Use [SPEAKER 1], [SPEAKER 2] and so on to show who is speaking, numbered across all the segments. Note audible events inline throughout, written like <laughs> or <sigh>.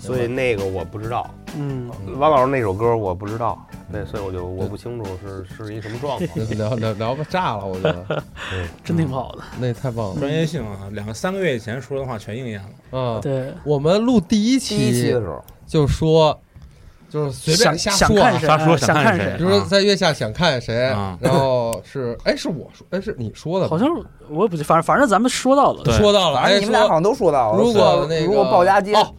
[SPEAKER 1] 所以那个我不知道，
[SPEAKER 2] 嗯，
[SPEAKER 1] 王老师那首歌我不知道，嗯对，所以我就我不清楚是是一什么状况。<laughs>
[SPEAKER 3] <laughs> 聊聊聊吧，炸了，我觉得
[SPEAKER 2] 真挺好的。
[SPEAKER 3] 那太棒了
[SPEAKER 4] 专业性啊，两个三个月以前说的话全应验了。
[SPEAKER 3] 啊！
[SPEAKER 2] 对，
[SPEAKER 3] 我们录第一
[SPEAKER 1] 第一期的
[SPEAKER 3] 期
[SPEAKER 1] 时候，
[SPEAKER 3] 就说，就是随
[SPEAKER 2] 想
[SPEAKER 3] 便瞎
[SPEAKER 2] 想
[SPEAKER 3] 说
[SPEAKER 2] 看
[SPEAKER 3] 啊，
[SPEAKER 2] 谁，
[SPEAKER 4] 瞎说
[SPEAKER 2] 哎
[SPEAKER 4] 想
[SPEAKER 2] 想
[SPEAKER 4] 看谁
[SPEAKER 2] 谁，
[SPEAKER 3] 比如说在月下想看谁，
[SPEAKER 4] 啊
[SPEAKER 3] 然后是哎是我说哎是你说的吧，
[SPEAKER 2] 好像是我也不记，反正反正咱们说到了。
[SPEAKER 4] 对
[SPEAKER 3] 说到了，
[SPEAKER 1] 反正
[SPEAKER 3] 哎
[SPEAKER 1] 你们俩好
[SPEAKER 3] 说
[SPEAKER 1] 像都说到了。
[SPEAKER 3] 如果那个
[SPEAKER 1] 如果鲍家街，
[SPEAKER 3] 哦，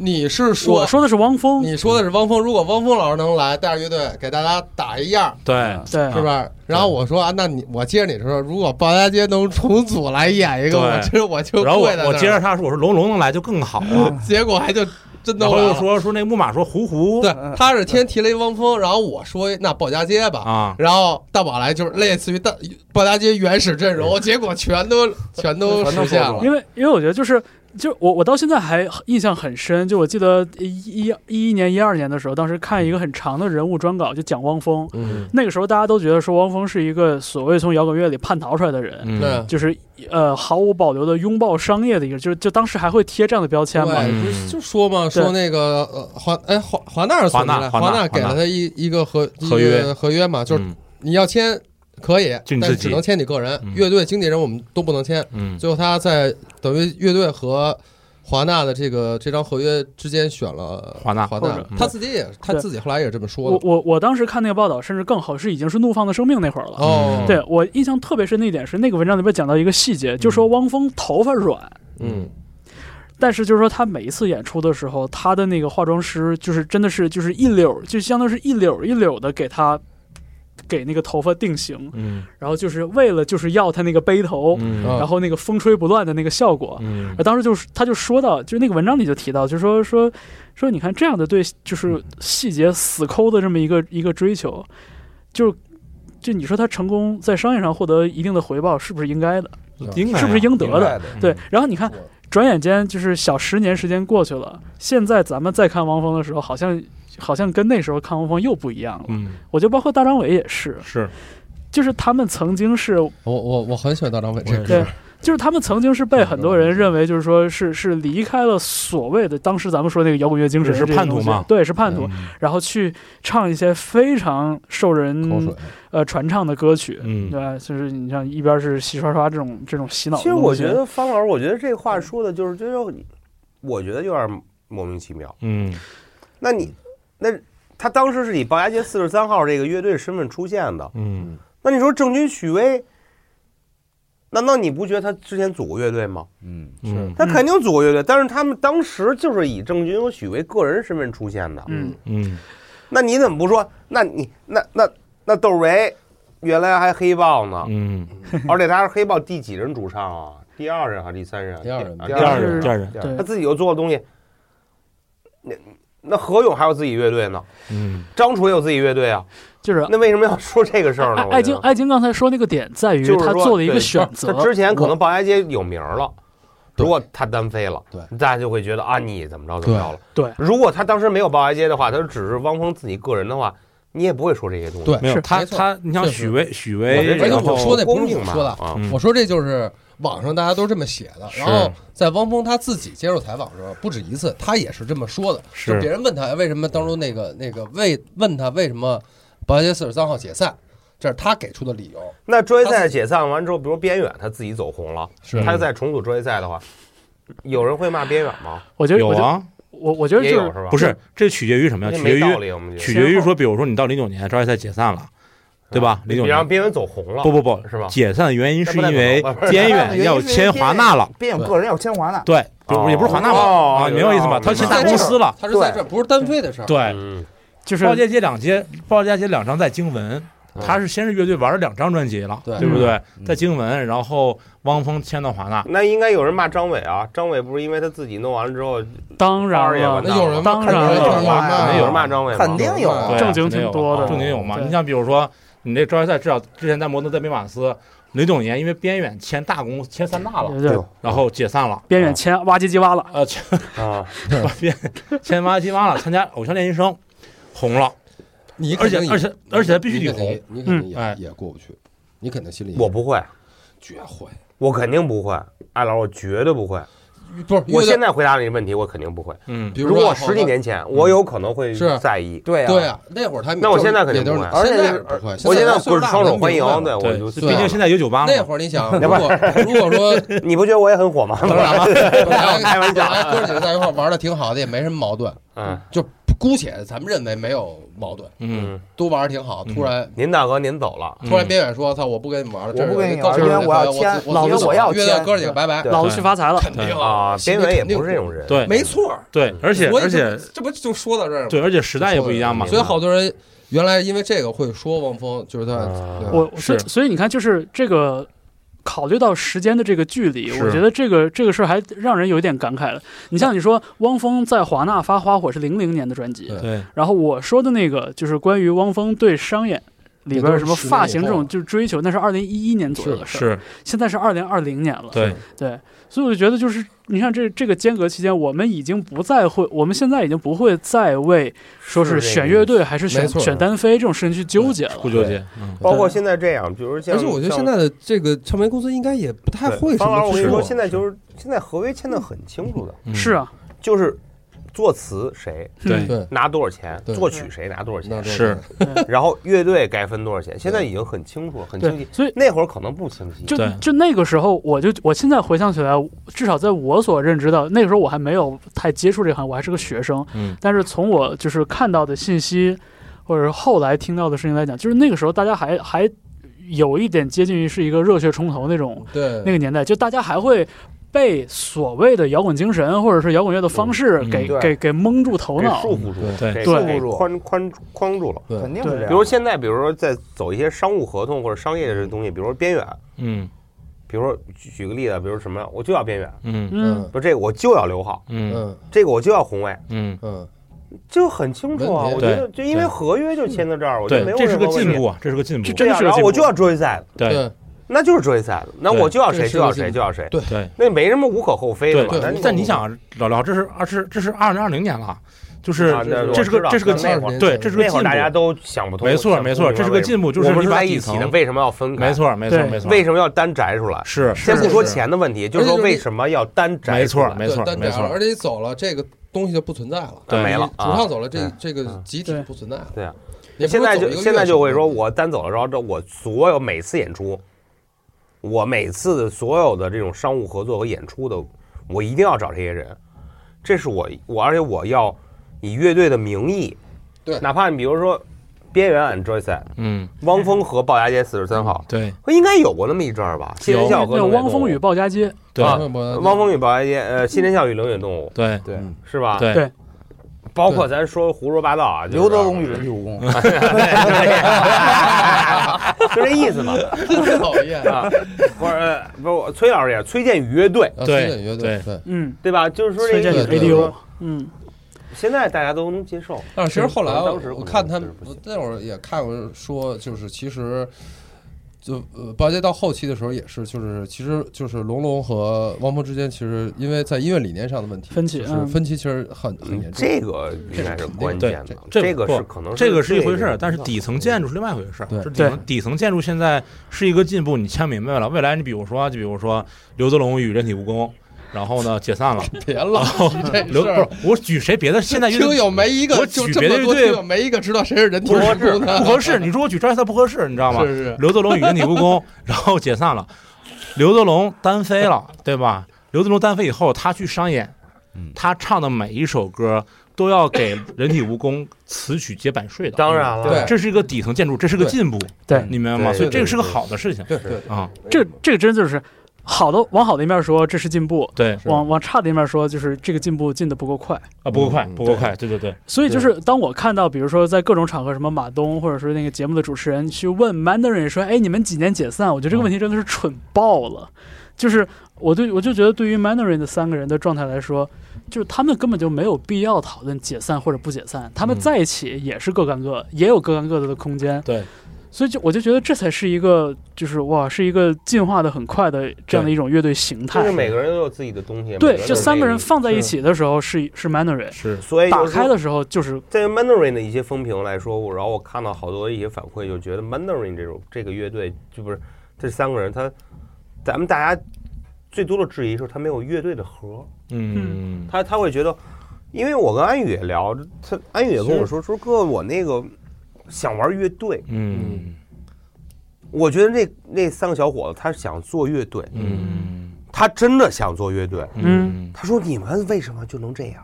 [SPEAKER 3] 你是
[SPEAKER 2] 我
[SPEAKER 3] 说
[SPEAKER 2] 说的是汪峰，
[SPEAKER 3] 你说的是汪峰，如果汪峰老师能来，带着乐队给大家打一样，
[SPEAKER 4] 对，
[SPEAKER 2] 对
[SPEAKER 3] 是吧？然后我说啊，那你我接着你说，如果鲍家街能重组来演一个，
[SPEAKER 4] 对
[SPEAKER 3] 我这我就
[SPEAKER 4] 然后我
[SPEAKER 3] 跪在
[SPEAKER 4] 我
[SPEAKER 3] 那儿
[SPEAKER 4] 接着，他说，我说龙龙能来就更好
[SPEAKER 3] <laughs>
[SPEAKER 4] 了。
[SPEAKER 3] 结果还就真
[SPEAKER 4] 然
[SPEAKER 3] 都
[SPEAKER 4] 后
[SPEAKER 3] 来
[SPEAKER 4] 又
[SPEAKER 3] 了。
[SPEAKER 4] 说说那木马说胡胡
[SPEAKER 3] 对，他是先提了一汪峰，然后我说那鲍家街吧，
[SPEAKER 4] 啊，
[SPEAKER 3] 然后大宝来就是类似于大鲍家街原始阵容，结果全 <laughs> 都全都
[SPEAKER 1] 全都
[SPEAKER 3] 实现
[SPEAKER 1] 说
[SPEAKER 3] 了
[SPEAKER 1] 出。
[SPEAKER 2] 因为因为我觉得就是就我我到现在还印象很深，就我记得一一一一年一二年的时候，当时看一个很长的人物专稿，就讲汪峰。
[SPEAKER 3] 嗯，
[SPEAKER 2] 那个时候大家都觉得说汪峰是一个所谓从摇滚乐里叛逃出来的人，
[SPEAKER 4] 嗯
[SPEAKER 3] 对，
[SPEAKER 2] 就是呃毫无保留的拥抱商业的一个，就就当时还会贴这样的标签嘛。
[SPEAKER 3] 对，
[SPEAKER 4] 嗯
[SPEAKER 3] 不是就说嘛，说那个呃华哎华华纳是
[SPEAKER 4] 华纳
[SPEAKER 3] 来，
[SPEAKER 4] 华
[SPEAKER 3] 华
[SPEAKER 4] 纳
[SPEAKER 3] 给了
[SPEAKER 4] 华
[SPEAKER 3] 他一一个合一个
[SPEAKER 4] 合约
[SPEAKER 3] 合约嘛，就是
[SPEAKER 4] 嗯
[SPEAKER 3] 你要签可以，
[SPEAKER 4] 就你
[SPEAKER 3] 但是
[SPEAKER 4] 自
[SPEAKER 3] 只
[SPEAKER 4] 己
[SPEAKER 3] 能签你个人，
[SPEAKER 4] 嗯
[SPEAKER 3] 乐队经纪人我们都不能签。
[SPEAKER 4] 嗯，
[SPEAKER 3] 最后他在等于乐队和华纳的这个这张合约之间选了
[SPEAKER 4] 华纳
[SPEAKER 3] 华
[SPEAKER 2] 或
[SPEAKER 3] 纳嗯
[SPEAKER 2] 者，
[SPEAKER 3] 他自己也他
[SPEAKER 2] 对
[SPEAKER 3] 自己后来也这么说
[SPEAKER 2] 我
[SPEAKER 3] 的。
[SPEAKER 2] 我我当时看那个报道，甚至更好是已经是《怒放的生命》那会儿了。
[SPEAKER 3] 哦，
[SPEAKER 2] 对我印象特别深的一点是，那个文章里边讲到一个细节，就说汪峰头发软，
[SPEAKER 3] 嗯，
[SPEAKER 2] 但是就是说他每一次演出的时候，他的那个化妆师就是真的是就是一绺儿，就相当于是一绺儿一绺儿的给他给那个头发定型，
[SPEAKER 4] 嗯
[SPEAKER 2] 然后就是为了就是要他那个背头，
[SPEAKER 4] 嗯
[SPEAKER 3] 啊
[SPEAKER 2] 然后那个风吹不乱的那个效果。
[SPEAKER 4] 嗯
[SPEAKER 2] 而当时就是他就说到，就是那个文章里就提到，就说说说你看这样的对
[SPEAKER 4] 嗯
[SPEAKER 2] 就是细节死抠的这么一个一个追求，就就你说他成功在商业上获得一定的回报，是不是应该的？
[SPEAKER 4] 应该啊嗯
[SPEAKER 2] 是不是应得
[SPEAKER 1] 应该
[SPEAKER 2] 的
[SPEAKER 1] 的？
[SPEAKER 2] 对。然后你看
[SPEAKER 3] 我，
[SPEAKER 2] 转眼间就是小十年时间过去了，现在咱们再看汪峰的时候，好像好像跟那时候看汪峰又不一样了。
[SPEAKER 4] 嗯
[SPEAKER 2] 我觉得包括大张伟也是，
[SPEAKER 4] 是
[SPEAKER 2] 就是他们曾经是
[SPEAKER 3] 我我我很喜欢大张伟这
[SPEAKER 4] 我也
[SPEAKER 3] 个
[SPEAKER 2] 对，就是他们曾经是被很多人认为就是说是是离开了所谓的当时咱们说那个摇滚乐精神
[SPEAKER 4] 是
[SPEAKER 2] 这些
[SPEAKER 4] 叛徒
[SPEAKER 2] 东西
[SPEAKER 4] 嘛
[SPEAKER 2] 对，是叛徒，
[SPEAKER 4] 嗯
[SPEAKER 2] 然后去唱一些非常受
[SPEAKER 3] 口水
[SPEAKER 2] 人，呃传唱的歌曲。
[SPEAKER 4] 嗯
[SPEAKER 2] 对吧？就是你像一边是洗刷刷这种这种洗脑的
[SPEAKER 1] 其实
[SPEAKER 2] 东西，
[SPEAKER 1] 我觉得方老师，我觉得这话说的就是，就是我觉得有点莫名其妙。
[SPEAKER 4] 嗯
[SPEAKER 1] 那你那他当时是以鲍家街四十三号这个乐队身份出现的，
[SPEAKER 4] 嗯
[SPEAKER 1] 那你说郑钧、许巍，难道你不觉得他之前组过乐队吗？
[SPEAKER 5] 嗯，
[SPEAKER 4] 嗯
[SPEAKER 1] 他肯定组过乐队，但是他们当时就是以郑钧和许巍个人身份出现的。
[SPEAKER 2] 嗯，
[SPEAKER 4] 嗯
[SPEAKER 1] 那你怎么不说？那你那那那窦唯原来还黑豹呢，
[SPEAKER 4] 嗯，
[SPEAKER 1] 而且他是黑豹第几人主唱啊？第二任还是第三任啊？
[SPEAKER 3] 第二任吧
[SPEAKER 1] 第
[SPEAKER 4] 第二
[SPEAKER 1] 二
[SPEAKER 4] 人
[SPEAKER 1] 任
[SPEAKER 4] 第二人
[SPEAKER 1] 第二
[SPEAKER 2] 对
[SPEAKER 1] 任，他自己又做的东西。那那何勇还有自己乐队呢，
[SPEAKER 4] 嗯
[SPEAKER 1] 张楚也有自己乐队啊，
[SPEAKER 2] 就是
[SPEAKER 1] 那为什么要说这个事儿呢？
[SPEAKER 2] 艾
[SPEAKER 1] 我
[SPEAKER 2] 艾
[SPEAKER 1] 觉
[SPEAKER 2] 晶
[SPEAKER 1] 得
[SPEAKER 2] 艾晶刚才说那个点在于
[SPEAKER 1] 就是
[SPEAKER 2] 他
[SPEAKER 1] 说
[SPEAKER 2] 做了一个
[SPEAKER 1] 对
[SPEAKER 2] 选择，
[SPEAKER 1] 他之前可能鲍家街有名儿了，
[SPEAKER 3] 对
[SPEAKER 1] 如果他单飞了，
[SPEAKER 3] 对
[SPEAKER 1] 大家就会觉得啊，你怎么着怎么着了。
[SPEAKER 2] 对
[SPEAKER 1] 如果他当时没有鲍家街的话，他只是汪峰自己个人的话，你也不会说这些东西。
[SPEAKER 3] 对，
[SPEAKER 4] 没有
[SPEAKER 3] 是
[SPEAKER 4] 他
[SPEAKER 3] 没错
[SPEAKER 4] 他，你像
[SPEAKER 3] 确实
[SPEAKER 4] 许巍许
[SPEAKER 1] 我觉
[SPEAKER 4] 巍，
[SPEAKER 1] 得这
[SPEAKER 3] 而且
[SPEAKER 1] 个
[SPEAKER 3] 我
[SPEAKER 4] 然后
[SPEAKER 3] 说的不是
[SPEAKER 1] 公平嘛
[SPEAKER 3] 我说的
[SPEAKER 1] 啊，
[SPEAKER 4] 嗯
[SPEAKER 3] 我说这就是网上大家都这么写的，
[SPEAKER 4] 是
[SPEAKER 3] 然后在汪峰他自己接受采访的时候，不止一次，他也是这么说的。
[SPEAKER 4] 是
[SPEAKER 3] 就别人问他哎为什么当初那个那个为问他为什么保家街四十三号解散，这是他给出的理由。
[SPEAKER 1] 那专业赛解散完之后，比如边远他自己走红了，
[SPEAKER 4] 嗯
[SPEAKER 3] 是
[SPEAKER 1] 他再重组专业赛的话，有人会骂边远吗？
[SPEAKER 2] 我觉得
[SPEAKER 4] 有
[SPEAKER 2] 我觉得
[SPEAKER 4] 啊，
[SPEAKER 2] 我我觉得
[SPEAKER 1] 也
[SPEAKER 2] 就
[SPEAKER 1] 有
[SPEAKER 2] 是
[SPEAKER 1] 是吧？
[SPEAKER 4] 不是这取决于什么呀？
[SPEAKER 1] 这
[SPEAKER 4] 取决
[SPEAKER 1] 没
[SPEAKER 4] 于
[SPEAKER 1] 道理，我们觉
[SPEAKER 4] 取
[SPEAKER 1] 得，
[SPEAKER 4] 决于说，比如说你到零九年专业赛解散了，对吧？零九
[SPEAKER 1] 你让
[SPEAKER 4] 年
[SPEAKER 1] 边远走红了，
[SPEAKER 4] 不不不
[SPEAKER 1] 哦是吧
[SPEAKER 4] 解散的原因
[SPEAKER 1] 那
[SPEAKER 4] 是
[SPEAKER 1] 不太
[SPEAKER 4] 因为
[SPEAKER 1] 可能吧不是
[SPEAKER 4] 边
[SPEAKER 5] 那
[SPEAKER 4] 远
[SPEAKER 5] <laughs> 原因
[SPEAKER 4] 要
[SPEAKER 5] 是因为
[SPEAKER 4] 签
[SPEAKER 5] 边
[SPEAKER 4] 华纳了，
[SPEAKER 5] 边远个人要签华纳，
[SPEAKER 4] 对，比
[SPEAKER 1] 哦
[SPEAKER 4] 如也不是华纳嘛
[SPEAKER 1] 哦
[SPEAKER 4] 啊，你明白我意思吗？
[SPEAKER 1] 明白
[SPEAKER 4] 他签大
[SPEAKER 3] 在这
[SPEAKER 4] 公
[SPEAKER 3] 儿
[SPEAKER 4] 司了，
[SPEAKER 3] 他是在这儿不是单飞的事儿。
[SPEAKER 4] 对，
[SPEAKER 1] 嗯，
[SPEAKER 2] 就是
[SPEAKER 4] 鲍家街两街，鲍家街两张在经文，
[SPEAKER 1] 嗯
[SPEAKER 4] 他是先是乐队玩了两张专辑了，
[SPEAKER 3] 对
[SPEAKER 4] 对不对？
[SPEAKER 5] 嗯
[SPEAKER 4] 在经文，然后汪峰签到华纳，
[SPEAKER 1] 那应该有人骂张伟啊，张伟不是因为他自己弄完了之后，
[SPEAKER 2] 当
[SPEAKER 1] 二
[SPEAKER 2] 然
[SPEAKER 1] 也
[SPEAKER 2] 了
[SPEAKER 1] 完，
[SPEAKER 3] 那有人
[SPEAKER 2] 当然
[SPEAKER 3] 看出来
[SPEAKER 2] 了
[SPEAKER 3] 就是王八
[SPEAKER 4] 肯
[SPEAKER 1] 没
[SPEAKER 4] 定
[SPEAKER 1] 有
[SPEAKER 4] 有
[SPEAKER 1] 人骂张伟吗？
[SPEAKER 5] 肯定有啊
[SPEAKER 4] 对啊
[SPEAKER 2] 正经挺
[SPEAKER 4] 肯定有
[SPEAKER 2] 多的
[SPEAKER 4] 正经有嘛？
[SPEAKER 2] 对
[SPEAKER 4] 你像比如说你这专业赛，至少之前在摩登在兵马司。零九年，因为边远签大公司签三大了，
[SPEAKER 2] 对
[SPEAKER 1] 对
[SPEAKER 4] 然后解散了。
[SPEAKER 2] 边远签挖唧唧挖了，
[SPEAKER 4] 呃，签
[SPEAKER 1] 啊，
[SPEAKER 4] 边 <laughs> 签完金妈了，参加《偶像练习生》，红了，
[SPEAKER 3] 你
[SPEAKER 4] 而
[SPEAKER 3] 肯
[SPEAKER 4] 且
[SPEAKER 3] 定
[SPEAKER 4] 而且而且他必须
[SPEAKER 3] 你
[SPEAKER 4] 得
[SPEAKER 3] 肯定
[SPEAKER 4] 红。
[SPEAKER 3] 你肯定
[SPEAKER 4] 嗯
[SPEAKER 3] 也也过不去，你肯定心里
[SPEAKER 1] 我不会，
[SPEAKER 3] 绝会。
[SPEAKER 1] 我肯定不会，艾老师，我绝对不会。
[SPEAKER 3] 嗯不是
[SPEAKER 1] 我
[SPEAKER 3] 乐队
[SPEAKER 1] 现在回答你问题，我肯定不会。
[SPEAKER 4] 嗯
[SPEAKER 3] 比
[SPEAKER 1] 如
[SPEAKER 3] 说
[SPEAKER 1] 果十几年前，我有可能会
[SPEAKER 3] 是
[SPEAKER 1] 在意。
[SPEAKER 5] 对啊，
[SPEAKER 3] 对啊，那会儿他
[SPEAKER 1] 那我现在肯定
[SPEAKER 3] 也就是
[SPEAKER 1] 不会而且
[SPEAKER 3] 现在不会，
[SPEAKER 1] 我现在
[SPEAKER 3] 岁数
[SPEAKER 1] 滚
[SPEAKER 3] 大
[SPEAKER 1] 双手欢迎
[SPEAKER 3] 了明，
[SPEAKER 1] 对
[SPEAKER 3] 白了
[SPEAKER 1] 我
[SPEAKER 4] 对，啊
[SPEAKER 1] 就
[SPEAKER 4] 毕竟现在有九八嘛，
[SPEAKER 3] 那会儿你想，如果 <laughs> 如果说
[SPEAKER 1] 你不觉得我也很火吗？
[SPEAKER 3] 当然了，本来
[SPEAKER 1] 开玩笑
[SPEAKER 3] 本来哥几个在一块儿玩的挺好的，也没什么矛盾，
[SPEAKER 1] <laughs> 嗯
[SPEAKER 3] 就姑且咱们认为没有矛盾，
[SPEAKER 4] 嗯，
[SPEAKER 1] 嗯，
[SPEAKER 3] 都玩的挺好。突然
[SPEAKER 1] 您大哥您走了，
[SPEAKER 4] 嗯
[SPEAKER 3] 突然边远说：“操，我不跟你们玩了，这
[SPEAKER 5] 我不跟你玩
[SPEAKER 3] 这
[SPEAKER 5] 因为
[SPEAKER 3] 我
[SPEAKER 5] 我要签
[SPEAKER 3] 我
[SPEAKER 5] 老
[SPEAKER 3] 我
[SPEAKER 5] 子我要
[SPEAKER 3] 约
[SPEAKER 5] 签
[SPEAKER 3] 的哥几个拜拜，
[SPEAKER 5] 对
[SPEAKER 2] 老子去发财了，
[SPEAKER 3] 肯定
[SPEAKER 1] 啊，边缘也不是这种人，，
[SPEAKER 4] 对，
[SPEAKER 3] 没错儿。
[SPEAKER 4] 对，哎
[SPEAKER 1] 嗯
[SPEAKER 4] 而且
[SPEAKER 3] 所以
[SPEAKER 4] 而且
[SPEAKER 3] 这这不就说到这儿吗？
[SPEAKER 4] 对，而且时代也不一样嘛
[SPEAKER 1] 明白，
[SPEAKER 3] 所以好多人原来因为这个会说汪峰，就是他
[SPEAKER 1] 啊
[SPEAKER 3] 对吧
[SPEAKER 2] 我所以
[SPEAKER 4] 是
[SPEAKER 2] 所以你看，就是这个考虑到时间的这个距离，
[SPEAKER 4] 是
[SPEAKER 2] 我觉得这个这个事儿还让人有一点感慨了。你像你说汪峰在华纳发花火是零零年的专辑
[SPEAKER 3] 对，
[SPEAKER 4] 对，
[SPEAKER 2] 然后我说的那个就是关于汪峰对商演。里边儿什么发型这种就是追求，那是二零一一年左右的事儿，
[SPEAKER 4] 是，
[SPEAKER 2] 现在是二零二零年了。
[SPEAKER 4] 对，
[SPEAKER 2] 对，所以我就觉得就是，你看这这个间隔期间，我们已经不再会，我们现在已经不会再为说是
[SPEAKER 1] 这个
[SPEAKER 2] 选乐队还是选
[SPEAKER 3] 没错
[SPEAKER 2] 选单飞这种事情去纠结了
[SPEAKER 4] 不。纠结，嗯，
[SPEAKER 1] 包括现在这样，比如像，
[SPEAKER 6] 而且我觉得现在的这个唱片公司应该也不太
[SPEAKER 1] 对
[SPEAKER 6] 会什
[SPEAKER 1] 方
[SPEAKER 6] 么
[SPEAKER 1] 老师，我跟你
[SPEAKER 6] 去
[SPEAKER 1] 说，
[SPEAKER 6] 做
[SPEAKER 1] 现在就是现在合约签的很清楚的，
[SPEAKER 4] 嗯
[SPEAKER 2] 是，啊，
[SPEAKER 1] 就是作词谁
[SPEAKER 4] 对
[SPEAKER 2] 嗯
[SPEAKER 3] 对
[SPEAKER 1] 拿多少钱，
[SPEAKER 3] 对
[SPEAKER 1] 作曲谁拿多少钱，
[SPEAKER 3] 那这
[SPEAKER 4] 是
[SPEAKER 1] 然后乐队该分多少钱，现在已经很清楚，很清
[SPEAKER 2] 对
[SPEAKER 1] 晰，。
[SPEAKER 2] 所以
[SPEAKER 1] 那会儿可能不清晰，
[SPEAKER 2] 就
[SPEAKER 4] 对
[SPEAKER 2] 就那个时候，我就我现在回想起来，至少在我所认知到，那个时候我还没有太接触这行，我还是个学生。
[SPEAKER 4] 嗯，
[SPEAKER 2] 但是从我就是看到的信息，或者是后来听到的事情来讲，就是那个时候大家还还有一点接近于是一个热血冲头那种
[SPEAKER 3] 对
[SPEAKER 2] 那个年代，就大家还会被所谓的摇滚精神或者是摇滚乐的方式
[SPEAKER 4] 嗯
[SPEAKER 2] 给、
[SPEAKER 1] 对
[SPEAKER 2] 给给蒙住头
[SPEAKER 1] 给
[SPEAKER 2] 脑。
[SPEAKER 1] 束缚住了，
[SPEAKER 4] 对
[SPEAKER 1] 给
[SPEAKER 2] 对
[SPEAKER 1] 给
[SPEAKER 5] 束缚住
[SPEAKER 1] 框框框住了。
[SPEAKER 3] 对
[SPEAKER 5] 肯定是这样。
[SPEAKER 1] 比如现在，比如说在走一些商务合同或者商业的东西，比如说边缘，
[SPEAKER 4] 嗯
[SPEAKER 1] 比如说举举个例子，比如什么，我就要边缘，
[SPEAKER 4] 嗯
[SPEAKER 2] 嗯，
[SPEAKER 1] 不这个我就要刘浩，
[SPEAKER 4] 嗯
[SPEAKER 3] 嗯
[SPEAKER 1] 这个我就要红卫，
[SPEAKER 4] 嗯，
[SPEAKER 3] 嗯，
[SPEAKER 1] 就很清楚啊。
[SPEAKER 3] 没问题
[SPEAKER 1] 我觉得
[SPEAKER 4] 对
[SPEAKER 1] 就因为合约就签到这儿，我就
[SPEAKER 4] 对
[SPEAKER 1] 没，有
[SPEAKER 4] 这是
[SPEAKER 1] 任何
[SPEAKER 4] 个
[SPEAKER 1] 问
[SPEAKER 4] 进
[SPEAKER 1] 题。
[SPEAKER 4] 步啊，这是个进步，
[SPEAKER 2] 这真是
[SPEAKER 1] 对啊
[SPEAKER 2] 个
[SPEAKER 1] 然后
[SPEAKER 2] 进步
[SPEAKER 1] 我就要追赛，
[SPEAKER 4] 对
[SPEAKER 1] 那就是追赛了，那
[SPEAKER 4] 对
[SPEAKER 1] 我就要
[SPEAKER 3] 这
[SPEAKER 1] 谁
[SPEAKER 3] 是
[SPEAKER 1] 就要
[SPEAKER 3] 个进
[SPEAKER 1] 谁
[SPEAKER 3] 步
[SPEAKER 1] 就要谁，
[SPEAKER 3] 对
[SPEAKER 4] 对
[SPEAKER 1] 那没什么无可厚非的嘛。那
[SPEAKER 4] 对，但你想，啊，老廖，这是二是这是二零二零年了，就是
[SPEAKER 1] 啊那
[SPEAKER 4] 这是
[SPEAKER 1] 我知
[SPEAKER 4] 个
[SPEAKER 1] 道
[SPEAKER 4] 这是个
[SPEAKER 1] 那
[SPEAKER 4] 进
[SPEAKER 1] 会
[SPEAKER 4] 步，
[SPEAKER 3] 儿
[SPEAKER 4] 对，这是个
[SPEAKER 1] 那会
[SPEAKER 4] 进
[SPEAKER 1] 儿大家
[SPEAKER 4] 步，
[SPEAKER 1] 都想不通，
[SPEAKER 4] 没错
[SPEAKER 1] 想不
[SPEAKER 4] 没错，
[SPEAKER 1] 明白
[SPEAKER 4] 这是
[SPEAKER 1] 为
[SPEAKER 4] 个
[SPEAKER 1] 什么
[SPEAKER 4] 进步，就
[SPEAKER 1] 我们
[SPEAKER 4] 离
[SPEAKER 1] 是
[SPEAKER 4] 在
[SPEAKER 1] 在
[SPEAKER 4] 底
[SPEAKER 1] 一起的，
[SPEAKER 4] 层，
[SPEAKER 1] 为什么要分开？
[SPEAKER 4] 没，错没错
[SPEAKER 2] 对
[SPEAKER 4] 没错，
[SPEAKER 1] 为什么要单摘出来？
[SPEAKER 4] 是哎
[SPEAKER 1] 先不说
[SPEAKER 3] 是
[SPEAKER 1] 钱的问题，就是说为什么要单摘
[SPEAKER 4] 没
[SPEAKER 1] 出来？
[SPEAKER 4] 错没错
[SPEAKER 3] 单
[SPEAKER 4] 没
[SPEAKER 3] 摘
[SPEAKER 4] 错
[SPEAKER 3] 了，，而且你走了，这个东西就不存在了。
[SPEAKER 4] 对
[SPEAKER 1] 没了
[SPEAKER 3] 主
[SPEAKER 1] 啊
[SPEAKER 3] 唱走了，这
[SPEAKER 1] 嗯
[SPEAKER 3] 这个
[SPEAKER 1] 嗯
[SPEAKER 3] 集体
[SPEAKER 2] 对
[SPEAKER 3] 不存在了。
[SPEAKER 1] 对啊
[SPEAKER 3] 也不
[SPEAKER 1] 现
[SPEAKER 3] 是
[SPEAKER 1] 在
[SPEAKER 3] 走
[SPEAKER 1] 就
[SPEAKER 3] 一个乐手的问题，
[SPEAKER 1] 现在就会说，我单走了之后，这我所有每次演出，我每次的所有的这种商务合作和演出的，我一定要找这些人，这是我我而且我要以乐队的名义，
[SPEAKER 3] 对
[SPEAKER 1] 哪怕你比如说边缘 and Joyce，
[SPEAKER 4] 嗯
[SPEAKER 1] 汪峰和鲍家街四十三号，
[SPEAKER 4] 对
[SPEAKER 1] 应该有过那么一阵儿吧？新人
[SPEAKER 4] 有
[SPEAKER 1] 笑和
[SPEAKER 2] 那
[SPEAKER 1] 冷血
[SPEAKER 2] 汪峰
[SPEAKER 1] 动物
[SPEAKER 2] 与鲍家街，
[SPEAKER 4] 对
[SPEAKER 1] 啊汪
[SPEAKER 3] <laughs> 汪
[SPEAKER 1] 峰与鲍家街，呃，新人笑与冷血动物，
[SPEAKER 4] 对
[SPEAKER 5] 对
[SPEAKER 6] 嗯
[SPEAKER 1] 是吧？
[SPEAKER 4] 对
[SPEAKER 2] 对
[SPEAKER 1] 包括咱说胡说八道啊，就是
[SPEAKER 5] 刘德荣与人体蜈
[SPEAKER 1] <laughs>
[SPEAKER 5] 蚣，
[SPEAKER 1] 就这意思嘛。
[SPEAKER 3] 讨厌 <laughs> 啊，
[SPEAKER 1] 啊，或者呃不是我崔老师也崔健宇乐队，
[SPEAKER 4] 对
[SPEAKER 3] 对
[SPEAKER 4] 对
[SPEAKER 3] 对。
[SPEAKER 2] 嗯，
[SPEAKER 1] 对吧？就是说这
[SPEAKER 2] 崔健宇
[SPEAKER 1] 个
[SPEAKER 3] 对对
[SPEAKER 2] ADO，嗯，
[SPEAKER 1] 现在大家都能接受。
[SPEAKER 3] 但是其实后来啊
[SPEAKER 1] 当时
[SPEAKER 3] 我看他们
[SPEAKER 1] 不行
[SPEAKER 3] 那会儿也看过说，就是其实就呃，包杰到后期的时候也是，就是其实就是龙龙和汪峰之间，其实因为在音乐理念上的问题
[SPEAKER 2] 分歧
[SPEAKER 3] 就是
[SPEAKER 2] 嗯
[SPEAKER 3] 分歧其实很
[SPEAKER 5] 嗯
[SPEAKER 3] 很严重。
[SPEAKER 1] 这个应该是关键的，
[SPEAKER 4] 这
[SPEAKER 1] 这
[SPEAKER 4] 是肯定
[SPEAKER 1] 个
[SPEAKER 4] 的对
[SPEAKER 1] 是嗯可能
[SPEAKER 4] 这个是一
[SPEAKER 1] 最
[SPEAKER 4] 回事儿，但是底层建筑是另外一回事儿。
[SPEAKER 3] 对
[SPEAKER 4] 就是底层底层建筑现在是一个进步，你签明白了，未来你比如说，就比如说刘德龙与人体蜈蚣，然后呢解散了，
[SPEAKER 3] 别唠这
[SPEAKER 4] 刘不
[SPEAKER 3] 事儿
[SPEAKER 4] 是，我举谁别的，现在
[SPEAKER 3] 听
[SPEAKER 4] 乐
[SPEAKER 3] 友没一
[SPEAKER 4] 我
[SPEAKER 3] 个，就
[SPEAKER 4] 举
[SPEAKER 3] 这
[SPEAKER 4] 别的
[SPEAKER 3] 么多
[SPEAKER 4] 乐队
[SPEAKER 3] 听友没一个知道谁是人体
[SPEAKER 1] 不
[SPEAKER 3] 蜈
[SPEAKER 1] 是
[SPEAKER 3] 蚣的，
[SPEAKER 4] 不合适，你说我举赵一赛不合适，你知道吗？
[SPEAKER 3] 是
[SPEAKER 4] <laughs>
[SPEAKER 3] 是
[SPEAKER 4] 刘德龙与人体蜈蚣，然后解散了，刘德龙单飞了，对吧？刘德龙单飞以后，他去商演，他唱的每一首歌都要给人体蜈蚣词曲接版税的。
[SPEAKER 1] 当然
[SPEAKER 3] 对
[SPEAKER 1] 了，
[SPEAKER 4] 这是一个底层建筑，这是个
[SPEAKER 3] 对
[SPEAKER 4] 进步，
[SPEAKER 2] 对
[SPEAKER 4] 你明白吗？
[SPEAKER 1] 对
[SPEAKER 4] 所以这
[SPEAKER 1] 对
[SPEAKER 4] 个是个
[SPEAKER 1] 对
[SPEAKER 4] 好的事情
[SPEAKER 3] 对对，
[SPEAKER 4] 啊，
[SPEAKER 2] 这这个真就是好的往好的一面说，这是进步；
[SPEAKER 4] 对
[SPEAKER 3] 是
[SPEAKER 2] 往往差的一面说，就是这个进步进的不够快。
[SPEAKER 4] 啊，不够快，
[SPEAKER 3] 嗯
[SPEAKER 4] 不够快，对对对，
[SPEAKER 2] 所以就是当我看到，比如说在各种场合，什么马东或者说那个节目的主持人去问 Mandarin 说：“哎，你们几年解散？”我觉得这
[SPEAKER 4] 嗯
[SPEAKER 2] 个问题真的是蠢爆了。就是我对我就觉得，对于 Mandarin 的三个人的状态来说，就是他们根本就没有必要讨论解散或者不解散，他们
[SPEAKER 4] 嗯
[SPEAKER 2] 在一起也是各干各，也有各干各的空间。
[SPEAKER 4] 对，
[SPEAKER 2] 所以就我就觉得这才是一个，就是哇，是一个进化的很快的这样的一种乐队形态。
[SPEAKER 1] 就是每个人都有自己的东西。
[SPEAKER 2] 对
[SPEAKER 1] 每，哎人都
[SPEAKER 2] 这
[SPEAKER 1] 有
[SPEAKER 2] 三个
[SPEAKER 1] 魅
[SPEAKER 2] 人
[SPEAKER 1] 力，
[SPEAKER 2] 放在一起的时候是是 Mandarin，
[SPEAKER 4] 是
[SPEAKER 1] 所以就
[SPEAKER 2] 打
[SPEAKER 1] 是
[SPEAKER 2] 开
[SPEAKER 1] 说
[SPEAKER 2] 的时候就是
[SPEAKER 1] 在 Mandarin 的一些风评来说，我然后我看到好多一些反馈，就觉得 Mandarin 这种这个乐队就不是这三个人，他咱们大家最多的质疑是他没有乐队的核，
[SPEAKER 4] 嗯，
[SPEAKER 1] 他他会觉得，因为我跟安宇也聊，他安宇也跟我说说哥，我那个想玩乐队，
[SPEAKER 4] 嗯
[SPEAKER 1] 我觉得那那三个小伙子他想做乐队，
[SPEAKER 4] 嗯
[SPEAKER 1] 他真的想做乐队，
[SPEAKER 4] 嗯，
[SPEAKER 1] 他说你们为什么就能这样？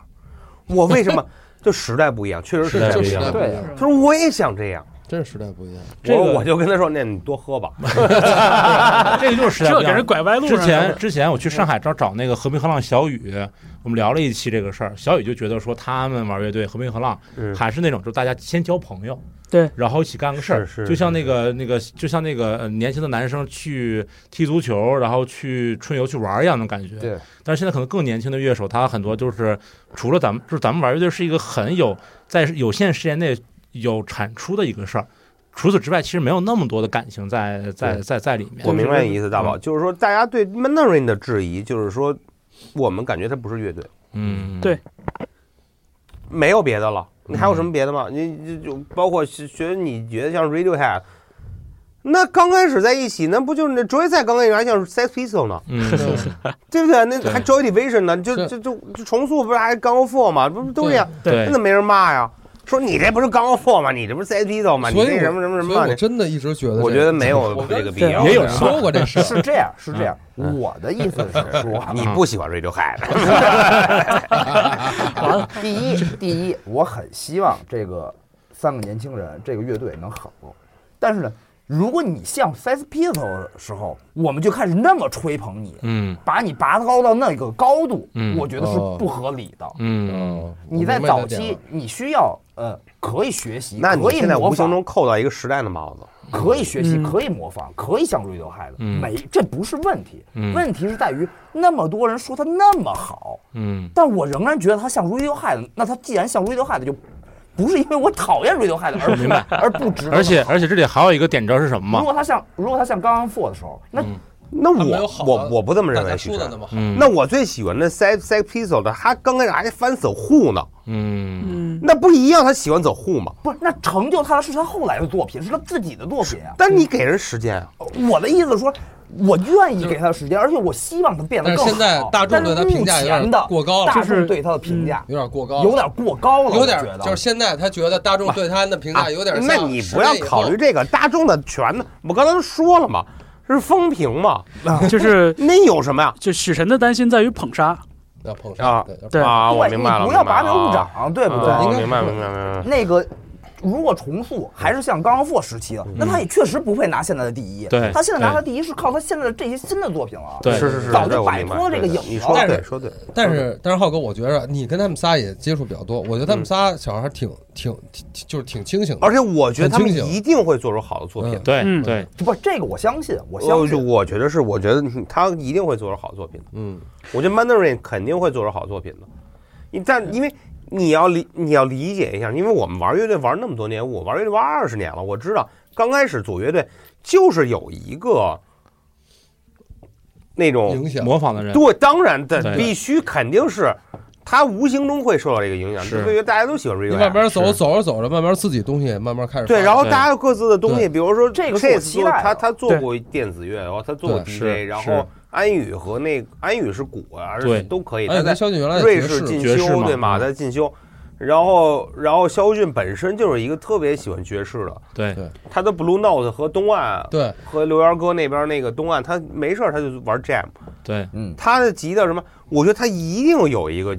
[SPEAKER 1] 我为
[SPEAKER 4] <laughs>
[SPEAKER 1] 什么？就时代不一样，确实是
[SPEAKER 4] 时代
[SPEAKER 1] 这
[SPEAKER 3] 就
[SPEAKER 4] 不一
[SPEAKER 3] 时
[SPEAKER 4] 样
[SPEAKER 3] 代不一
[SPEAKER 6] 对
[SPEAKER 3] 样，
[SPEAKER 1] 他说我也想这样，
[SPEAKER 3] 真是时代不一样。
[SPEAKER 4] 这个
[SPEAKER 1] 我我就跟他说，那你多喝吧。
[SPEAKER 4] <laughs> 这个就是时代
[SPEAKER 2] 这
[SPEAKER 4] 不一
[SPEAKER 2] 给人
[SPEAKER 4] 样。
[SPEAKER 2] 拐歪路
[SPEAKER 4] 之
[SPEAKER 2] 上了
[SPEAKER 4] 前之前我去上海找找那个和平河浪小雨，我们聊了一期这个事儿，小雨就觉得说他们玩乐队和平河浪
[SPEAKER 1] 嗯
[SPEAKER 4] 还是那种就是大家先交朋友，
[SPEAKER 2] 对，
[SPEAKER 4] 然后一起干个事儿，
[SPEAKER 1] 是是
[SPEAKER 4] 就像那个那个就像那个呃年轻的男生去踢足球，然后去春游去玩一样的感觉。
[SPEAKER 1] 对，
[SPEAKER 4] 但是现在可能更年轻的乐手，他很多就是除了咱们就是咱们玩乐队是一个很有在有限时间内有产出的一个事儿。除此之外，其实没有那么多的感情在在
[SPEAKER 1] 对
[SPEAKER 4] 在在里面。
[SPEAKER 1] 我明白你意思，大宝，就是说大家对 m a n a r i n 的质疑，就是说我们感觉他不是乐队，
[SPEAKER 4] 嗯，
[SPEAKER 2] 对
[SPEAKER 1] 没有别的了，你还有什么别的吗？你你就包括是觉得你觉得像 Radiohead，那刚开始在一起，那不就是那 Joy 赛刚开始还像 Sex Pistols 呢，
[SPEAKER 4] 嗯，
[SPEAKER 1] 对不对？那
[SPEAKER 4] 对
[SPEAKER 1] 还 Joy Division 呢，就是就就就重塑不是还 Gang of Four 吗？不不都这样？
[SPEAKER 4] 对
[SPEAKER 1] 真的没人骂呀，说你这不是 Gang of Four 吗？你这不是 Sex Pistols 吗？你
[SPEAKER 3] 所以
[SPEAKER 1] 这什
[SPEAKER 3] 我
[SPEAKER 1] 么什么什么
[SPEAKER 3] 所
[SPEAKER 1] 吗
[SPEAKER 3] 以我
[SPEAKER 1] 你？
[SPEAKER 3] 真的一直觉得这个，
[SPEAKER 1] 我觉得没有这个必要。
[SPEAKER 2] 对
[SPEAKER 4] 也有
[SPEAKER 3] 说过这事
[SPEAKER 5] <laughs>
[SPEAKER 3] 儿，
[SPEAKER 5] 是这样，是这样。
[SPEAKER 4] 嗯
[SPEAKER 5] 嗯我的意思
[SPEAKER 4] <laughs>
[SPEAKER 5] 是说，
[SPEAKER 1] 你不喜欢 Radiohead，
[SPEAKER 5] 第一，第一，我很希望这个三个年轻人这个乐队能好，但是呢，如果你像 Sex p i s t o l 的时候，我们就开始那么吹捧你，
[SPEAKER 4] 嗯
[SPEAKER 5] 把你拔高到那个高度，
[SPEAKER 4] 嗯
[SPEAKER 5] 我觉得是
[SPEAKER 3] 哦
[SPEAKER 5] 不合理的。
[SPEAKER 4] 嗯，
[SPEAKER 3] 嗯，
[SPEAKER 5] 你在
[SPEAKER 3] 我明白
[SPEAKER 5] 早
[SPEAKER 3] 这点
[SPEAKER 5] 期
[SPEAKER 3] 了，
[SPEAKER 5] 你需要呃，可以学习，
[SPEAKER 1] 那你
[SPEAKER 5] 可以
[SPEAKER 1] 现在
[SPEAKER 5] 模
[SPEAKER 1] 无形
[SPEAKER 5] 仿，
[SPEAKER 1] 中扣到一个时代的帽子。
[SPEAKER 5] 可以学习，
[SPEAKER 2] 嗯
[SPEAKER 5] 可以模仿，可以像 Radiohead，
[SPEAKER 4] 嗯
[SPEAKER 5] 没这不是问题
[SPEAKER 4] 嗯。
[SPEAKER 5] 问题是在于那么多人说他那么好，
[SPEAKER 4] 嗯
[SPEAKER 5] 但我仍然觉得他像 Radiohead，那他既然像 Radiohead，就不是因为我讨厌 Radiohead 而
[SPEAKER 4] 明白
[SPEAKER 5] 而不值得。
[SPEAKER 4] 而且而且这里还有一个点，你知道是什么吗？
[SPEAKER 5] 如果他像如果他像刚刚 Four 的时候，那
[SPEAKER 1] 那
[SPEAKER 3] 他没有
[SPEAKER 1] 我
[SPEAKER 3] 好
[SPEAKER 1] 我
[SPEAKER 3] 到
[SPEAKER 1] 我不这么认
[SPEAKER 3] 大
[SPEAKER 1] 为，
[SPEAKER 3] 家
[SPEAKER 1] 其
[SPEAKER 3] 说
[SPEAKER 1] 实
[SPEAKER 3] 的那么好，
[SPEAKER 4] 嗯
[SPEAKER 1] 那我最喜欢的 Sex Sex Pistols 的，他刚开始还翻走 Who 呢，
[SPEAKER 4] 嗯
[SPEAKER 2] 嗯，
[SPEAKER 1] 那不一样，他喜欢走 Who 嘛。
[SPEAKER 5] 不是那成就他的是他后来的作品，是他自己的作品啊。
[SPEAKER 3] 嗯
[SPEAKER 1] 但你给人时间啊，
[SPEAKER 5] 我的意思是说，我愿意给他的时间，而且我希望他变得
[SPEAKER 3] 但是
[SPEAKER 5] 更好。
[SPEAKER 3] 现在大众对他
[SPEAKER 5] 但是
[SPEAKER 3] 评价有点
[SPEAKER 5] 目前的
[SPEAKER 3] 过高了
[SPEAKER 5] 大
[SPEAKER 2] 就是
[SPEAKER 5] 众对他的评价
[SPEAKER 3] 嗯有点过高，
[SPEAKER 5] 有点过高了，
[SPEAKER 3] 有
[SPEAKER 5] 我觉
[SPEAKER 3] 点，
[SPEAKER 5] 得啊
[SPEAKER 3] 就是现在他觉得大众对他的评价有点像
[SPEAKER 1] 啊那你
[SPEAKER 3] 十
[SPEAKER 1] 不要
[SPEAKER 3] 年以后
[SPEAKER 1] 考虑这个大众的权呢，我刚才都说了嘛，是风评嘛，
[SPEAKER 2] 就是
[SPEAKER 1] 那有什么呀？
[SPEAKER 2] 就许晨的担心在于捧杀，
[SPEAKER 3] 要碰
[SPEAKER 1] 啊
[SPEAKER 3] 上对要碰
[SPEAKER 2] 对
[SPEAKER 1] 啊，我
[SPEAKER 5] 对
[SPEAKER 1] 明
[SPEAKER 5] 你
[SPEAKER 1] 白了，
[SPEAKER 5] 不要
[SPEAKER 1] 明白
[SPEAKER 5] 拔
[SPEAKER 1] 了
[SPEAKER 5] 苗助长，对不
[SPEAKER 1] 啊
[SPEAKER 5] 对？
[SPEAKER 1] 我
[SPEAKER 3] 应该
[SPEAKER 1] 明白
[SPEAKER 3] 是
[SPEAKER 1] 明白明白。
[SPEAKER 5] 那个如果重塑还是像刚刚复时期的，那他也确实不配拿现在的第一。
[SPEAKER 4] 对
[SPEAKER 5] 他现在拿
[SPEAKER 4] 对
[SPEAKER 5] 他第一是靠他现在的这些新的作品了。
[SPEAKER 4] 对
[SPEAKER 1] 是是是，
[SPEAKER 5] 早就
[SPEAKER 1] 对我
[SPEAKER 5] 摆
[SPEAKER 1] 明白
[SPEAKER 5] 脱了这个
[SPEAKER 1] 对对
[SPEAKER 5] 影子
[SPEAKER 1] 你说
[SPEAKER 3] 了
[SPEAKER 1] 对，说对，
[SPEAKER 3] 但是但是浩哥，我觉着你跟他们仨也接触比较多，我觉得他们仨小孩挺挺挺就是挺清醒的
[SPEAKER 1] 而，且我觉得他们
[SPEAKER 3] 很清醒
[SPEAKER 1] 一定会做出好的作品
[SPEAKER 3] 嗯。
[SPEAKER 4] 对
[SPEAKER 2] 嗯
[SPEAKER 4] 对，
[SPEAKER 5] 不，这个我相信，
[SPEAKER 1] 我
[SPEAKER 5] 我相
[SPEAKER 1] 呃就
[SPEAKER 5] 信。
[SPEAKER 1] 我觉得是，我觉得他一定会做出好作品的。
[SPEAKER 3] 嗯，
[SPEAKER 1] 我觉得 Mandarin 肯定会做出好作品的。你但
[SPEAKER 5] 嗯
[SPEAKER 1] 因为你要理你要理解一下，因为我们玩乐队玩那么多年，我玩乐队玩二十年了，我知道刚开始组乐队就是有一个那种
[SPEAKER 3] 影响
[SPEAKER 4] 模仿的人，
[SPEAKER 1] 对，当然的
[SPEAKER 4] 对
[SPEAKER 1] 必须肯定是他无形中会受到这个影响，
[SPEAKER 4] 是
[SPEAKER 1] 所以大家都喜欢
[SPEAKER 3] 你慢
[SPEAKER 1] Radiohead。
[SPEAKER 3] 慢走走着走着，慢慢自己东西也慢慢开始发
[SPEAKER 1] 对，
[SPEAKER 3] 展
[SPEAKER 1] 然后
[SPEAKER 4] 对
[SPEAKER 1] 大家有各自的东西，比如说
[SPEAKER 5] 这个是我
[SPEAKER 1] Chase
[SPEAKER 5] 期
[SPEAKER 1] 做
[SPEAKER 5] 待的
[SPEAKER 1] 他他做
[SPEAKER 2] 对
[SPEAKER 1] 过电子乐，然后他做过
[SPEAKER 3] 对
[SPEAKER 1] DJ，
[SPEAKER 4] 是
[SPEAKER 1] 然
[SPEAKER 4] 是
[SPEAKER 1] 后安宇和那个安宇是鼓啊，而
[SPEAKER 4] 对
[SPEAKER 1] 且都可以。
[SPEAKER 3] 哎，
[SPEAKER 1] 他在
[SPEAKER 3] 跟萧敬原来
[SPEAKER 1] 瑞
[SPEAKER 3] 也
[SPEAKER 1] 士进
[SPEAKER 4] 爵士
[SPEAKER 1] 修
[SPEAKER 4] 嘛
[SPEAKER 1] 对吗？
[SPEAKER 4] 嗯
[SPEAKER 1] 在进修，然后然后肖俊本身就是一个特别喜欢爵士的，
[SPEAKER 4] 对
[SPEAKER 1] 他的 Blue Note 和东岸
[SPEAKER 3] 对，
[SPEAKER 1] 和刘源哥那边那个东岸，他没事儿他就玩 Jam，
[SPEAKER 4] 对，
[SPEAKER 5] 嗯，
[SPEAKER 1] 他的吉他什么，我觉得他一定有一个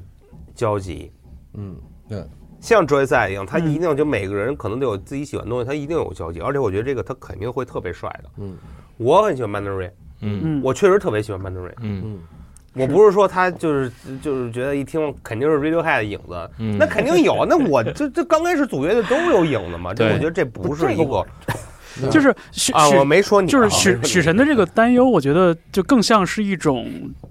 [SPEAKER 1] 交集，
[SPEAKER 3] 嗯对，
[SPEAKER 1] 像 Joy 赛一样，他
[SPEAKER 2] 嗯
[SPEAKER 1] 一定就每个人可能都有自己喜欢的东西，他一定有交集，而且我觉得这个他肯定会特别帅的。
[SPEAKER 3] 嗯，
[SPEAKER 1] 我很喜欢 Mandarin，
[SPEAKER 4] 嗯
[SPEAKER 2] 嗯，
[SPEAKER 1] 我确实特别喜欢 Mandarin，
[SPEAKER 4] 嗯
[SPEAKER 3] 嗯，
[SPEAKER 1] 我不是说他就是就是觉得一听肯定是 Radiohead 的影子，
[SPEAKER 4] 嗯，
[SPEAKER 1] 那肯定有啊。那
[SPEAKER 2] <laughs>
[SPEAKER 1] 我这这刚开始组乐队都有影子嘛，这
[SPEAKER 4] 对
[SPEAKER 1] 我觉得这不是一
[SPEAKER 5] 这个
[SPEAKER 1] 个
[SPEAKER 2] 就是许
[SPEAKER 1] 啊，我
[SPEAKER 2] 许
[SPEAKER 1] 没说你啊，
[SPEAKER 2] 就是
[SPEAKER 1] 我没说
[SPEAKER 2] 许
[SPEAKER 1] 你
[SPEAKER 2] 许晨的这个担忧，我觉得就更像是一种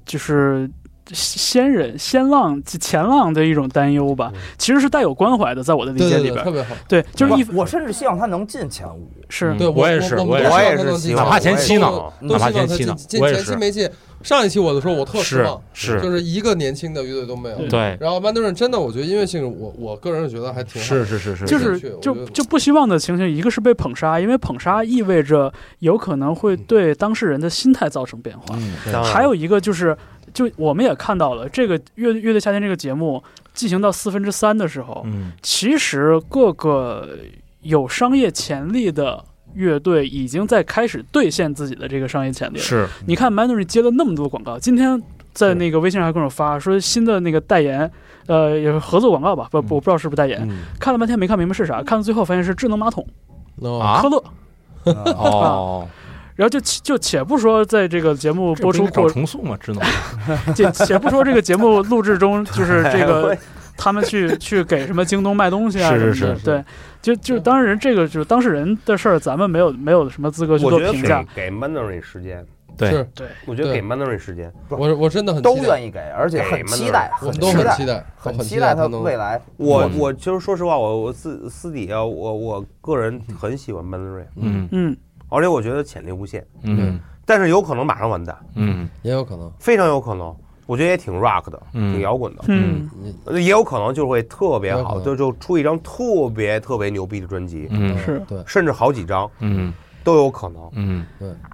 [SPEAKER 2] 就是先人、先浪、前浪的一种担忧吧
[SPEAKER 1] 嗯，
[SPEAKER 2] 其实是带有关怀的，在我的理
[SPEAKER 3] 对
[SPEAKER 2] 解
[SPEAKER 3] 对
[SPEAKER 2] 里
[SPEAKER 3] 对，特
[SPEAKER 2] 边，
[SPEAKER 3] 别好。
[SPEAKER 2] 对，就是嗯一
[SPEAKER 5] 我我甚至希望他能进前五，
[SPEAKER 2] 是
[SPEAKER 4] 嗯
[SPEAKER 3] 对
[SPEAKER 4] 我也
[SPEAKER 3] 我
[SPEAKER 4] 是
[SPEAKER 3] 我
[SPEAKER 4] 我也
[SPEAKER 3] 都
[SPEAKER 4] 是
[SPEAKER 3] 希望
[SPEAKER 1] 我也是希
[SPEAKER 3] 他能进
[SPEAKER 1] 望
[SPEAKER 3] 前五
[SPEAKER 4] 哪怕前期呢
[SPEAKER 3] 我
[SPEAKER 4] 哪
[SPEAKER 3] 都
[SPEAKER 4] 怕
[SPEAKER 3] 希望
[SPEAKER 4] 前
[SPEAKER 3] 他
[SPEAKER 4] 期
[SPEAKER 3] 进
[SPEAKER 4] 呢
[SPEAKER 3] 进
[SPEAKER 4] 我也
[SPEAKER 3] 前期
[SPEAKER 4] 是
[SPEAKER 3] 没进，上一期我的时候我特失
[SPEAKER 4] 是
[SPEAKER 3] 望，就是是一个年轻的乐队都没有。
[SPEAKER 4] 对，
[SPEAKER 3] 然后曼德尔真的，我觉得音乐性，我我个人觉得还挺好
[SPEAKER 4] 是是是是，
[SPEAKER 2] 就
[SPEAKER 3] 没
[SPEAKER 2] 是
[SPEAKER 3] 进去我觉
[SPEAKER 2] 就
[SPEAKER 3] 得
[SPEAKER 2] 就不希望的情形，一个是被捧杀，因为捧杀意味着有可能会对当事人的心态造成变化。
[SPEAKER 6] 嗯，
[SPEAKER 1] 当然
[SPEAKER 2] 还有一个就是，就我们也看到了，这个乐乐队夏天这个节目进行到四分之三的时候，
[SPEAKER 4] 嗯，
[SPEAKER 2] 其实各个有商业潜力的乐队已经在开始兑现自己的这个商业
[SPEAKER 3] 嗯
[SPEAKER 2] 潜力了。
[SPEAKER 4] 是
[SPEAKER 2] 你看 Mandarin 接了那么多广告，今天在那个微信上还跟我发说新的那个代言，呃，也是合作广告吧，不，
[SPEAKER 4] 嗯
[SPEAKER 2] 我不知道是不是代言，看了半天没看明白是啥，看到最后发现是智能马桶，
[SPEAKER 3] 啊
[SPEAKER 4] 啊
[SPEAKER 2] 科，乐。
[SPEAKER 5] 啊
[SPEAKER 4] 哦，
[SPEAKER 2] 然后就且就且不说在这个节目播
[SPEAKER 4] 这不
[SPEAKER 2] 出
[SPEAKER 4] 应该找 <laughs>
[SPEAKER 2] 过，
[SPEAKER 4] 重塑嘛，只能
[SPEAKER 2] 且且不说这个节目录制中就是这个他们去去给什么京东卖东西啊什么
[SPEAKER 4] 是
[SPEAKER 2] 的，
[SPEAKER 4] 是是
[SPEAKER 2] 对，就就当然这个就是当事人的事儿，咱们没有没有什么资格去
[SPEAKER 1] 我
[SPEAKER 2] 做
[SPEAKER 1] 觉得
[SPEAKER 2] 评价
[SPEAKER 1] 给。给 Mandarin 时间，
[SPEAKER 4] 对
[SPEAKER 3] 是
[SPEAKER 2] 对，
[SPEAKER 1] 我觉得
[SPEAKER 3] 对
[SPEAKER 1] 给 Mandarin 时间。
[SPEAKER 3] 我我真的很
[SPEAKER 5] 都
[SPEAKER 3] 期待
[SPEAKER 5] 愿意给，而且很期待，
[SPEAKER 3] 我
[SPEAKER 5] 很
[SPEAKER 3] 们都
[SPEAKER 5] 期
[SPEAKER 3] 很
[SPEAKER 5] 待
[SPEAKER 3] 期，待，我
[SPEAKER 5] 很
[SPEAKER 3] 很
[SPEAKER 5] 期待
[SPEAKER 3] 他
[SPEAKER 5] 他
[SPEAKER 3] 能
[SPEAKER 5] 未来。
[SPEAKER 1] 我
[SPEAKER 4] 嗯
[SPEAKER 1] 我其实说实话，我我私私底下我我个人很喜欢 Mandarin，
[SPEAKER 4] 嗯
[SPEAKER 2] 嗯，
[SPEAKER 1] 而且我觉得潜力无限，
[SPEAKER 4] 嗯
[SPEAKER 1] 但是有可能马上完蛋，
[SPEAKER 4] 嗯
[SPEAKER 3] 也有可能。
[SPEAKER 1] 非常有可能。我觉得也挺 rock 的，
[SPEAKER 4] 嗯
[SPEAKER 1] 挺摇滚的，呃
[SPEAKER 2] 嗯，
[SPEAKER 3] 你
[SPEAKER 1] 也有可能就会特别
[SPEAKER 3] 有
[SPEAKER 1] 好，
[SPEAKER 3] 可
[SPEAKER 1] 就
[SPEAKER 3] 能
[SPEAKER 1] 就出一张特别特别牛逼的专辑，
[SPEAKER 4] 嗯
[SPEAKER 2] 是
[SPEAKER 3] 对，
[SPEAKER 1] 甚至好几张
[SPEAKER 4] 嗯
[SPEAKER 1] 都有可能。
[SPEAKER 4] 嗯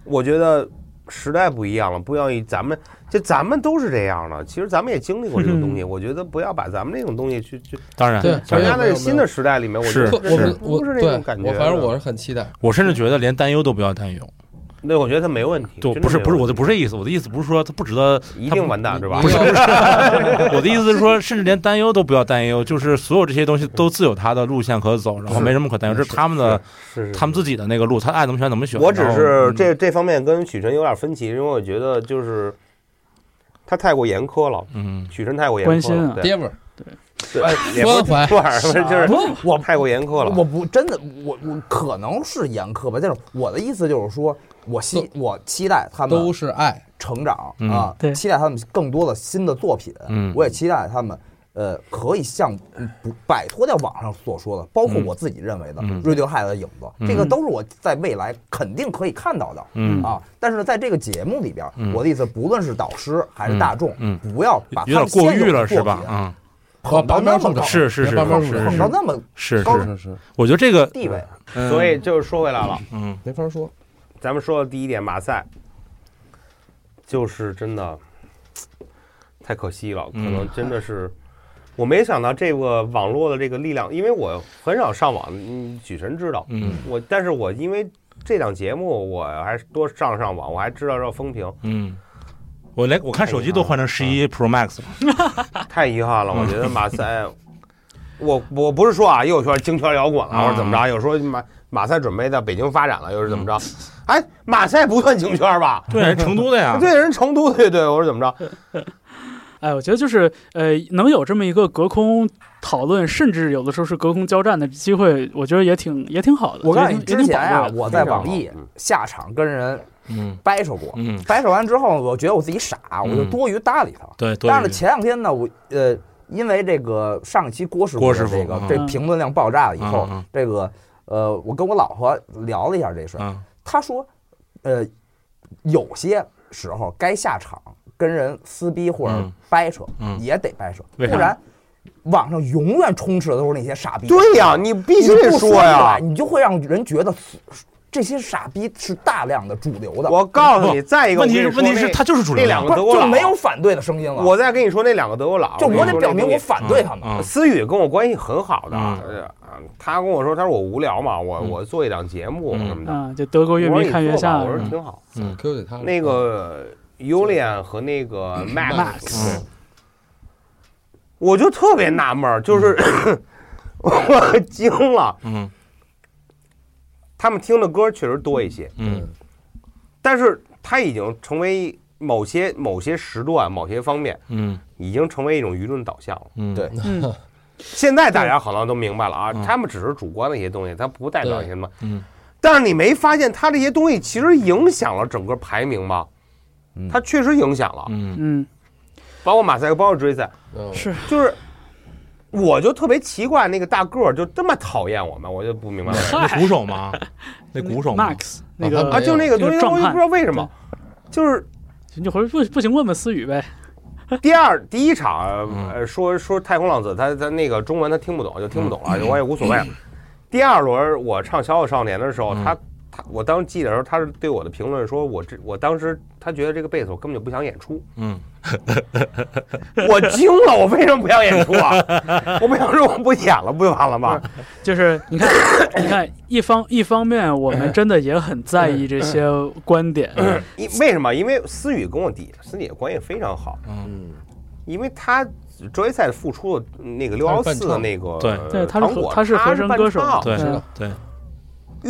[SPEAKER 1] 我觉得时代不一样了，不要以咱们就咱们都是这样的。其实咱们也经历过这个东西，我觉得不要把咱们这种东西去去
[SPEAKER 4] 当然
[SPEAKER 3] 对
[SPEAKER 1] 强
[SPEAKER 3] 嗯没有
[SPEAKER 1] 加
[SPEAKER 3] 没
[SPEAKER 1] 在
[SPEAKER 3] 有
[SPEAKER 1] 新的时代里面。我觉
[SPEAKER 4] 是
[SPEAKER 1] 得
[SPEAKER 3] 特我们
[SPEAKER 1] 不
[SPEAKER 3] 我
[SPEAKER 1] 不是
[SPEAKER 3] 对
[SPEAKER 1] 那种感觉。
[SPEAKER 3] 我反正我，是很期待。
[SPEAKER 4] 我甚至觉得连担忧都不要担忧，
[SPEAKER 1] 那我觉得他没问题，
[SPEAKER 4] 就
[SPEAKER 1] 真的
[SPEAKER 4] 不是
[SPEAKER 1] 没
[SPEAKER 4] 不是我
[SPEAKER 1] 问
[SPEAKER 4] 的
[SPEAKER 1] 题
[SPEAKER 4] 不是这意思，我的意思不是说他不值得，
[SPEAKER 1] 一定完蛋
[SPEAKER 3] 你
[SPEAKER 1] 啊是吧
[SPEAKER 3] 你？要
[SPEAKER 4] <laughs> 我的意思是说，甚至连担忧都不要担忧，就是所有这些东西都自有它的路线可走，然后没什么可担忧，这是他们的
[SPEAKER 1] 是是
[SPEAKER 4] 他们自嗯己的那个路，他爱怎么选怎么选。
[SPEAKER 1] 我只
[SPEAKER 4] 然后
[SPEAKER 1] 是这这方面跟许晨有点分歧，因为我觉得就是他太过严苛了，
[SPEAKER 4] 嗯
[SPEAKER 1] 许晨太过严
[SPEAKER 2] 关
[SPEAKER 1] 苛
[SPEAKER 2] 心
[SPEAKER 1] 了
[SPEAKER 2] 啊，
[SPEAKER 1] 对
[SPEAKER 3] 爹味儿，
[SPEAKER 1] 对，也不是
[SPEAKER 3] 关怀
[SPEAKER 1] 不是不是就是
[SPEAKER 5] 我
[SPEAKER 1] 太过严苛
[SPEAKER 5] 我
[SPEAKER 1] 了。
[SPEAKER 5] 不真的，我我可能是严苛吧，但是我的意思就是说，我希我期待他
[SPEAKER 3] 都
[SPEAKER 5] 们
[SPEAKER 3] 是爱。
[SPEAKER 5] 成长
[SPEAKER 4] 嗯
[SPEAKER 5] 啊
[SPEAKER 2] 对，
[SPEAKER 5] 期待他们更多的新的作品，
[SPEAKER 4] 嗯
[SPEAKER 5] 我也期待他们。呃，可以像嗯不摆脱掉网上所说的，包括
[SPEAKER 4] 嗯
[SPEAKER 5] 我自己认为的
[SPEAKER 4] 嗯
[SPEAKER 5] Radiohead 的影子，
[SPEAKER 4] 嗯
[SPEAKER 5] 这个都是我在未来肯定可以看到的。
[SPEAKER 4] 嗯
[SPEAKER 5] 啊，但是在这个节目里边，
[SPEAKER 4] 嗯
[SPEAKER 5] 我的意思，不论是导师还是大众，
[SPEAKER 4] 嗯
[SPEAKER 5] 不要把
[SPEAKER 4] 有点过誉了是
[SPEAKER 5] 现有的作
[SPEAKER 4] 吧
[SPEAKER 5] 品？
[SPEAKER 1] 啊
[SPEAKER 4] 嗯，
[SPEAKER 5] 捧到那么高，
[SPEAKER 4] 是是是
[SPEAKER 3] 慢慢
[SPEAKER 4] 是嗯
[SPEAKER 5] 捧到那么
[SPEAKER 4] 是
[SPEAKER 5] 高
[SPEAKER 4] 是，
[SPEAKER 3] 是是，
[SPEAKER 4] 我觉得这个
[SPEAKER 5] 地位，
[SPEAKER 1] 所以就是说回来了，
[SPEAKER 4] 嗯
[SPEAKER 3] 嗯没法说。
[SPEAKER 1] 咱们说的第一点，马赛就是真的太可惜了，可
[SPEAKER 4] 嗯
[SPEAKER 1] 能真的是。我没想到这个网络的这个力量，因为我很少上网，嗯，许晨知道，
[SPEAKER 4] 嗯
[SPEAKER 1] 我，但是我因为这档节目，我还是多上上网，我还知道这风评，
[SPEAKER 4] 嗯，我连我看手机都换成十
[SPEAKER 1] 哎
[SPEAKER 4] 一 Pro Max 了，
[SPEAKER 1] 太遗憾了。我觉得
[SPEAKER 4] 嗯
[SPEAKER 1] 马赛，我我不是说啊，又说京圈摇滚了，
[SPEAKER 4] 嗯
[SPEAKER 1] 或者怎么着，又说马马赛准备在北京发展了，又是怎么着？
[SPEAKER 4] 嗯
[SPEAKER 1] 哎，马赛不算京圈吧？
[SPEAKER 4] 对，人成都的呀，
[SPEAKER 1] <laughs> 对，人成都的乐队，我说怎么着？
[SPEAKER 2] 哎，我觉得就是呃，能有这么一个隔空讨论，甚至有的时候是隔空交战的机会，我觉得也挺也挺好的。
[SPEAKER 5] 我告诉
[SPEAKER 2] 也
[SPEAKER 5] 你，
[SPEAKER 2] 挺
[SPEAKER 5] 之前
[SPEAKER 2] 也挺宝
[SPEAKER 5] 啊，
[SPEAKER 2] 贵的
[SPEAKER 5] 我在网易
[SPEAKER 1] 嗯
[SPEAKER 5] 下场跟人
[SPEAKER 4] 嗯
[SPEAKER 5] 掰扯过，
[SPEAKER 4] 嗯，
[SPEAKER 5] 掰扯完之后，我觉得我自己傻，我就多余搭理他。
[SPEAKER 4] 对，多
[SPEAKER 5] 但是
[SPEAKER 4] 余
[SPEAKER 5] 前两天呢，我呃，因为这个上一期郭师傅
[SPEAKER 4] 郭师
[SPEAKER 5] 的
[SPEAKER 4] 傅
[SPEAKER 5] 这个
[SPEAKER 4] 嗯
[SPEAKER 5] 这评论量爆炸了以后
[SPEAKER 4] 嗯嗯，
[SPEAKER 5] 这个呃，我跟我老婆聊了一下这事儿，
[SPEAKER 4] 嗯
[SPEAKER 5] 她说，呃，有些时候该下场跟人撕逼或者
[SPEAKER 4] 嗯
[SPEAKER 5] 掰扯
[SPEAKER 4] 嗯
[SPEAKER 5] 也得掰扯，
[SPEAKER 4] 为啥
[SPEAKER 5] 不然网上永远充斥的都是那些傻逼。
[SPEAKER 1] 对呀，你必
[SPEAKER 5] 你
[SPEAKER 1] 须
[SPEAKER 5] 不
[SPEAKER 1] 得
[SPEAKER 5] 说
[SPEAKER 1] 说呀
[SPEAKER 5] 出来！你就会让人觉得这些傻逼是大量的主流的，
[SPEAKER 1] 我告诉你，再一个，
[SPEAKER 4] 问题
[SPEAKER 1] 我
[SPEAKER 4] 是
[SPEAKER 1] 跟你说
[SPEAKER 4] 问题是
[SPEAKER 1] 那
[SPEAKER 4] 他就是主流
[SPEAKER 1] 那两
[SPEAKER 5] 不
[SPEAKER 1] 个
[SPEAKER 5] 是
[SPEAKER 1] 德国
[SPEAKER 5] 就
[SPEAKER 1] 佬
[SPEAKER 5] 没有。反对的声音了。
[SPEAKER 1] 我再跟你说那两个德国佬，
[SPEAKER 5] 就我
[SPEAKER 1] 跟你
[SPEAKER 5] 得
[SPEAKER 1] 说
[SPEAKER 5] 表明
[SPEAKER 1] 那
[SPEAKER 5] 我
[SPEAKER 1] 东西
[SPEAKER 5] 反对他们。
[SPEAKER 4] 嗯
[SPEAKER 1] 思雨跟我关系很好的，
[SPEAKER 4] 嗯
[SPEAKER 1] 呃啊他跟我说，他说我无聊嘛，我
[SPEAKER 4] 嗯
[SPEAKER 1] 我做一档节目
[SPEAKER 4] 嗯
[SPEAKER 1] 什么的。
[SPEAKER 2] 啊，就德国乐
[SPEAKER 1] 我说
[SPEAKER 2] 迷
[SPEAKER 1] 你
[SPEAKER 2] 看月
[SPEAKER 1] 做吧
[SPEAKER 2] 下
[SPEAKER 1] 我
[SPEAKER 2] 是
[SPEAKER 1] 说
[SPEAKER 2] 吧，
[SPEAKER 1] 挺好。
[SPEAKER 4] 嗯
[SPEAKER 3] Q 给他了
[SPEAKER 1] 那个 Julian 和那个 Max，
[SPEAKER 4] 嗯
[SPEAKER 1] 我就特别纳闷儿，就是 <laughs> 我惊了，
[SPEAKER 4] 嗯
[SPEAKER 1] 他们听的歌确实多一些，
[SPEAKER 4] 嗯
[SPEAKER 1] 但是他已经成为某些某些时段、某些方面
[SPEAKER 4] 嗯
[SPEAKER 1] 已经成为一种舆论导向了。
[SPEAKER 4] 嗯，
[SPEAKER 5] 对
[SPEAKER 2] 嗯，
[SPEAKER 1] 现在大家好像都明白了啊
[SPEAKER 4] 嗯，
[SPEAKER 1] 他们只是主观的一些东西，它不代表一些什么。
[SPEAKER 4] 嗯
[SPEAKER 1] 但是你没发现它这些东西其实影响了整个排名吗？它确实影响了。
[SPEAKER 4] 嗯
[SPEAKER 2] 嗯，
[SPEAKER 1] 包括马赛克，包括追赛，
[SPEAKER 3] 嗯，
[SPEAKER 2] 是
[SPEAKER 1] 就是我就特别奇怪，那个大个儿就这么讨厌我们，我就不明白为什么
[SPEAKER 4] 那鼓手 <laughs> 吗？那鼓手吗？
[SPEAKER 2] Max 那
[SPEAKER 3] 啊
[SPEAKER 2] 个
[SPEAKER 3] 他
[SPEAKER 1] 啊，就那个东西，
[SPEAKER 2] 这个壮
[SPEAKER 1] 我
[SPEAKER 2] 汉
[SPEAKER 1] 就不知道为什么，就是
[SPEAKER 2] 你就回不不行问问思雨呗，
[SPEAKER 1] <laughs> 第二第一场
[SPEAKER 4] 嗯
[SPEAKER 1] 呃说说太空浪子，他他那个中文他听不懂，就听不懂
[SPEAKER 4] 嗯
[SPEAKER 1] 了，我也无所谓。第二轮我唱《小小少年》的时候，
[SPEAKER 4] 嗯
[SPEAKER 1] 他他我当时记的时候，他是对我的评论说，我这我当时他觉得这个贝斯我根本就不想演出，
[SPEAKER 4] 嗯，
[SPEAKER 1] <laughs> 我惊了，我为什么不想演出啊？我不想说我不演了，不就完了吗？
[SPEAKER 2] 就是你看你看一方一方面我们真的也很在意这些观点，
[SPEAKER 1] 因为什么？因为思雨跟我底私底下关系非常好，
[SPEAKER 3] 嗯，
[SPEAKER 1] 因为他周一赛付出的那个六幺四的那个
[SPEAKER 4] 对
[SPEAKER 2] 对他是
[SPEAKER 1] 糖果
[SPEAKER 2] 他是和声歌手
[SPEAKER 1] 他是伴唱
[SPEAKER 4] 对
[SPEAKER 2] 知道
[SPEAKER 4] 对，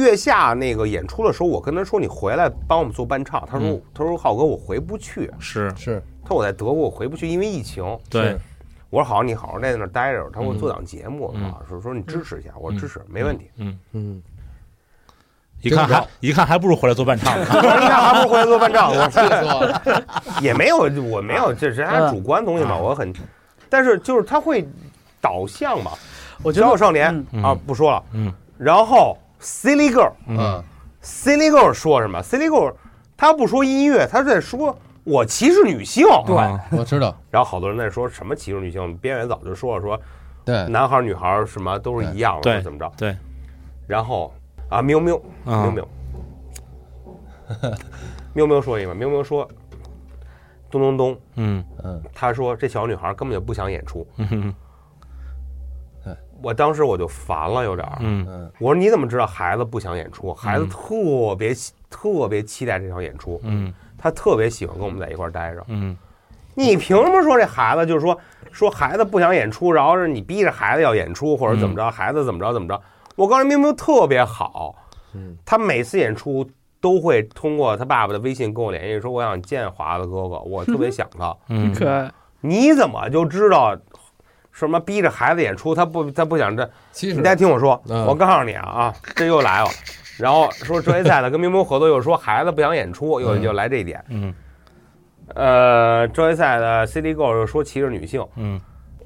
[SPEAKER 1] 月下那个演出的时候，我跟他说你回来帮我们做伴唱，他说、
[SPEAKER 4] 嗯
[SPEAKER 1] 他说浩哥我回不去，
[SPEAKER 4] 是，
[SPEAKER 3] <laughs> 是，
[SPEAKER 1] 他说我在德国我回不去，因为疫情。
[SPEAKER 4] 对
[SPEAKER 3] 是，
[SPEAKER 1] 我说好，你好好在那儿待着，他给我
[SPEAKER 4] 嗯
[SPEAKER 1] 做档节目，
[SPEAKER 4] 嗯
[SPEAKER 1] 啊，说说你支持一下，我说支持，没问题。
[SPEAKER 4] 嗯，
[SPEAKER 3] 嗯，
[SPEAKER 4] 一看还一看还不如回来做伴唱呢。 <laughs>
[SPEAKER 1] 我说你看还不如回来做伴唱，我
[SPEAKER 3] 气死我了，
[SPEAKER 1] <laughs> 也没有，我没有，这是他主观东西嘛，我很，但是就是他会导向嘛，
[SPEAKER 2] 我觉
[SPEAKER 1] 小小
[SPEAKER 2] 得
[SPEAKER 1] 少年、
[SPEAKER 2] 嗯
[SPEAKER 1] 啊不说了，
[SPEAKER 4] 嗯，
[SPEAKER 1] 然后 Silly Girl。
[SPEAKER 3] 嗯，
[SPEAKER 1] Silly Girl 说什么？Silly Girl 他不说音乐，他在说我歧视女性。
[SPEAKER 4] 对，
[SPEAKER 3] 我知道，
[SPEAKER 1] 然后好多人在说什么歧视女性，边缘早就说了说
[SPEAKER 3] 对，
[SPEAKER 1] 男孩儿女孩儿什么都是一样
[SPEAKER 4] 对
[SPEAKER 1] 的，怎么着？
[SPEAKER 4] 对，
[SPEAKER 1] 然后啊，喵喵喵
[SPEAKER 4] 嗯，
[SPEAKER 1] 喵，喵喵说一个，喵喵说咚咚咚，
[SPEAKER 4] 嗯
[SPEAKER 3] 嗯，
[SPEAKER 1] 他说这小女孩根本就不想演出。
[SPEAKER 4] 嗯嗯
[SPEAKER 1] 我当时我就烦了，有点儿。
[SPEAKER 4] 嗯
[SPEAKER 3] 嗯，
[SPEAKER 1] 我说你怎么知道孩子不想演出？孩子特别喜特别期待这场演出，
[SPEAKER 4] 嗯
[SPEAKER 1] 他特别喜欢跟我们在一块儿待着。
[SPEAKER 4] 嗯
[SPEAKER 1] 你凭什么说这孩子就是说说孩子不想演出，然后是你逼着孩子要演出或者怎么
[SPEAKER 4] 嗯
[SPEAKER 1] 着，孩子怎么着怎么着？我告诉你，明明特别好，
[SPEAKER 3] 嗯，
[SPEAKER 1] 他每次演出都会通过他爸爸的微信跟我联系，说我想见华子哥哥，我特别想他。
[SPEAKER 4] 嗯，
[SPEAKER 2] 可爱，
[SPEAKER 1] 你怎么就知道什么逼着孩子演出？他不他不想这？
[SPEAKER 3] 其
[SPEAKER 1] 你
[SPEAKER 3] 实
[SPEAKER 1] 再听我说，
[SPEAKER 3] 嗯
[SPEAKER 1] 我告诉你啊啊，这又来了。然后说这一赛呢跟明明合作，又说孩子不想演出，又
[SPEAKER 3] 嗯
[SPEAKER 1] 又来这一点。
[SPEAKER 4] 嗯
[SPEAKER 1] 呃，周一赛的 City Girl 又说歧视女性，
[SPEAKER 4] 嗯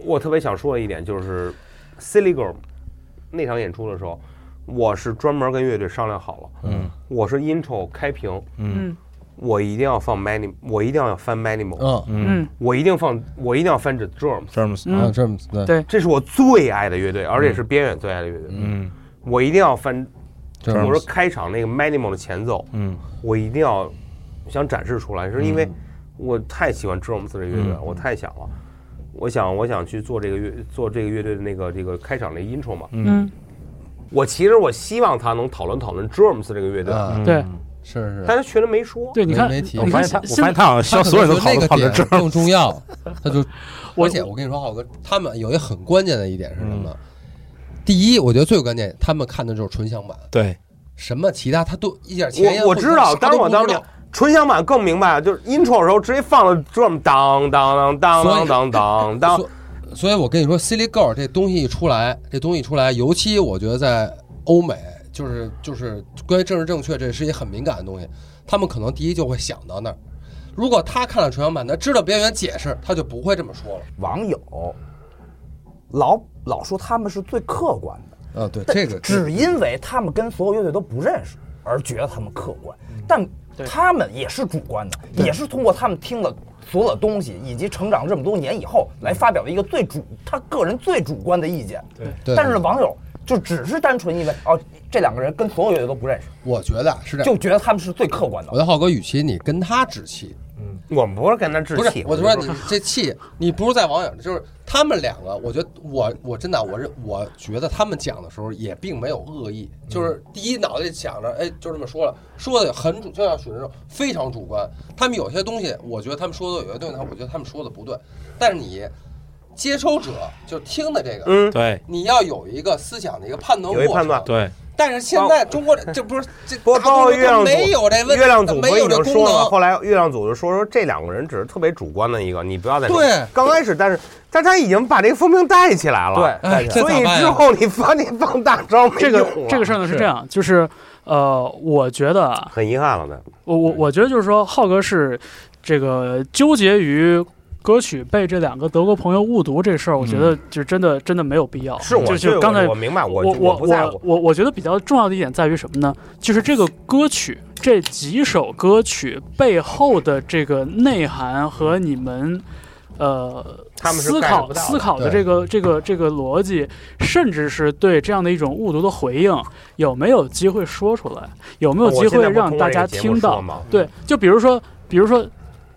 [SPEAKER 1] 我特别想说的一点就是，Silly Girl 那场演出的时候，我是专门跟乐队商量好了，
[SPEAKER 4] 嗯
[SPEAKER 1] 我是 intro 开屏，
[SPEAKER 4] 嗯
[SPEAKER 2] 嗯
[SPEAKER 1] 我一定要放 Many，我一定要翻 Many More，、
[SPEAKER 3] 嗯，
[SPEAKER 4] 嗯
[SPEAKER 2] 嗯
[SPEAKER 1] 我一定放，我一定要翻 The Drums，
[SPEAKER 4] ，James，
[SPEAKER 3] 啊，
[SPEAKER 2] 嗯，
[SPEAKER 3] 这么对，
[SPEAKER 2] 对
[SPEAKER 1] 这是我最爱的乐队，而且是边远最爱的乐队，
[SPEAKER 4] 嗯
[SPEAKER 1] 我一定要翻。
[SPEAKER 3] 这
[SPEAKER 1] 我
[SPEAKER 3] 么
[SPEAKER 1] 说开场那个 Many More 的前奏，
[SPEAKER 4] 嗯
[SPEAKER 1] 我一定要想展示出来，是因为我太喜欢 Drums 这个乐队了，
[SPEAKER 4] 嗯
[SPEAKER 1] 我太想了，我想我想去做这个乐做这个乐队的那个这个开场的 intro 嘛。
[SPEAKER 2] 嗯
[SPEAKER 1] 我其实我希望他能讨论讨论 Drums 这个乐队，
[SPEAKER 3] 啊，
[SPEAKER 4] 嗯，
[SPEAKER 2] 对
[SPEAKER 3] 是是，
[SPEAKER 1] 但他全都没说。
[SPEAKER 2] 对，你
[SPEAKER 3] 没
[SPEAKER 2] 看
[SPEAKER 3] 没提我
[SPEAKER 2] 你
[SPEAKER 4] 我
[SPEAKER 2] 看
[SPEAKER 4] 发现他，
[SPEAKER 2] 现
[SPEAKER 4] 我发
[SPEAKER 2] 现
[SPEAKER 4] 现他好像消所有人都
[SPEAKER 3] 他
[SPEAKER 4] 考
[SPEAKER 3] 可能觉得
[SPEAKER 4] 虑考虑
[SPEAKER 3] 那
[SPEAKER 4] 这
[SPEAKER 3] 个点更重 <laughs> 要，他就，
[SPEAKER 2] 我
[SPEAKER 3] 而且我跟你说，浩哥，他们有一个很关键的一点是什么？第一，我觉得最有关键，他们看的就是纯享版，
[SPEAKER 4] 对，
[SPEAKER 3] 什么其他他都一点前言
[SPEAKER 1] 我我知道，
[SPEAKER 3] 当
[SPEAKER 1] 当时我当
[SPEAKER 3] 时
[SPEAKER 1] 年纯享版更明白了，就是 intro 的时候直接放了 drum 当当当当当当当当
[SPEAKER 3] 所，所以我跟你说，Silly Girl 这东西一出来，这东西一出来，尤其我觉得在欧美，就是就是关于政治正确，这是一很敏感的东西，他们可能第一就会想到那儿。如果他看了纯享版，他知道边缘解释，他就不会这么说了。
[SPEAKER 5] 网友老老说他们是最客观的，
[SPEAKER 3] 啊，对，
[SPEAKER 5] 但
[SPEAKER 3] 这个
[SPEAKER 5] 只因为他们跟所有乐队都不认识而觉得他们客观，
[SPEAKER 3] 嗯
[SPEAKER 5] 但他们也是主观的，也是通过他们听了所有的东西以及成长这么多年以后来发表的一个最主他个人最主观的意见。
[SPEAKER 3] 对
[SPEAKER 5] 但是网友就只是单纯因为哦，这两个人跟所有乐队都不认识，
[SPEAKER 3] 我觉得啊是这样。
[SPEAKER 5] 就觉得他们是最客观
[SPEAKER 3] 我
[SPEAKER 5] 的。
[SPEAKER 3] 觉得浩哥，与其你跟他置气，
[SPEAKER 1] 我们不是跟他置
[SPEAKER 3] 不是
[SPEAKER 1] 气，，
[SPEAKER 3] 我就说你这气，你不是在网友，就是他们两个，我觉得我我真的啊我认我觉得他们讲的时候也并没有恶意，就是
[SPEAKER 1] 嗯
[SPEAKER 3] 第一脑袋里想着，哎，就这么说了，说的很主，就像许晨说，非常主观。他们有些东西，我觉得他们说的有些东西，我觉得他们说的不对，但是你接收者就听的这个，
[SPEAKER 1] 嗯，
[SPEAKER 4] 对
[SPEAKER 3] 你要有一个思想的一个判
[SPEAKER 1] 有
[SPEAKER 3] 断过
[SPEAKER 1] 一
[SPEAKER 3] 程，
[SPEAKER 1] 判断
[SPEAKER 4] 对，
[SPEAKER 3] 但是现在中国这不是这
[SPEAKER 1] 不
[SPEAKER 3] 大
[SPEAKER 1] 包括
[SPEAKER 3] 多数
[SPEAKER 1] 月亮组
[SPEAKER 3] 都没有这问题，
[SPEAKER 1] 月亮组
[SPEAKER 3] 没
[SPEAKER 1] 不
[SPEAKER 3] 有
[SPEAKER 1] 已
[SPEAKER 3] 这
[SPEAKER 1] 经
[SPEAKER 3] 功
[SPEAKER 1] 说了吗？
[SPEAKER 3] 能。
[SPEAKER 1] 后来月亮组就说说这两个人只是特别主观的一个，你不要再说
[SPEAKER 3] 对
[SPEAKER 1] 刚开始，但是但是他已经把这个风评带起来了，
[SPEAKER 5] 对
[SPEAKER 3] 哎
[SPEAKER 5] 但是
[SPEAKER 3] 这
[SPEAKER 1] 所
[SPEAKER 3] 咋
[SPEAKER 1] 以
[SPEAKER 3] 办
[SPEAKER 1] 之
[SPEAKER 3] 呀
[SPEAKER 1] 后你放你放大招没
[SPEAKER 2] 这个
[SPEAKER 1] 用了
[SPEAKER 2] 这个事儿呢是
[SPEAKER 4] 是
[SPEAKER 2] 这样，就是呃，我觉得啊，
[SPEAKER 1] 很遗憾了呢。
[SPEAKER 2] 我我我觉得就是说，浩哥是这个纠结于歌曲被这两个德国朋友误读这事儿，我觉得就真的真的没有必要。
[SPEAKER 1] 是我
[SPEAKER 2] 就
[SPEAKER 1] 这个
[SPEAKER 2] 就刚才
[SPEAKER 1] 我明白，我
[SPEAKER 2] 我
[SPEAKER 1] 我
[SPEAKER 2] 我
[SPEAKER 1] 不在乎
[SPEAKER 2] 我，我我觉得比较重要的一点在于什么呢？就是这个歌曲这几首歌曲背后的这个内涵和你们。呃，
[SPEAKER 1] 他们是
[SPEAKER 2] 思
[SPEAKER 1] get
[SPEAKER 2] 考
[SPEAKER 1] 不到的
[SPEAKER 2] 思考的
[SPEAKER 6] 对
[SPEAKER 2] 这个这个这个逻辑，甚至是对这样的一种误读的回应，有没有机会说出来？有没有
[SPEAKER 1] 我
[SPEAKER 2] 机
[SPEAKER 1] 现
[SPEAKER 2] 会
[SPEAKER 1] 在不
[SPEAKER 2] 让
[SPEAKER 1] 通过
[SPEAKER 2] 大
[SPEAKER 1] 这
[SPEAKER 2] 家
[SPEAKER 1] 个节目
[SPEAKER 2] 听到
[SPEAKER 1] 说？吗？
[SPEAKER 2] 对，就比如说，比如说，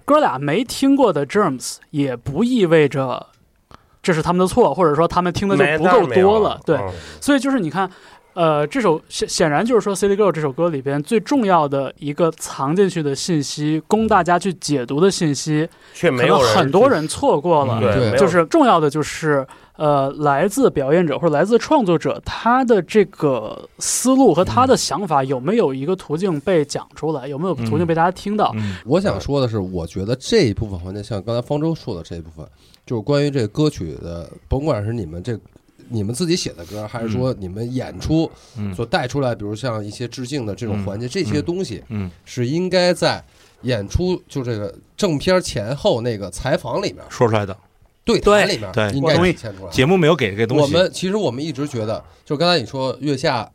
[SPEAKER 2] 哥俩没听过的 Germs，也不意味着这是他们的错，或者说他们听的就
[SPEAKER 1] 没
[SPEAKER 2] 不
[SPEAKER 1] 那
[SPEAKER 2] 够
[SPEAKER 1] 儿没有
[SPEAKER 2] 多了。对，
[SPEAKER 1] 嗯
[SPEAKER 2] 所以就是你看，呃，这首显显然就是说《City Girl》这首歌里边最重要的一个藏进去的信息，供大家去解读的信息，
[SPEAKER 1] 却
[SPEAKER 2] 可
[SPEAKER 1] 没
[SPEAKER 2] 能
[SPEAKER 1] 有人嗯
[SPEAKER 2] 很多人错过了。
[SPEAKER 1] 对，
[SPEAKER 6] 对
[SPEAKER 1] 没有
[SPEAKER 2] 就是重要的就是，呃，来自表演者或者来自创作者，他的这个思路和他的想法有没有一个途径被讲出来，有没有途径被大家听到？
[SPEAKER 4] 嗯
[SPEAKER 3] 我想说的是，我觉得这一部分环节，像刚才方舟说的这一部分，就是关于这个歌曲的，甭管是你们这你们自己写的歌，还是说你们演出
[SPEAKER 4] 嗯
[SPEAKER 3] 所带出来，比如像一些致敬的这种环节，这些东西
[SPEAKER 4] 嗯
[SPEAKER 3] 是应该在演出就这个正片前后那个采访里面
[SPEAKER 4] 说出来的
[SPEAKER 3] 对谈里面
[SPEAKER 4] 对
[SPEAKER 3] 应
[SPEAKER 4] 我
[SPEAKER 3] 该
[SPEAKER 4] 同意
[SPEAKER 3] 体现出来。
[SPEAKER 4] 节目没有给这个东西，
[SPEAKER 3] 我们其实我们一直觉得，就刚才你说月下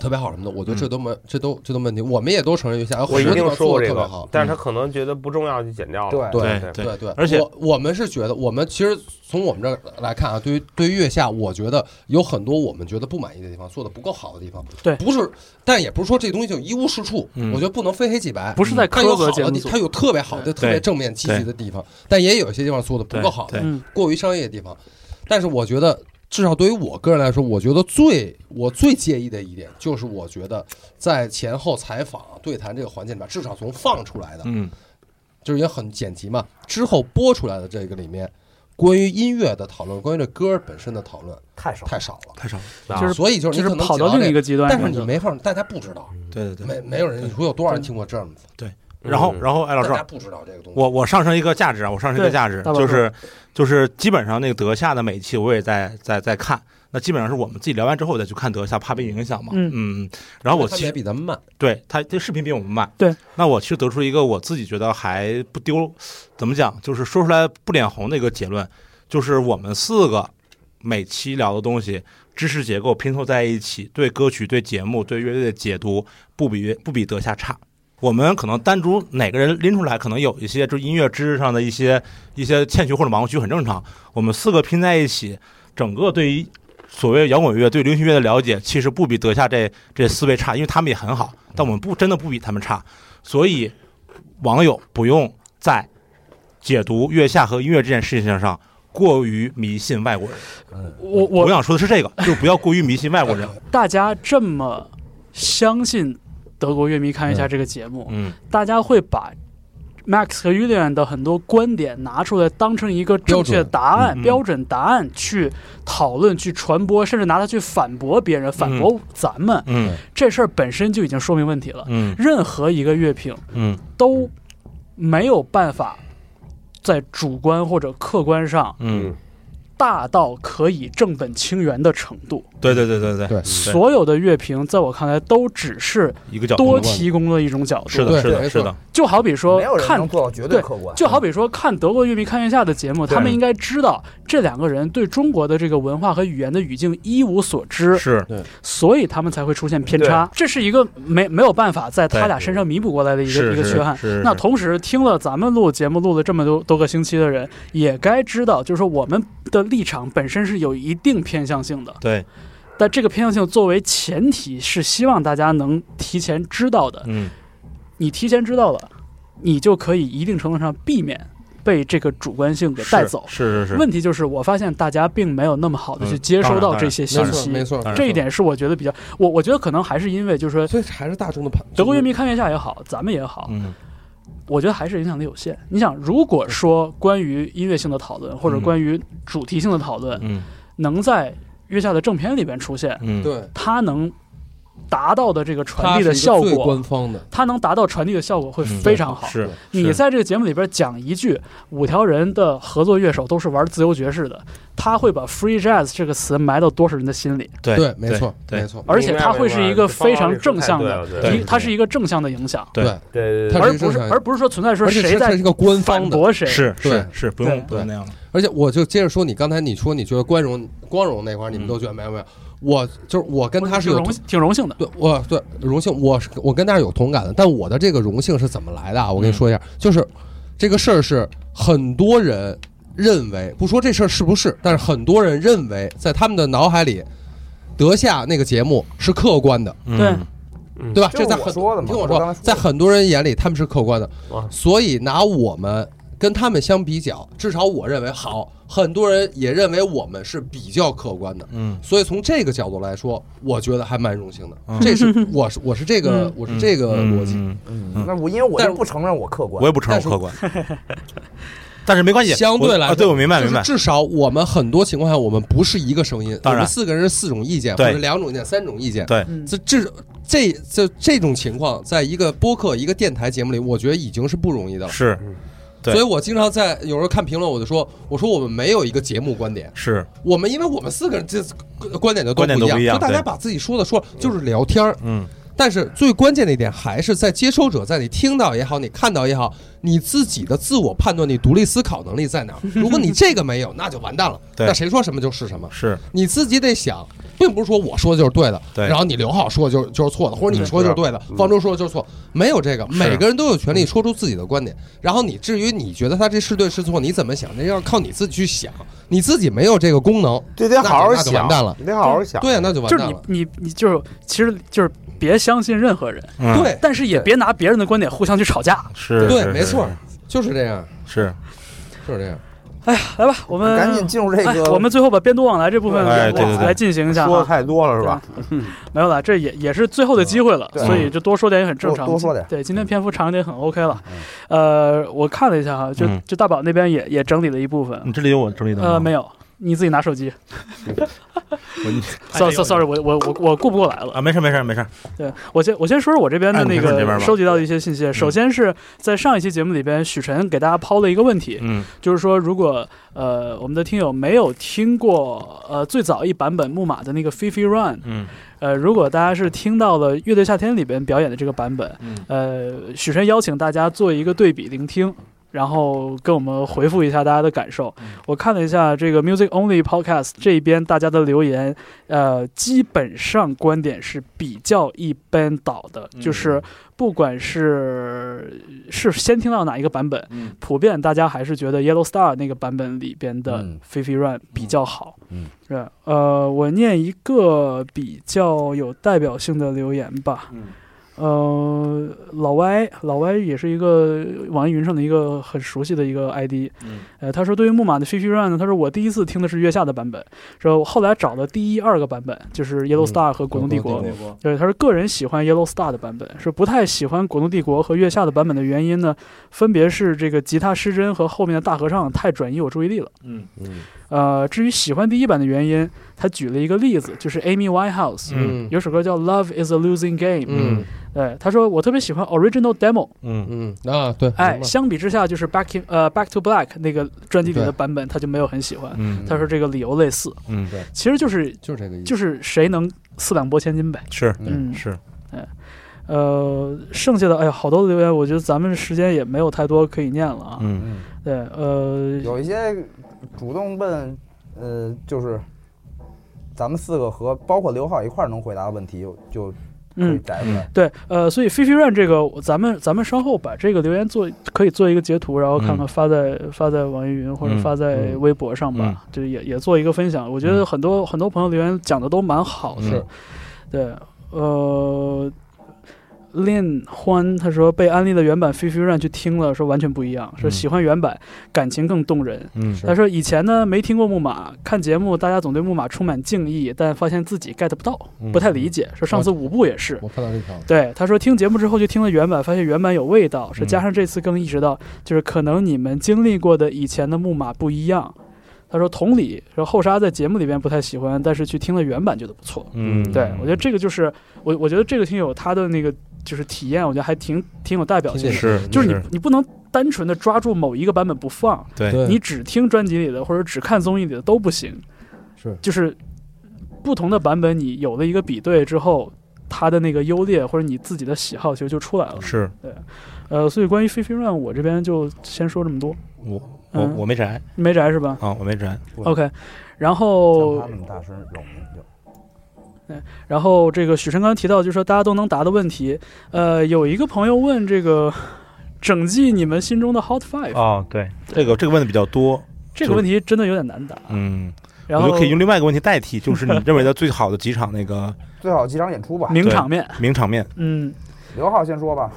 [SPEAKER 3] 特别好什么的，我觉
[SPEAKER 4] 嗯
[SPEAKER 3] 得这都没、这都这都没问题，我们也都承认月下有
[SPEAKER 1] 我
[SPEAKER 3] 很
[SPEAKER 1] 一
[SPEAKER 3] 多地
[SPEAKER 1] 定
[SPEAKER 3] 方
[SPEAKER 1] 说
[SPEAKER 3] 做
[SPEAKER 1] 过
[SPEAKER 3] 的
[SPEAKER 1] 这
[SPEAKER 3] 特别
[SPEAKER 1] 个
[SPEAKER 3] 好，，
[SPEAKER 1] 但是他可能觉得不重要就剪掉了。
[SPEAKER 5] 对
[SPEAKER 4] 对
[SPEAKER 1] 嗯对
[SPEAKER 4] 对
[SPEAKER 3] 对对，
[SPEAKER 4] 而且
[SPEAKER 3] 我我们是觉得，我们其实从我们这儿来看啊，对于对于月下，我觉得有很多我们觉得不满意的地方，做的不够好的地方。
[SPEAKER 2] 对
[SPEAKER 3] 不是，但也不是说这东西就一无是处。
[SPEAKER 4] 嗯
[SPEAKER 3] 我觉得不能非黑即白。嗯
[SPEAKER 2] 不是在
[SPEAKER 3] 它有
[SPEAKER 2] 苛
[SPEAKER 3] 好
[SPEAKER 2] 责节
[SPEAKER 3] 的
[SPEAKER 2] 目
[SPEAKER 3] 地，
[SPEAKER 2] 组
[SPEAKER 3] 它，有特别好的、特别正面积极的地方，但也有一些地方做的不够好的
[SPEAKER 4] 对，
[SPEAKER 2] 嗯，
[SPEAKER 3] 过于商业的地方。但是我觉得，至少对于我个人来说，我觉得最我最介意的一点，就是我觉得在前后采访对谈这个环节里面，至少从放出来的，
[SPEAKER 4] 嗯
[SPEAKER 3] 就是也很剪辑嘛，之后播出来的这个里面，关于音乐的讨论，关于这歌本身的讨论
[SPEAKER 5] 太少。
[SPEAKER 3] 太少了。
[SPEAKER 4] 太少了，
[SPEAKER 1] 啊
[SPEAKER 2] 就是
[SPEAKER 3] 所以就是
[SPEAKER 2] 就
[SPEAKER 3] 你
[SPEAKER 2] 是
[SPEAKER 3] 可能
[SPEAKER 2] 跑到
[SPEAKER 3] 讲
[SPEAKER 2] 另一
[SPEAKER 3] 这
[SPEAKER 2] 个极端嗯
[SPEAKER 3] 但
[SPEAKER 2] 上去
[SPEAKER 3] 是
[SPEAKER 2] 了，
[SPEAKER 3] 你没法，大家不知道，
[SPEAKER 4] 对对对。
[SPEAKER 3] 没没有人，你说有多少人听过这样的，
[SPEAKER 4] 然后然后哎，老
[SPEAKER 3] 大
[SPEAKER 4] 赵
[SPEAKER 3] 家，不知道这个东西。
[SPEAKER 4] 我我上升一个价值啊，我上升一个
[SPEAKER 2] 对
[SPEAKER 4] 价值
[SPEAKER 2] 大老
[SPEAKER 4] 就是就是基本上那个德夏的每一期我也在在在看，那基本上是我们自己聊完之后再去看德夏，怕被影响嘛，
[SPEAKER 2] 嗯
[SPEAKER 4] 嗯，然后我
[SPEAKER 3] 他们
[SPEAKER 4] 其
[SPEAKER 3] 也
[SPEAKER 4] 实
[SPEAKER 3] 比咱们慢，
[SPEAKER 4] 对他这视频比我们慢，
[SPEAKER 2] 对，
[SPEAKER 4] 那我其实得出一个我自己觉得还不丢，怎么讲，就是说出来不脸红的一个结论，就是我们四个每期聊的东西。知识结构拼凑在一起，对歌曲、对节目、对乐队的解读，不比不比德夏差。我们可能单独哪个人拎出来，可能有一些就是音乐知识上的一些一些欠缺或者盲区，很正常。我们四个拼在一起，整个对于所谓摇滚乐、对流行乐的了解，其实不比德下这这四位差，因为他们也很好，但我们不真的不比他们差。所以，网友不用在解读月下和音乐这件事情上过于迷信外国人。
[SPEAKER 2] 我
[SPEAKER 4] 我
[SPEAKER 2] 我
[SPEAKER 4] 想说的是这个，就是不要过于迷信外国人。
[SPEAKER 2] 大家这么相信德国乐迷看一下这个节目，
[SPEAKER 4] 嗯，
[SPEAKER 2] 大家会把 Max 和 Julian 的很多观点拿出来当成一个正确的答案、
[SPEAKER 4] 标准嗯
[SPEAKER 2] 标准
[SPEAKER 4] 嗯
[SPEAKER 2] 答案去讨论、去传播，甚至拿它去反驳别人、反驳咱们。
[SPEAKER 4] 嗯
[SPEAKER 2] 这事儿本身就已经说明问题了。
[SPEAKER 4] 嗯
[SPEAKER 2] 任何一个乐评
[SPEAKER 4] 嗯
[SPEAKER 2] 都没有办法在主观或者客观上
[SPEAKER 4] 嗯，
[SPEAKER 2] 大到可以正本清源的程度。
[SPEAKER 4] 对对对对对，
[SPEAKER 3] 对
[SPEAKER 2] 所有的乐评，在我看来，都只是
[SPEAKER 4] 一个角
[SPEAKER 2] 多
[SPEAKER 4] 度。
[SPEAKER 2] 提供了一种角度。
[SPEAKER 4] 是
[SPEAKER 3] 对
[SPEAKER 4] 的，是
[SPEAKER 3] 没
[SPEAKER 4] 的，
[SPEAKER 3] 错
[SPEAKER 4] 是的，
[SPEAKER 2] 就好比说
[SPEAKER 5] 没有人
[SPEAKER 2] 看
[SPEAKER 5] 能做到绝对客观，
[SPEAKER 2] 就好比说看德国乐迷看月下的节目，
[SPEAKER 1] 对
[SPEAKER 2] 他们应该知道这两个人对中国的这个文化和语言的语境一无所知，
[SPEAKER 4] 是
[SPEAKER 2] 所以他们才会出现偏差。这是一个没没有办法在他俩身上弥补过来的一个
[SPEAKER 4] 是
[SPEAKER 2] 一个缺憾。
[SPEAKER 4] 是
[SPEAKER 2] 那同时听了咱们录节目录了这么多多个星期的人，也该知道，就是说我们的立场本身是有一定偏向性的，
[SPEAKER 4] 对，
[SPEAKER 2] 但这个偏向性作为前提是希望大家能提前知道的。
[SPEAKER 4] 嗯
[SPEAKER 2] 你提前知道了，你就可以一定程度上避免被这个主观性给带走。
[SPEAKER 4] 是是是，
[SPEAKER 2] 问题就是，我发现大家并没有那么好的去
[SPEAKER 4] 嗯
[SPEAKER 2] 接收
[SPEAKER 4] 当
[SPEAKER 2] 到
[SPEAKER 4] 然
[SPEAKER 2] 这些
[SPEAKER 3] 没
[SPEAKER 2] 信
[SPEAKER 3] 错
[SPEAKER 2] 息，
[SPEAKER 3] 没错
[SPEAKER 4] 当，然
[SPEAKER 2] 这一点是我觉得比较，我我觉得可能还是因为就是说，
[SPEAKER 6] 所以还是大众的判。
[SPEAKER 2] 德国乐迷看月下也好，咱们也好，
[SPEAKER 4] 嗯
[SPEAKER 2] 我觉得还是影响力有限。你想，如果说关于音乐性的讨论或者
[SPEAKER 4] 嗯
[SPEAKER 2] 关于主题性的讨论
[SPEAKER 4] 嗯
[SPEAKER 2] 能在月下的正片里边出现，
[SPEAKER 4] 嗯，
[SPEAKER 6] 对
[SPEAKER 2] 它能达到的这个传
[SPEAKER 6] 它
[SPEAKER 2] 递的
[SPEAKER 6] 是一
[SPEAKER 2] 效
[SPEAKER 6] 个最
[SPEAKER 2] 果
[SPEAKER 6] 官，方的，
[SPEAKER 2] 它能达到传递的效果会
[SPEAKER 4] 嗯
[SPEAKER 2] 非常好。
[SPEAKER 4] 是
[SPEAKER 2] 你
[SPEAKER 4] 是
[SPEAKER 2] 在这个节目里边讲一句，五条人的合作乐手都是玩自由爵士的，他会把 free jazz 这个词埋到多少人的心里，
[SPEAKER 4] 对
[SPEAKER 6] 对
[SPEAKER 3] 没错，
[SPEAKER 4] 对
[SPEAKER 3] 没错，
[SPEAKER 2] 而且它会是一个非常正向
[SPEAKER 4] 啊
[SPEAKER 2] 的，
[SPEAKER 1] 对
[SPEAKER 2] 一它是一个正向的影响，
[SPEAKER 4] 对
[SPEAKER 1] 对
[SPEAKER 3] 对，
[SPEAKER 6] 它
[SPEAKER 1] 对
[SPEAKER 6] 是一个
[SPEAKER 2] 而不
[SPEAKER 6] 正
[SPEAKER 2] 是
[SPEAKER 6] 向
[SPEAKER 2] 而不是说存在说
[SPEAKER 6] 而且
[SPEAKER 2] 谁
[SPEAKER 6] 它是
[SPEAKER 2] 在
[SPEAKER 6] 一个官
[SPEAKER 2] 反
[SPEAKER 6] 方的。
[SPEAKER 2] 驳谁。
[SPEAKER 4] 是是
[SPEAKER 6] 对
[SPEAKER 4] 是，不用
[SPEAKER 2] 对
[SPEAKER 4] 不用那样了，
[SPEAKER 6] 而且
[SPEAKER 3] 我就接着说，你刚才你说你觉得光荣光荣那块儿，你们
[SPEAKER 4] 嗯
[SPEAKER 3] 都觉得没有没有，我就是我跟
[SPEAKER 2] 我
[SPEAKER 3] 他是
[SPEAKER 2] 挺
[SPEAKER 3] 有
[SPEAKER 2] 荣挺荣幸的，
[SPEAKER 3] 对，我对荣幸，我是我跟大家有同感的，但我的这个荣幸是怎么来的啊？我跟你说一下，就是这个事儿是很多人认为，不说这事儿是不是，但是很多人认为，在他们的脑海里，德夏那个节目是客观的，
[SPEAKER 4] 嗯
[SPEAKER 2] 对
[SPEAKER 1] 嗯
[SPEAKER 3] 对吧？
[SPEAKER 5] 就是
[SPEAKER 3] 这在
[SPEAKER 5] 我
[SPEAKER 3] 很
[SPEAKER 5] 说的嘛
[SPEAKER 3] 你听
[SPEAKER 5] 我
[SPEAKER 3] 我
[SPEAKER 5] 刚才
[SPEAKER 3] 说，
[SPEAKER 5] 说的
[SPEAKER 3] 在很多人眼里他们是客观的
[SPEAKER 1] 啊，
[SPEAKER 3] 所以拿我们跟他们相比较，至少我认为好，很多人也认为我们是比较客观的。
[SPEAKER 4] 嗯
[SPEAKER 3] 所以从这个角度来说，我觉得还蛮荣幸的。
[SPEAKER 4] 嗯
[SPEAKER 3] 这是我是我是这个、我是这个呃逻辑。，
[SPEAKER 4] 嗯嗯
[SPEAKER 5] 嗯那我因为我
[SPEAKER 3] 但
[SPEAKER 5] 就是不承认我客观
[SPEAKER 4] 我，也不承认我
[SPEAKER 3] <laughs>
[SPEAKER 4] 客观，但是没关系，
[SPEAKER 3] 相对
[SPEAKER 4] 我
[SPEAKER 3] 来
[SPEAKER 4] 啊
[SPEAKER 3] 说，
[SPEAKER 4] 对我明白明白
[SPEAKER 3] 就是，至少我们很多情况下，我们不是一个声音，
[SPEAKER 4] 当然
[SPEAKER 3] 我们四个人是四种意见，或
[SPEAKER 4] 对
[SPEAKER 3] 者两种意见、三种意见。
[SPEAKER 4] 对
[SPEAKER 2] 嗯，
[SPEAKER 3] 这这这这这种情况，在一个播客、一个电台节目里，我觉得已经是不容易的了。
[SPEAKER 4] 是对
[SPEAKER 3] 所以我经常在有时候看评论，我就说，我说我们没有一个节目观点，
[SPEAKER 4] 是
[SPEAKER 3] 我们因为我们四个人这观点就都
[SPEAKER 4] 观点都
[SPEAKER 3] 不
[SPEAKER 4] 不
[SPEAKER 3] 一
[SPEAKER 4] 一样
[SPEAKER 3] 就大家
[SPEAKER 4] 对
[SPEAKER 3] 把自己说的说，就是聊天儿。
[SPEAKER 4] 嗯
[SPEAKER 3] 但是最关键的一点还是在接收者，在你听到也好，你看到也好，你自己的自我判断、你独立思考能力在
[SPEAKER 4] <laughs>
[SPEAKER 3] 哪儿？如果你这个没有，那就完蛋了。
[SPEAKER 4] 对
[SPEAKER 3] 那谁说什么就是什么，
[SPEAKER 4] 是
[SPEAKER 3] 你自己得想，并不是说我说的就是对的，
[SPEAKER 4] 对嗯
[SPEAKER 3] 然后你刘浩说的就是就是错的，或者你说的就是对的，方舟说的就是错，没有这个，每个人都有权
[SPEAKER 4] 嗯
[SPEAKER 3] 利说出自己的观点。然后你至于你觉得他这是对是错，你怎么想，那要靠你自己去想，你自己没有这个功能，
[SPEAKER 1] 这得好好
[SPEAKER 3] 那就那就
[SPEAKER 1] 想，
[SPEAKER 3] 完蛋了
[SPEAKER 1] 你得好好想。
[SPEAKER 3] 对啊，那就完
[SPEAKER 2] 就是
[SPEAKER 3] 蛋
[SPEAKER 2] 你
[SPEAKER 3] 了。
[SPEAKER 2] 你你就是其实就是别相信任何人，
[SPEAKER 4] 嗯
[SPEAKER 3] 哎对
[SPEAKER 2] 但是也别拿别人的观点互相去吵架。
[SPEAKER 4] 是，
[SPEAKER 3] 对
[SPEAKER 4] 是，
[SPEAKER 3] 没错，就是这样，
[SPEAKER 4] 是
[SPEAKER 3] 就是这样。
[SPEAKER 2] 来吧，我
[SPEAKER 3] 嗯
[SPEAKER 2] 们
[SPEAKER 5] 赶紧进入这
[SPEAKER 2] 哎
[SPEAKER 5] 个。
[SPEAKER 2] 我们最后把编读往来这部分
[SPEAKER 4] 哎对对对
[SPEAKER 2] 来进行一
[SPEAKER 3] 啊
[SPEAKER 2] 下
[SPEAKER 1] 说的
[SPEAKER 2] 哈，
[SPEAKER 1] 太多了是吧？
[SPEAKER 2] 没有了，这也也是最后的机会了，
[SPEAKER 5] 对
[SPEAKER 2] 所以就多说点也很正常。
[SPEAKER 5] 多多说点嗯
[SPEAKER 2] 对，今天篇幅长一点很 OK 了。呃，我看了一下哈，就
[SPEAKER 4] 嗯
[SPEAKER 2] 就大宝那边也也整理了一部分
[SPEAKER 4] 你，嗯这里有我整理的吗？
[SPEAKER 2] 呃，没有，你自己拿手机。
[SPEAKER 4] 我你
[SPEAKER 2] sorry sorry sorry，我我我我顾不过来了。
[SPEAKER 4] 啊，没事没事没事，
[SPEAKER 2] 对我先我先说说我这边的
[SPEAKER 4] 哎你
[SPEAKER 2] 那
[SPEAKER 4] 先说你这边
[SPEAKER 2] 个
[SPEAKER 4] 吧嗯
[SPEAKER 2] 收集到的一些信息。首先是在上一期节目里边，许晨给大家抛了一个问题，
[SPEAKER 4] 嗯
[SPEAKER 2] 就是说如果呃我们的听友没有听过呃最早一版本木马的那个 Fifi Run，
[SPEAKER 4] 嗯
[SPEAKER 2] 呃如果大家是听到了乐队夏天里边表演的这个版本，
[SPEAKER 4] 嗯，
[SPEAKER 2] 呃许晨邀请大家做一个对比聆听。然后跟我们回复一下大家的感受。我看了一下这个 Music Only Podcast 这边大家的留言，呃，基本上观点是比较一边倒的，就是不管是是先听到哪一个版本，
[SPEAKER 4] 嗯
[SPEAKER 2] 普遍大家还是觉得 Yellow Star 那个版本里边的
[SPEAKER 5] 嗯
[SPEAKER 2] Fifi Run 比较好。
[SPEAKER 5] 嗯，
[SPEAKER 2] 是呃，我念一个比较有代表性的留言吧。
[SPEAKER 4] 嗯。
[SPEAKER 2] 呃，老歪，老歪也是一个网易云上的一个很熟悉的一个 ID，
[SPEAKER 4] 嗯
[SPEAKER 2] 呃，他说对于木马的 Fifi Run 呢，他说我第一次听的是月下的版本，然后后来找了第一、二个版本，就是
[SPEAKER 3] 嗯
[SPEAKER 2] Yellow Star 和滚动帝国。
[SPEAKER 3] 滚动帝
[SPEAKER 2] 对，他说个人喜欢 Yellow Star 的版本，说不太喜欢滚动帝国和月下的版本的原因呢，分别是这个吉他失真和后面的大合唱太转移我注意力了。
[SPEAKER 4] 嗯
[SPEAKER 1] 嗯，
[SPEAKER 2] 呃，至于喜欢第一版的原因，他举了一个例子，就是 Amy Winehouse、
[SPEAKER 4] 嗯
[SPEAKER 2] 有首歌叫《Love Is a Losing Game》，
[SPEAKER 3] 嗯
[SPEAKER 2] 对，他说我特别喜欢 Original Demo，
[SPEAKER 4] 嗯
[SPEAKER 3] 嗯啊，对，
[SPEAKER 2] 哎
[SPEAKER 3] 明，白
[SPEAKER 2] 相比之下，就是 Back in, 呃 Back to Black 那个专辑里的
[SPEAKER 3] 对
[SPEAKER 2] 版本，他就没有很喜欢。
[SPEAKER 4] 嗯
[SPEAKER 2] 他说这个理由类似，
[SPEAKER 4] 嗯，
[SPEAKER 2] 其实就是
[SPEAKER 3] 就是这个意思，
[SPEAKER 2] 就是谁能四两拨千斤呗。
[SPEAKER 4] 是
[SPEAKER 2] 嗯，
[SPEAKER 4] 是，
[SPEAKER 2] 呃，剩下的哎呀，好多留言，我觉得咱们时间也没有太多可以念了啊。
[SPEAKER 4] 嗯
[SPEAKER 5] 嗯
[SPEAKER 2] 对，呃，
[SPEAKER 5] 有一些主动问，呃，就是咱们四个和包括刘浩一块儿能回答的问题，就可以
[SPEAKER 2] 嗯，
[SPEAKER 5] 摘出来。
[SPEAKER 2] 对，呃，所以菲菲 Run 这个，咱们咱们稍后把这个留言做可以做一个截图，然后看看发在、发在网易云或者
[SPEAKER 4] 嗯
[SPEAKER 2] 发在微博上吧，
[SPEAKER 4] 嗯
[SPEAKER 2] 就也也做一个分享。我觉得很多、很多朋友留言讲的都蛮好的，
[SPEAKER 4] 是
[SPEAKER 2] 对，呃。Lin 欢他说被安利的原版《菲菲 Run》去听了，说完全不一样，说
[SPEAKER 4] 嗯
[SPEAKER 2] 喜欢原版，感情更动人。
[SPEAKER 4] 嗯
[SPEAKER 2] 他说以前呢没听过木马，看节目大家总对木马充满敬意，但发现自己 get 不到，不太理解。说上次舞步也是，
[SPEAKER 3] 我看到这条了，
[SPEAKER 2] 对，他说听节目之后就听了原版，发现原版有味道，是加上这次更意识到，就是可能你们经历过的以前的木马不一样，他说同理，说后沙在节目里边不太喜欢，但是去听了原版觉得不错。
[SPEAKER 4] 嗯，
[SPEAKER 2] 对，我觉得这个就是我，我觉得这个听友他的那个就是体验，我觉得还挺挺有代表性的。
[SPEAKER 4] 嗯是，
[SPEAKER 2] 就是你你不能单纯的抓住某一个版本不放，
[SPEAKER 4] 对，
[SPEAKER 6] 对
[SPEAKER 2] 你只听专辑里的或者只看综艺里的都不行。
[SPEAKER 6] 是
[SPEAKER 2] 就是不同的版本，你有了一个比对之后，它的那个优劣或者你自己的喜好其实就出来了。
[SPEAKER 4] 是
[SPEAKER 2] 呃，所以关于《Fifi Run》，我这边就先说这么多。
[SPEAKER 4] 我我
[SPEAKER 2] 嗯
[SPEAKER 4] 我没摘
[SPEAKER 2] 你没宅是吧
[SPEAKER 4] 啊，我没摘，
[SPEAKER 2] ？OK，然
[SPEAKER 5] 像
[SPEAKER 2] 后
[SPEAKER 5] 他那么大声有有，
[SPEAKER 2] 然后这个许晨刚刚提到，就是说大家都能答的问题。呃，有一个朋友问这个整季你们心中的 Hot
[SPEAKER 3] 嗯
[SPEAKER 2] Five、
[SPEAKER 4] 哦，对，这个这个问的比较多，
[SPEAKER 2] 这个问题真的有点难答。
[SPEAKER 4] 嗯，
[SPEAKER 2] 然
[SPEAKER 4] 我
[SPEAKER 2] 后
[SPEAKER 4] 就可以用另外一个问题代替，就是你认为的最好的几场那个
[SPEAKER 5] 最好几场演出吧。
[SPEAKER 2] 名场面，
[SPEAKER 4] 名
[SPEAKER 2] <laughs>
[SPEAKER 4] 场面
[SPEAKER 2] 嗯，
[SPEAKER 5] 刘浩先说吧，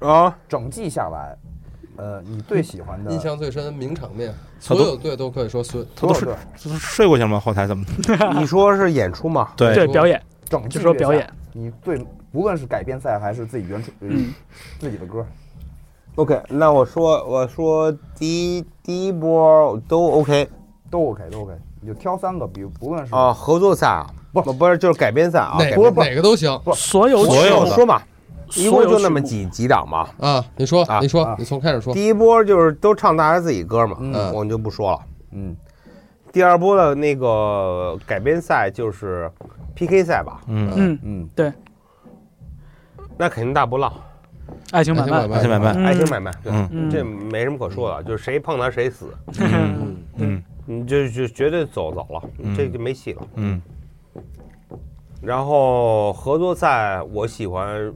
[SPEAKER 1] 啊，
[SPEAKER 5] 整季下来，呃，你最喜欢的
[SPEAKER 3] 印象最深的名场面，
[SPEAKER 4] 他
[SPEAKER 3] 所
[SPEAKER 4] 都
[SPEAKER 3] 有队都可以说所
[SPEAKER 5] 所有队
[SPEAKER 4] 就是睡过去了吗？后台怎么？
[SPEAKER 1] 你说是演出吗？
[SPEAKER 4] 对
[SPEAKER 2] 对，表演
[SPEAKER 5] 整季
[SPEAKER 2] 就说
[SPEAKER 5] 这
[SPEAKER 2] 表
[SPEAKER 5] 下
[SPEAKER 2] 演，
[SPEAKER 5] 你最无论是改编赛还是自己原创，呃
[SPEAKER 2] 嗯，
[SPEAKER 5] 自己的歌，
[SPEAKER 1] OK，那我说我说第一第一波都 OK
[SPEAKER 5] 都 OK 都 OK，你就挑三个，比如不论是
[SPEAKER 1] 啊，合作赛啊，
[SPEAKER 5] 不
[SPEAKER 1] 不是就是改编赛啊，
[SPEAKER 3] 哪
[SPEAKER 1] 改
[SPEAKER 3] 个
[SPEAKER 1] 编
[SPEAKER 5] 不
[SPEAKER 3] 哪个都行
[SPEAKER 2] 所有
[SPEAKER 4] 所有
[SPEAKER 1] 我
[SPEAKER 4] 的
[SPEAKER 1] 说嘛，一共
[SPEAKER 2] 所有
[SPEAKER 1] 就那么
[SPEAKER 2] 曲
[SPEAKER 1] 几
[SPEAKER 2] 目，
[SPEAKER 1] 几档嘛。
[SPEAKER 3] 啊！你说
[SPEAKER 1] 啊，
[SPEAKER 3] 你说
[SPEAKER 5] 啊，
[SPEAKER 3] 你从开始说。
[SPEAKER 1] 第一波就是都唱大家自己歌嘛，
[SPEAKER 3] 嗯
[SPEAKER 1] 我就不说了。
[SPEAKER 5] 嗯
[SPEAKER 1] 第二波的那个改编赛就是 PK 赛吧，
[SPEAKER 4] 嗯，
[SPEAKER 2] 嗯，
[SPEAKER 5] 嗯
[SPEAKER 1] 那肯定大波浪，
[SPEAKER 2] 爱情买
[SPEAKER 3] 爱
[SPEAKER 2] 卖
[SPEAKER 3] 情买卖
[SPEAKER 4] 八千买卖，
[SPEAKER 2] 嗯
[SPEAKER 1] 爱情买卖，对，
[SPEAKER 4] 嗯
[SPEAKER 2] 嗯
[SPEAKER 1] 这没什么可说的，就是谁碰它谁死，
[SPEAKER 4] 嗯嗯
[SPEAKER 1] 你就就绝对走早了，
[SPEAKER 4] 嗯
[SPEAKER 1] 这就没戏了。
[SPEAKER 4] 嗯
[SPEAKER 1] 然后合作赛我喜欢，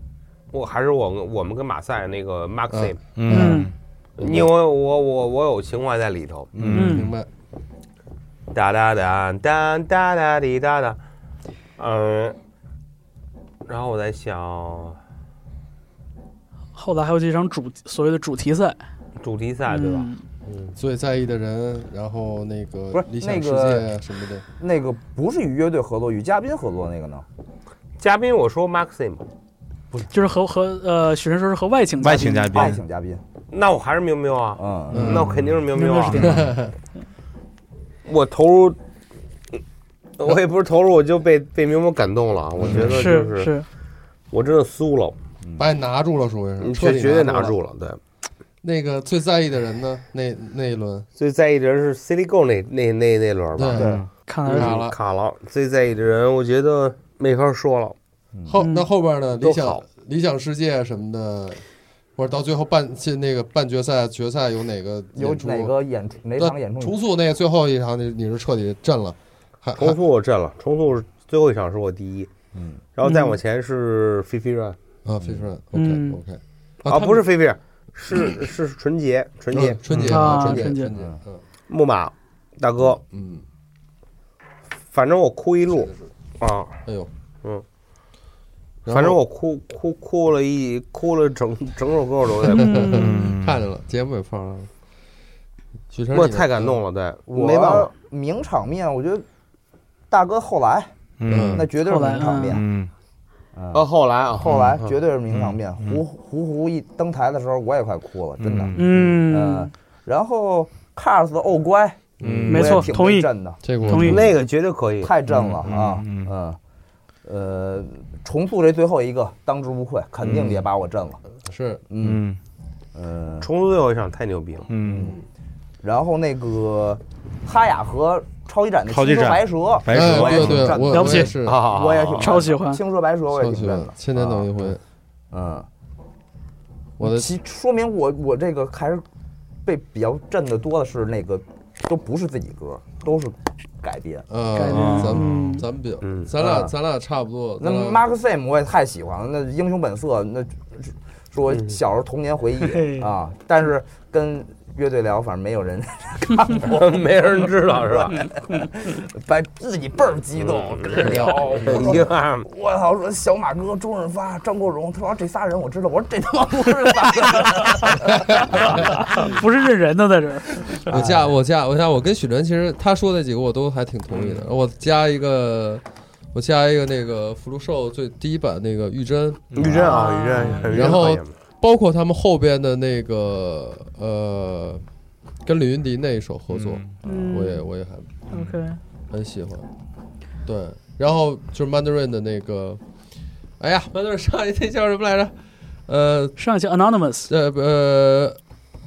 [SPEAKER 1] 我还是我们我们跟马赛那个 Maxim，、
[SPEAKER 4] 嗯
[SPEAKER 1] 因为我我我有情怀在里头，
[SPEAKER 4] 嗯
[SPEAKER 3] 明白，
[SPEAKER 1] 哒哒哒哒哒哒滴哒哒，嗯，然后我在想
[SPEAKER 2] 后来还有这场主所谓的主题赛，
[SPEAKER 1] 主题赛哎对吧？
[SPEAKER 2] 嗯
[SPEAKER 3] 最在意的人，然后那个
[SPEAKER 5] 不是
[SPEAKER 3] 理想
[SPEAKER 5] 那
[SPEAKER 3] 世
[SPEAKER 5] 个
[SPEAKER 3] 界什么的，
[SPEAKER 5] 那个不是与乐队合作，与嘉宾合作那个呢？
[SPEAKER 1] 嘉宾我说 Maxim，
[SPEAKER 2] 就是和和呃，许晨说是和外请
[SPEAKER 4] 外请嘉宾
[SPEAKER 5] 爱情嘉宾，
[SPEAKER 1] 那我还是喵喵啊，
[SPEAKER 5] 嗯，
[SPEAKER 3] 嗯
[SPEAKER 1] 那我肯定是喵喵啊
[SPEAKER 2] 喵喵是，点
[SPEAKER 1] 我投入。我也不是投入，我就被被喵喵感动了。我觉得就是
[SPEAKER 2] 是是，
[SPEAKER 1] 我真的酥了，
[SPEAKER 3] 把你拿住了，属于是
[SPEAKER 1] 嗯你
[SPEAKER 3] 彻
[SPEAKER 1] 绝
[SPEAKER 3] 底
[SPEAKER 1] 绝对
[SPEAKER 3] 拿
[SPEAKER 1] 拿
[SPEAKER 3] 住了。
[SPEAKER 1] 住了。对，
[SPEAKER 3] 那个最在意的人呢？那那一轮
[SPEAKER 1] 最在意的人是 City Go 那那那那轮吧，
[SPEAKER 3] 对
[SPEAKER 5] 对，
[SPEAKER 2] 看
[SPEAKER 3] 嗯
[SPEAKER 2] 来
[SPEAKER 3] 卡了
[SPEAKER 1] 卡了。最在意的人，我觉得没法说了。
[SPEAKER 3] 后，
[SPEAKER 2] 嗯
[SPEAKER 3] 那后边呢？
[SPEAKER 1] 都
[SPEAKER 3] 理想
[SPEAKER 1] 好
[SPEAKER 3] 理想世界什么的，或者到最后半进那个半决赛、决赛有哪个
[SPEAKER 5] 有
[SPEAKER 3] 演出？
[SPEAKER 5] 哪个演出哪场演出
[SPEAKER 3] 重
[SPEAKER 5] 你？
[SPEAKER 3] 塑那个最后一场，你你是彻底震了，还
[SPEAKER 1] <laughs>
[SPEAKER 3] 还
[SPEAKER 1] 重塑我震了，重塑最后一场是我第一，
[SPEAKER 5] 嗯，
[SPEAKER 1] 然后再往前是菲菲软
[SPEAKER 3] 啊，飞顺
[SPEAKER 2] 嗯
[SPEAKER 3] ，OK OK，
[SPEAKER 1] 啊，不是菲菲，是是纯洁纯洁
[SPEAKER 3] 春节
[SPEAKER 2] 啊
[SPEAKER 3] 春节
[SPEAKER 2] 春
[SPEAKER 3] 春
[SPEAKER 2] 节
[SPEAKER 3] 节，嗯
[SPEAKER 1] 木马大哥，
[SPEAKER 3] 嗯，
[SPEAKER 1] 反正我哭一路
[SPEAKER 3] 是的是的
[SPEAKER 1] 啊，
[SPEAKER 3] 哎呦，
[SPEAKER 1] 嗯，
[SPEAKER 3] 然后
[SPEAKER 1] 反正我哭哭哭了一哭了整整首歌我都在哭，
[SPEAKER 2] 嗯，
[SPEAKER 3] 看见了，节目也放上了，许晨
[SPEAKER 1] 我
[SPEAKER 3] 你嗯呢
[SPEAKER 1] 太感动了，对，没办法
[SPEAKER 5] 我，名场面，我觉得大哥后来
[SPEAKER 4] 嗯
[SPEAKER 5] 那绝对是名场面。
[SPEAKER 4] 嗯
[SPEAKER 1] 到后来啊，
[SPEAKER 5] 后来
[SPEAKER 1] 嗯
[SPEAKER 5] 绝对是名场面。胡
[SPEAKER 4] 嗯
[SPEAKER 5] 胡胡一登台的时候，我也快哭了，真的。
[SPEAKER 2] 嗯
[SPEAKER 5] 嗯，，然后 Cars 的哦乖，
[SPEAKER 4] 嗯
[SPEAKER 2] 没
[SPEAKER 5] 我也
[SPEAKER 2] 错
[SPEAKER 5] 挺
[SPEAKER 2] 同
[SPEAKER 5] 被
[SPEAKER 2] 意
[SPEAKER 5] 震的，
[SPEAKER 3] 这个我
[SPEAKER 2] 同意
[SPEAKER 1] 那个绝对可以，
[SPEAKER 5] 太震了
[SPEAKER 4] 嗯
[SPEAKER 5] 啊，
[SPEAKER 4] 嗯
[SPEAKER 5] 嗯，呃，重塑这最后一个当之无愧，肯定也把我震了，
[SPEAKER 3] 是
[SPEAKER 5] 嗯
[SPEAKER 4] 嗯
[SPEAKER 5] 嗯，
[SPEAKER 1] 重塑最后一场太牛逼了，
[SPEAKER 4] 嗯，
[SPEAKER 5] 然后那个哈雅和超级展的
[SPEAKER 4] 超级
[SPEAKER 5] 青蛇
[SPEAKER 4] 展
[SPEAKER 5] 白蛇，
[SPEAKER 4] 白
[SPEAKER 3] 哎
[SPEAKER 5] 我
[SPEAKER 4] 蛇
[SPEAKER 5] 也
[SPEAKER 3] 对
[SPEAKER 5] 挺
[SPEAKER 3] 对，
[SPEAKER 5] 震
[SPEAKER 3] 我
[SPEAKER 5] 的
[SPEAKER 2] 了不起
[SPEAKER 3] 我也是，
[SPEAKER 1] 好好好
[SPEAKER 5] 我也挺
[SPEAKER 2] 超喜欢
[SPEAKER 5] 青蛇白蛇我也
[SPEAKER 3] 上
[SPEAKER 5] 挺
[SPEAKER 3] 去
[SPEAKER 5] 震的
[SPEAKER 3] 了，，千年等一回，啊
[SPEAKER 5] 嗯，
[SPEAKER 3] 我的
[SPEAKER 5] 其说明我我这个还是被比较震的多的是那个都不是自己歌，都是改编。
[SPEAKER 3] 呃
[SPEAKER 2] 改，变
[SPEAKER 3] 咱
[SPEAKER 2] 嗯
[SPEAKER 3] 们咱们比
[SPEAKER 1] 嗯
[SPEAKER 3] 咱俩
[SPEAKER 5] 嗯
[SPEAKER 3] 咱俩差不多，
[SPEAKER 5] 那
[SPEAKER 3] 咱俩
[SPEAKER 5] Mark Sam 我也太喜欢了，那《英雄本色》那是是我小时候童年回
[SPEAKER 2] 嘿
[SPEAKER 5] 忆啊。但是跟乐队聊，反正没有人 <laughs>
[SPEAKER 1] <laughs> 没人知道是吧？嗯
[SPEAKER 5] 把自己倍儿激动跟人聊。我
[SPEAKER 1] 你
[SPEAKER 5] 说
[SPEAKER 1] 看，
[SPEAKER 5] <laughs> 我操！说小马哥、周润发、张国荣，他说啊这仨人我知道，我说这他妈不是仨
[SPEAKER 1] <laughs>
[SPEAKER 5] 人。
[SPEAKER 2] 不是认人的在这儿，
[SPEAKER 3] <laughs> 我
[SPEAKER 2] 哎
[SPEAKER 3] 加我加我加我跟许晨其实他说那几个我都还挺同意的，
[SPEAKER 2] 嗯
[SPEAKER 3] 我加一个。我加一个那个福禄寿最第一版那个玉珍，
[SPEAKER 1] 于震啊，于震，于震
[SPEAKER 3] 然后
[SPEAKER 1] 可以
[SPEAKER 3] 包括他们后边的那个呃跟李云迪那一首合作，
[SPEAKER 2] 嗯
[SPEAKER 3] 我也我也还
[SPEAKER 2] OK，
[SPEAKER 3] 很喜欢。对，然后就是 Mandarin 的那个，哎呀，Mandarin 上一那叫什么来着？呃
[SPEAKER 2] 上一期 Anonymous
[SPEAKER 3] 呃不呃，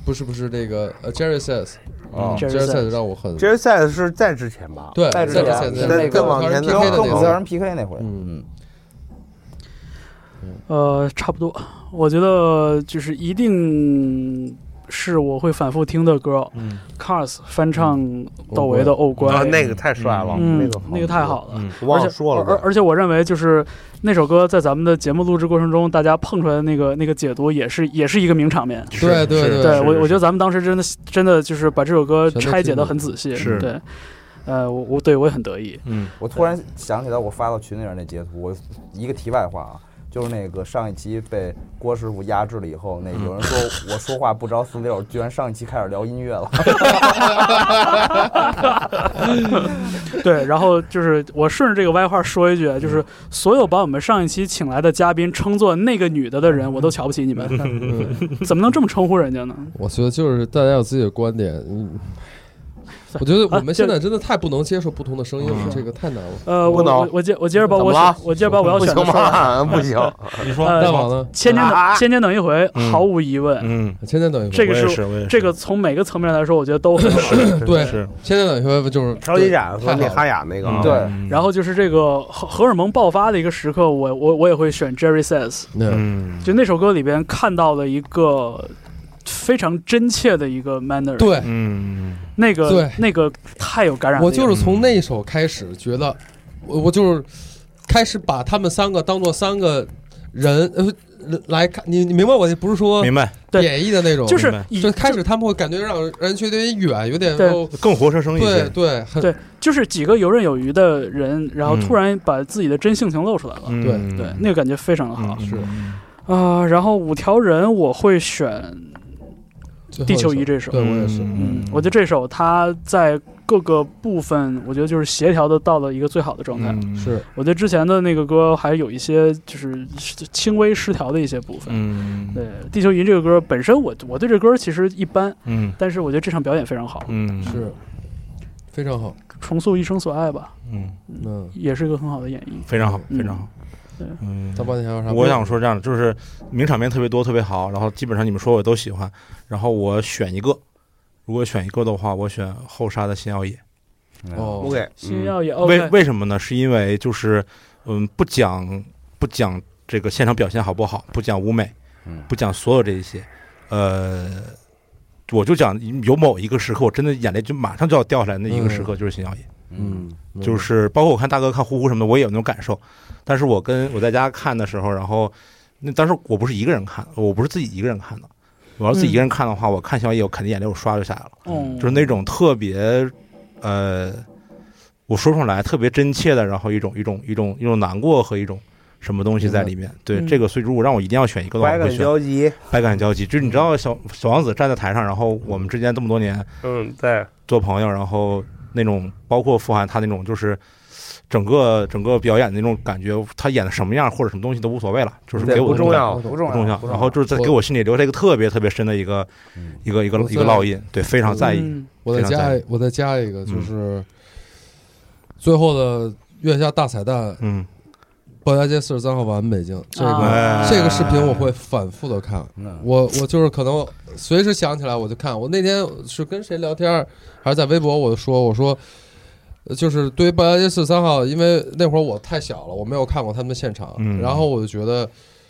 [SPEAKER 3] 不是不是那个呃 Jerry Says 嗯
[SPEAKER 1] 啊
[SPEAKER 2] 哦 Jerry
[SPEAKER 3] ，Jerry
[SPEAKER 2] Says
[SPEAKER 3] Says 让我很
[SPEAKER 1] 这赛是在之前吧？
[SPEAKER 3] 对，
[SPEAKER 5] 在之
[SPEAKER 3] 在
[SPEAKER 5] 前
[SPEAKER 3] 在
[SPEAKER 5] 是那
[SPEAKER 3] 在
[SPEAKER 5] 个
[SPEAKER 3] 跟
[SPEAKER 5] 往
[SPEAKER 3] 我
[SPEAKER 7] 前
[SPEAKER 3] PK
[SPEAKER 7] 挑
[SPEAKER 3] 的
[SPEAKER 5] 跟
[SPEAKER 3] 那
[SPEAKER 5] 古
[SPEAKER 3] 个
[SPEAKER 5] 泽人 PK 那回，
[SPEAKER 3] 嗯
[SPEAKER 5] 嗯，
[SPEAKER 2] 呃，差不多，我觉得就是一定是我会反复听的歌。
[SPEAKER 4] 嗯
[SPEAKER 2] Cars 翻唱窦唯的《欧
[SPEAKER 1] 啊，
[SPEAKER 2] 关》，
[SPEAKER 1] 那个太帅了，
[SPEAKER 2] 嗯，
[SPEAKER 1] 个
[SPEAKER 2] 那
[SPEAKER 1] 那
[SPEAKER 2] 个太，好了。
[SPEAKER 4] 嗯，
[SPEAKER 1] 忘
[SPEAKER 2] 而
[SPEAKER 1] 了
[SPEAKER 2] 且
[SPEAKER 1] 说
[SPEAKER 2] 而
[SPEAKER 1] 了。
[SPEAKER 2] 而且我认为就是那首歌在咱们的节目录制过程中，大家碰出来的那个那个解读，也是也是一个名场面。
[SPEAKER 3] 对对
[SPEAKER 4] 是
[SPEAKER 3] 对
[SPEAKER 2] 对
[SPEAKER 4] 是
[SPEAKER 2] 我，我
[SPEAKER 4] 是
[SPEAKER 2] 觉得咱们当时真的真的就是把这首歌拆解的很仔细，
[SPEAKER 4] 是
[SPEAKER 2] 对，呃，我我对我也很得意，
[SPEAKER 4] 嗯
[SPEAKER 5] 我突然想起来，我发到群里边那截图，我一个题外话啊，就是那个上一期被郭师傅压制了以后，那有人说
[SPEAKER 4] <laughs>
[SPEAKER 5] 我说话不着四六，居然上一期开始聊音乐了。
[SPEAKER 2] 对，然后就是我顺着这个歪话说一句，啊
[SPEAKER 1] 嗯
[SPEAKER 2] 就是所有把我们上一期请来的嘉宾称作那个女的的人，我都瞧不起你们，
[SPEAKER 1] 嗯
[SPEAKER 2] <laughs> 怎么能这么称呼人家呢？
[SPEAKER 3] 嗯我觉得就是大家有自己的观点，嗯，我觉得我们现在真的太不能接受不同的声音
[SPEAKER 2] 嗯
[SPEAKER 3] 了，这个太难了。
[SPEAKER 2] 呃，
[SPEAKER 1] 不
[SPEAKER 2] 我
[SPEAKER 1] 能
[SPEAKER 2] 我我接我接着把我
[SPEAKER 1] 怎么了
[SPEAKER 2] 选我接着把我要
[SPEAKER 1] 不
[SPEAKER 2] 选
[SPEAKER 1] 行
[SPEAKER 2] 的说完
[SPEAKER 1] 吗？ <laughs> 啊不行，
[SPEAKER 4] 你说
[SPEAKER 2] 呃
[SPEAKER 3] 大王呢？
[SPEAKER 2] 千年等千年等一回，
[SPEAKER 4] 嗯
[SPEAKER 2] 毫无疑问，
[SPEAKER 4] 嗯，
[SPEAKER 3] 千千等一回，
[SPEAKER 2] 这个
[SPEAKER 4] 我也
[SPEAKER 2] 是
[SPEAKER 4] 是我也是
[SPEAKER 2] 这个从每个层面来说，我觉得都很好。
[SPEAKER 3] 对
[SPEAKER 4] 是
[SPEAKER 3] 千千等一回
[SPEAKER 2] 嗯
[SPEAKER 3] 就是
[SPEAKER 1] 超级展和那
[SPEAKER 3] 太好
[SPEAKER 1] 哈
[SPEAKER 3] 了
[SPEAKER 1] 雅那个，啊
[SPEAKER 4] 嗯
[SPEAKER 5] 对
[SPEAKER 4] 嗯
[SPEAKER 2] 然后就是这个荷荷尔蒙爆发的一个时刻，我我我也会选 Jerry Says，
[SPEAKER 3] 嗯
[SPEAKER 4] 嗯
[SPEAKER 2] 就那首歌里边看到了一个非常真切的一个 manner，，
[SPEAKER 3] 对，
[SPEAKER 4] 嗯
[SPEAKER 2] 那个
[SPEAKER 3] 对
[SPEAKER 2] 那个太有感染力了，
[SPEAKER 3] 我就是从那一首开始觉得，我我就是开始把他们三个当做三个人呃来看，你你明白我？不是说
[SPEAKER 4] 明白，
[SPEAKER 2] 对
[SPEAKER 3] 演绎的那种，
[SPEAKER 2] 就
[SPEAKER 4] 明
[SPEAKER 2] 是
[SPEAKER 4] 白
[SPEAKER 2] 以
[SPEAKER 3] 就开始他们会感觉让人觉得有点远，有点
[SPEAKER 2] 对
[SPEAKER 3] 哦
[SPEAKER 4] 更活生生一
[SPEAKER 3] 对
[SPEAKER 4] 些，
[SPEAKER 3] 对，很
[SPEAKER 2] 对，就是几个游刃有余的人，然后
[SPEAKER 4] 嗯
[SPEAKER 2] 突然把自己的真性情露出来了，
[SPEAKER 4] 嗯
[SPEAKER 3] 对
[SPEAKER 2] 对，那个感觉非常的好啊、啊
[SPEAKER 3] 是
[SPEAKER 2] 然后五条人我会选
[SPEAKER 3] 最后
[SPEAKER 2] 地球仪这首
[SPEAKER 3] 对我也是，
[SPEAKER 2] 嗯，我觉得这首它在各个部分，我觉得就是协调的到了一个最好的状态。
[SPEAKER 4] 嗯
[SPEAKER 3] 是
[SPEAKER 2] 我觉得之前的那个歌还有一些就是轻微失调的一些部分。
[SPEAKER 4] 嗯
[SPEAKER 2] 对，《地球仪》这个歌本身我，我对这歌其实一般，
[SPEAKER 4] 嗯
[SPEAKER 2] 但是我觉得这场表演非常好。
[SPEAKER 4] 嗯
[SPEAKER 3] 是非常好，
[SPEAKER 2] 重塑一生所爱吧，
[SPEAKER 4] 嗯
[SPEAKER 3] 嗯，
[SPEAKER 2] 也是一个很好的演绎。
[SPEAKER 4] 非常好
[SPEAKER 2] 嗯
[SPEAKER 4] 非常好
[SPEAKER 2] 对，
[SPEAKER 4] 嗯
[SPEAKER 3] 大宝你还有啥？
[SPEAKER 4] 我想说这样的，就是名场面特别多，特别好，然后基本上你们说我都喜欢，然后我选一个，如果选一个的话，我选后沙的新耀野。
[SPEAKER 3] 哦
[SPEAKER 1] ，OK，嗯
[SPEAKER 2] 星耀也
[SPEAKER 4] 为
[SPEAKER 2] OK，
[SPEAKER 4] 为什么呢？是因为就是嗯，不讲不讲这个现场表现好不好，不讲舞美，
[SPEAKER 5] 嗯
[SPEAKER 4] 不讲所有这一些，呃，我就讲有某一个时刻，我真的眼泪就马上就要掉下来，那一个时刻就是新耀野。
[SPEAKER 5] 嗯，
[SPEAKER 3] 嗯
[SPEAKER 4] 就是包括我看大哥看呼呼什么的，我也有那种感受。但是我跟我在家看的时候，然后那当时我不是一个人看，我不是自己一个人看的。我要自己一个人看的话，我看小野，我肯定眼泪我刷就下来了，
[SPEAKER 2] 嗯，
[SPEAKER 4] 就是那种特别，呃，我说不上来，特别真切的，然后一种一种一种一种难过和一种什么东西在里面。对
[SPEAKER 2] 嗯
[SPEAKER 4] 这个，所以如果让我一定要选一个的话，
[SPEAKER 1] 百
[SPEAKER 4] 我
[SPEAKER 1] 感
[SPEAKER 4] 会选
[SPEAKER 1] 交集，
[SPEAKER 4] 百感交集。就是你知道小小王子站在台上，然后我们之间这么多年
[SPEAKER 1] 嗯，对，
[SPEAKER 4] 做朋友，然后那种包括富含他那种就是整个整个表演的那种感觉，他演的什么样或者什么东西都无所谓了，就是
[SPEAKER 1] 对
[SPEAKER 4] 给
[SPEAKER 1] 不
[SPEAKER 4] 我那种
[SPEAKER 1] 重
[SPEAKER 4] 感
[SPEAKER 1] 要，
[SPEAKER 3] 不
[SPEAKER 5] 不
[SPEAKER 4] 不
[SPEAKER 5] 重
[SPEAKER 4] 重要。然后就是在给我心里留下一个特别特别深的一个
[SPEAKER 5] 嗯
[SPEAKER 4] 一个一个
[SPEAKER 3] 我
[SPEAKER 4] 一个烙印，对，非常在意。
[SPEAKER 2] 嗯
[SPEAKER 3] 我再
[SPEAKER 4] 非常
[SPEAKER 3] 加
[SPEAKER 4] 在
[SPEAKER 3] 一我再加一个，就是最后的月下大彩蛋，
[SPEAKER 4] 嗯，
[SPEAKER 3] 鲍家街四十三号晚北京这
[SPEAKER 2] 啊
[SPEAKER 3] 个。
[SPEAKER 4] 哎
[SPEAKER 3] 这个视频我会反复的看，
[SPEAKER 5] 嗯
[SPEAKER 3] 我我就是可能随时想起来我就看。我那天是跟谁聊天，还是在微博，我就说我说，呃就是对于鲍家街四十三号，因为那会儿我太小了，我没有看过他们的现场，
[SPEAKER 4] 嗯
[SPEAKER 3] 然后我就觉得，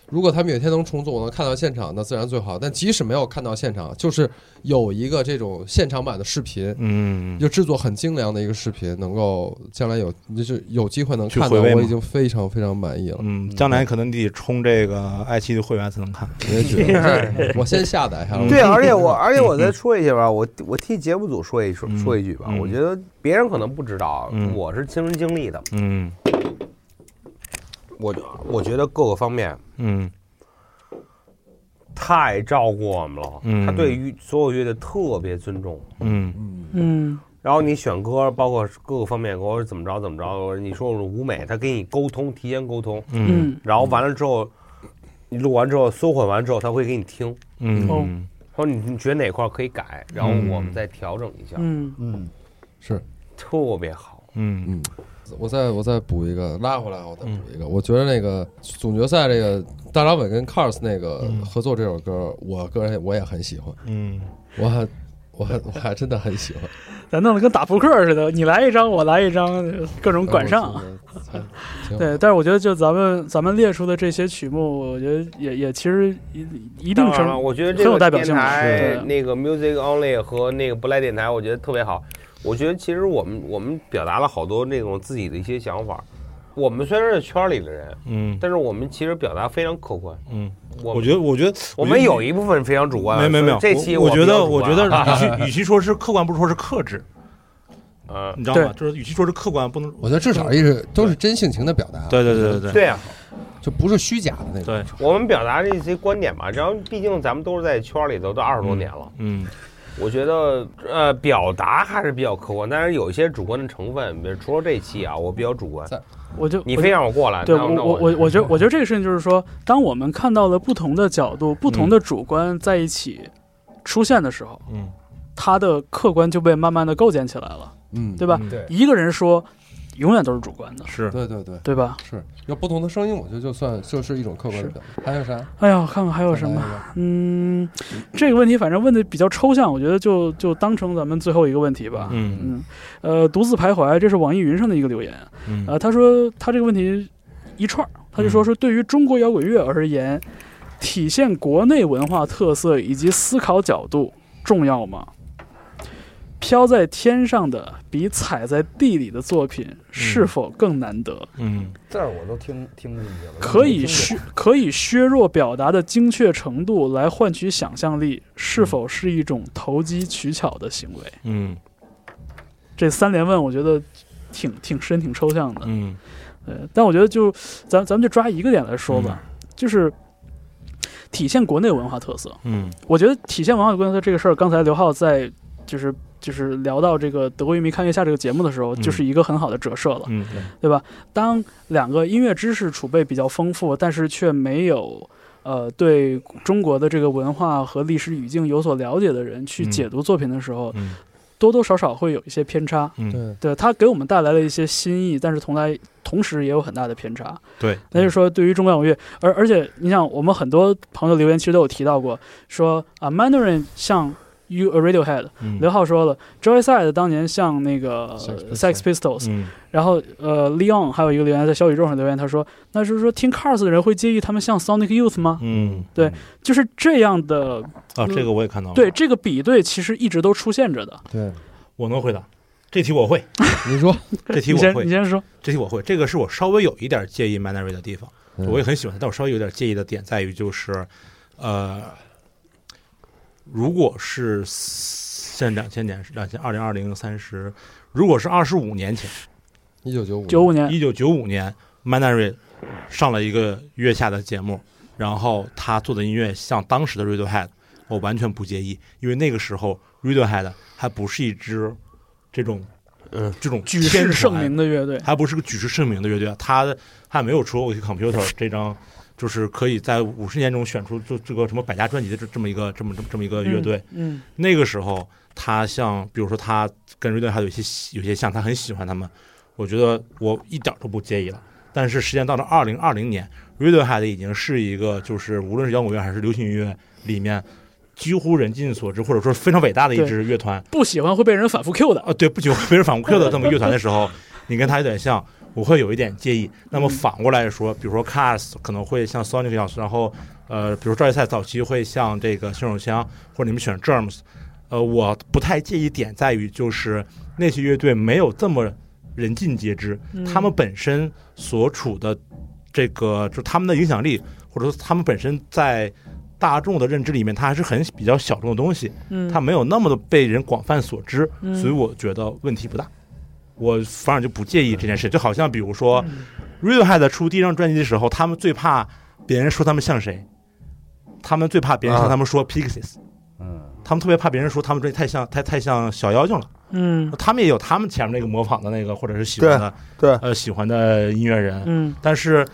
[SPEAKER 3] 如果他们有一天能重组，我能看到现场，那自然最好。但即使没有看到现场，就是有一个这种现场版的视频，
[SPEAKER 4] 嗯，
[SPEAKER 3] 就制作很精良的一个视频，能够将来有就是有机会能看
[SPEAKER 4] 去
[SPEAKER 3] 到，
[SPEAKER 4] 回味
[SPEAKER 3] 我
[SPEAKER 4] 吗
[SPEAKER 3] 已经非常非常满意了。
[SPEAKER 4] 嗯，将来可能得充这个爱奇艺的会员才能看。
[SPEAKER 6] <laughs>
[SPEAKER 3] 我也觉
[SPEAKER 4] <laughs>
[SPEAKER 3] 得，我先下载一下。
[SPEAKER 1] <laughs> 对，而且 <laughs> 我，而且我再说一下吧，我我替节目组说一说说一句吧，
[SPEAKER 4] 嗯
[SPEAKER 1] 我觉得别人可能不知道
[SPEAKER 4] 嗯，
[SPEAKER 1] 我是亲身经历的，
[SPEAKER 4] 嗯
[SPEAKER 1] 我我觉得各个方面
[SPEAKER 4] 嗯
[SPEAKER 1] 太照顾我们了，
[SPEAKER 4] 嗯
[SPEAKER 1] 他对于所有乐队特别尊重。
[SPEAKER 4] 嗯
[SPEAKER 2] 嗯
[SPEAKER 1] 然后你选歌，包括各个方面，给我怎么着怎么着，我说你说我舞美，他给你沟通，提前沟通，
[SPEAKER 4] 嗯
[SPEAKER 2] 嗯
[SPEAKER 1] 然后完了之后，你录完之后，搜混完之后，他会给你听，
[SPEAKER 4] 嗯
[SPEAKER 2] 哦
[SPEAKER 4] 嗯
[SPEAKER 1] 说你你觉得哪块儿可以改，然后我们再调整一下，
[SPEAKER 2] 嗯，
[SPEAKER 5] 嗯，
[SPEAKER 6] 是，
[SPEAKER 1] 特别好。
[SPEAKER 4] 嗯
[SPEAKER 6] 嗯，我再我再补一个，拉回来我再补一个。我觉得那个总决赛这个大张伟跟 Cars 那个合作这首歌，我个人我也很喜欢，
[SPEAKER 4] 嗯，
[SPEAKER 6] 我还我还我还真的很喜欢。
[SPEAKER 2] 咱弄得跟打扑克似的，你来一张，我来一张，各种管
[SPEAKER 3] 嗯
[SPEAKER 2] 上。
[SPEAKER 6] 我觉得还挺好，
[SPEAKER 2] 对，但是我觉得就咱们咱们列出的这些曲目，我觉得也也其实一一定
[SPEAKER 1] 当然
[SPEAKER 2] 程
[SPEAKER 1] 了，
[SPEAKER 2] 度，
[SPEAKER 1] 我觉得
[SPEAKER 2] 很
[SPEAKER 1] 这
[SPEAKER 2] 有
[SPEAKER 1] 个
[SPEAKER 2] 代表
[SPEAKER 1] 电
[SPEAKER 2] 性是
[SPEAKER 1] 台
[SPEAKER 2] 的
[SPEAKER 1] 那个 Music Only 和那个不赖电台，我觉得特别好。我觉得其实我们我们表达了好多那种自己的一些想法。我们虽然是圈里的人，
[SPEAKER 4] 嗯
[SPEAKER 1] 但是我们其实表达非常客观。
[SPEAKER 4] 嗯，
[SPEAKER 1] 我
[SPEAKER 4] 我觉得，我觉得
[SPEAKER 1] 我们有一部分非常主观
[SPEAKER 4] 没
[SPEAKER 1] 了，
[SPEAKER 4] 没没有，
[SPEAKER 1] 所以这期
[SPEAKER 4] 我我觉
[SPEAKER 1] 比较
[SPEAKER 4] 得
[SPEAKER 1] 主
[SPEAKER 4] 我
[SPEAKER 1] 观
[SPEAKER 4] 觉得，与其与其说是客观，不如说是克制，
[SPEAKER 1] 啊
[SPEAKER 4] 你知道
[SPEAKER 2] 对
[SPEAKER 4] 吗？就是与其说是客观，不能
[SPEAKER 6] 我觉得至少也是都是真性情的表达，
[SPEAKER 4] 对对对
[SPEAKER 1] 嗯，
[SPEAKER 4] 对
[SPEAKER 1] 对啊，
[SPEAKER 6] 就不是虚假的那种。
[SPEAKER 4] 对，
[SPEAKER 1] 我们表达这些观点嘛，然后毕竟咱们都是在圈里头都二十多年了，
[SPEAKER 4] 嗯
[SPEAKER 1] 我觉得呃表达还是比较客观，但是有一些主观的成分，比如除了这一期啊，我比较主观
[SPEAKER 6] 在，
[SPEAKER 2] 我就
[SPEAKER 1] 你
[SPEAKER 2] 我
[SPEAKER 1] 非让我过来，
[SPEAKER 2] 对
[SPEAKER 1] 那
[SPEAKER 2] 我
[SPEAKER 1] 那
[SPEAKER 2] 我
[SPEAKER 1] 我
[SPEAKER 2] 我我觉得我觉得这个事情就是说，当我们看到了不同的角度、不同的主观在一起出现的时候，
[SPEAKER 4] 嗯，
[SPEAKER 2] 它的客观就被慢慢的构建起来了，
[SPEAKER 6] 嗯，
[SPEAKER 2] 对吧？
[SPEAKER 4] 嗯
[SPEAKER 5] 对
[SPEAKER 2] 一个人说，永远都是主观的，
[SPEAKER 4] 是
[SPEAKER 6] 对对对，
[SPEAKER 2] 对吧？
[SPEAKER 6] 是有不同的声音，我觉得就算就是一种客观的表达。还有啥？
[SPEAKER 2] 哎呀，我看看还有
[SPEAKER 6] 再
[SPEAKER 2] 什
[SPEAKER 6] 来一
[SPEAKER 2] 么？
[SPEAKER 6] 个？
[SPEAKER 2] 嗯，这个问题反正问的比较抽象，我觉得就就当成咱们最后一个问题吧。
[SPEAKER 4] 嗯
[SPEAKER 2] 嗯，呃，独自徘徊，这是网易云上的一个留言。
[SPEAKER 4] 嗯
[SPEAKER 2] 呃，他说他这个问题一串儿，他就说
[SPEAKER 4] 嗯
[SPEAKER 2] 说对于中国摇滚乐而言，体现国内文化特色以及思考角度重要吗？飘在天上的比踩在地里的作品是否更难得？
[SPEAKER 4] 嗯
[SPEAKER 5] 这儿我都听听进去了，
[SPEAKER 2] 可以
[SPEAKER 5] 听
[SPEAKER 2] 削可以削弱表达的精确程度来换取想象力，是否是一种投机取巧的行为？
[SPEAKER 4] 嗯
[SPEAKER 2] 这三连问，我觉得挺挺深、挺抽象的。
[SPEAKER 4] 嗯
[SPEAKER 2] 对，但我觉得就咱咱们就抓一个点来说
[SPEAKER 4] 嗯
[SPEAKER 2] 吧，就是体现国内文化特色。
[SPEAKER 4] 嗯
[SPEAKER 2] 我觉得体现文化特色这个事儿，刚才刘浩在就是就是聊到这个《德国乐迷看月下》这个节目的时候，
[SPEAKER 4] 嗯
[SPEAKER 2] 就是一个很好的折射了。
[SPEAKER 4] 嗯
[SPEAKER 2] 对吧？当两个音乐知识储备比较丰富，但是却没有呃对中国的这个文化和历史语境有所了解的人去
[SPEAKER 4] 嗯
[SPEAKER 2] 解读作品的时候，
[SPEAKER 4] 嗯
[SPEAKER 2] 多多少少会有一些偏差。
[SPEAKER 4] 嗯，
[SPEAKER 6] 对，
[SPEAKER 2] 对它给我们带来了一些新意，但是同来同时也有很大的偏差。
[SPEAKER 4] 对，
[SPEAKER 2] 那就是说，对于中国摇滚乐，而而且你想，我们很多朋友留言其实都有提到过，说啊，Mandarin 像 You a Radiohead，
[SPEAKER 4] 嗯
[SPEAKER 2] 刘浩说了，Joy Side 当年像那个
[SPEAKER 6] Sex
[SPEAKER 2] Sex Pistols，
[SPEAKER 4] 嗯
[SPEAKER 2] 然后呃，Leon 还有一个留言在小宇宙上留言，他说：“那就是说听 Cars 的人会介意他们像 Sonic Youth 吗？
[SPEAKER 4] 嗯，
[SPEAKER 2] 对就是这样的，
[SPEAKER 4] 啊，这个我也看到了，
[SPEAKER 2] 对这个比对其实一直都出现着的。
[SPEAKER 6] 对，
[SPEAKER 4] 我能回答。这题我会，
[SPEAKER 6] 你说，
[SPEAKER 4] 这题
[SPEAKER 2] 你
[SPEAKER 4] 我
[SPEAKER 2] 先你
[SPEAKER 4] 会，嗯
[SPEAKER 2] 先说，
[SPEAKER 4] 这题我会。这个是我稍微有一点介意 Manary 的地方，
[SPEAKER 2] 嗯
[SPEAKER 4] 我也很喜欢他，但我稍微有点介意的点在于就是，呃，如果是现两千年、两千二零二零三十，如果是二十五年前，
[SPEAKER 6] 一九九五，
[SPEAKER 2] 九五年，
[SPEAKER 4] 一九九五年 Manary 上了一个月下的节目，然后他做的音乐像当时的 Radiohead，我完全不介意，因为那个时候 Radiohead 还不是一支这种。呃，这种
[SPEAKER 2] 举
[SPEAKER 4] 天
[SPEAKER 2] 世盛
[SPEAKER 4] 团
[SPEAKER 2] 名的乐队，
[SPEAKER 4] 还不是个举世盛名的乐队，啊他还没有出《我去 Computer》这张，就是可以在五十年中选出就这个什么百家专辑的这这么一个这么这么这么一个乐队。
[SPEAKER 2] 嗯，
[SPEAKER 4] 那个时候，他像比如说他跟乐队还有一些有些像，他很喜欢他们，我觉得我一点都不介意了。但是时间到了二零二零年，Radiohead 已经是一个就是无论是摇滚乐还是流行音乐里面几乎人尽所知，或者说非常伟大的一支乐团。
[SPEAKER 2] 不喜欢会被人反复 Q 的，
[SPEAKER 4] 啊，对，不久被人反客的这么乐团的时候，你跟他有点像，我会有一点介意。那
[SPEAKER 2] 嗯
[SPEAKER 4] 么反过来说，比如说 Cars 可能会像 Sonic 一样，然后呃，比如赵一赛早期会像这个新手枪，或者你们选 Germs，呃，我不太介意点在于就是那些乐队没有这么人尽皆知，
[SPEAKER 2] 嗯
[SPEAKER 4] 他们本身所处的这个，就他们的影响力，或者说他们本身在大众的认知里面，它还是很比较小众的东西。
[SPEAKER 2] 嗯，
[SPEAKER 4] 它没有那么的被人广泛所知，
[SPEAKER 2] 嗯
[SPEAKER 4] 所以我觉得问题不大。我反而就不介意这件事，就好像比如说
[SPEAKER 2] 嗯
[SPEAKER 4] Radiohead 出第一张专辑的时候，他们最怕别人说他们像谁，他们最怕别
[SPEAKER 1] 啊
[SPEAKER 4] 人像他们说 Pixies，、
[SPEAKER 5] 嗯
[SPEAKER 4] 他们特别怕别人说他们专辑太像太太像小妖精了。
[SPEAKER 2] 嗯
[SPEAKER 4] 他们也有他们前面那个模仿的那个或者是喜欢的
[SPEAKER 1] 对
[SPEAKER 4] 呃喜欢的音乐人，
[SPEAKER 2] 嗯
[SPEAKER 4] 但是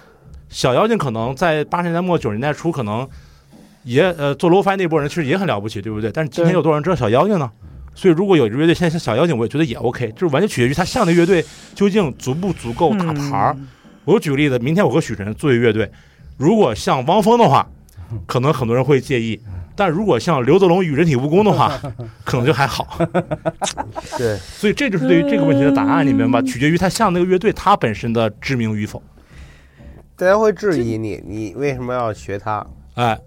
[SPEAKER 4] 小妖精可能在八十年代末九十年代初，可能也呃做 lofi 那波人其实也很了不起，对不对？但是今
[SPEAKER 2] 对
[SPEAKER 4] 天有多少人知道小妖精呢？所以如果有一个乐队现在像小妖精，我也觉得也 OK，就是完全取决于他像的乐队究竟足不足够打牌儿。
[SPEAKER 2] 嗯
[SPEAKER 4] 我举个例子，明天我和许晨做一乐队，如果像汪峰的话，可能很多人会介意；但如果像刘德龙与人体蜈蚣
[SPEAKER 2] <laughs>
[SPEAKER 4] 的话，可能就还好。
[SPEAKER 1] 对，
[SPEAKER 4] 所以这就是对于这个问题的答案，你明
[SPEAKER 2] 嗯
[SPEAKER 4] 白吧？取决于他像那个乐队他本身的知名与否。
[SPEAKER 1] 大家会质疑你，你为什么要学他？
[SPEAKER 4] 哎，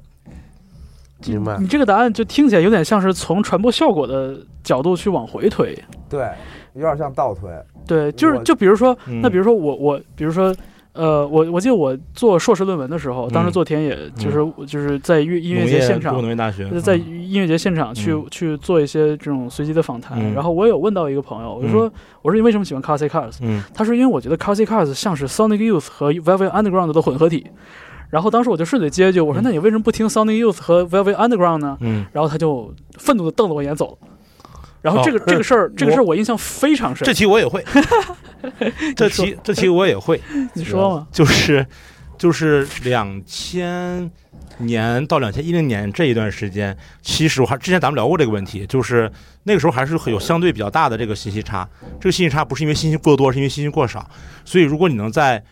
[SPEAKER 1] 明白
[SPEAKER 2] 嗯你这个答案就听起来有点像是从传播效果的角度去往回推。
[SPEAKER 5] 对，有点像倒推。
[SPEAKER 2] 对，就是
[SPEAKER 5] 我
[SPEAKER 2] 就比如说，
[SPEAKER 4] 嗯
[SPEAKER 2] 那比如说我我比如说。呃，我我记得我做硕士论文的时候，当时做田野，就是、就是在音音乐
[SPEAKER 4] 嗯农
[SPEAKER 2] 节
[SPEAKER 4] 业
[SPEAKER 2] 现场，
[SPEAKER 4] 中国农业大学
[SPEAKER 2] 就是在音乐节现场去、
[SPEAKER 4] 嗯
[SPEAKER 2] 去做一些这种随机的访谈。
[SPEAKER 4] 嗯
[SPEAKER 2] 然后我有问到一个朋友，我就说、我说你为什么喜欢 Classic Cars？
[SPEAKER 4] 嗯
[SPEAKER 2] 他说因为我觉得 Classic Cars 像是 Sonic Youth 和 Velvet Underground 的混合体。然后当时我就顺嘴接一句，我说
[SPEAKER 4] 嗯
[SPEAKER 2] 那你为什么不听 Sonic Youth 和 Velvet Underground 呢？
[SPEAKER 4] 嗯，
[SPEAKER 2] 然后他就愤怒的瞪了我一眼走了。然后这个、
[SPEAKER 4] 哦
[SPEAKER 2] 这个事儿，这个
[SPEAKER 4] 我
[SPEAKER 2] 事儿我印象非常深
[SPEAKER 4] 这。题我也 <laughs> 会，这题这题我也会，
[SPEAKER 2] 你说嘛？
[SPEAKER 4] 就是就是两千年到两千一零年这一段时间，其实我还之前咱们聊过这个问题，就是那个时候还是会有相对比较大的这个信息差。这个信息差不是因为信息过多，是因为信息过少。所以如果你能在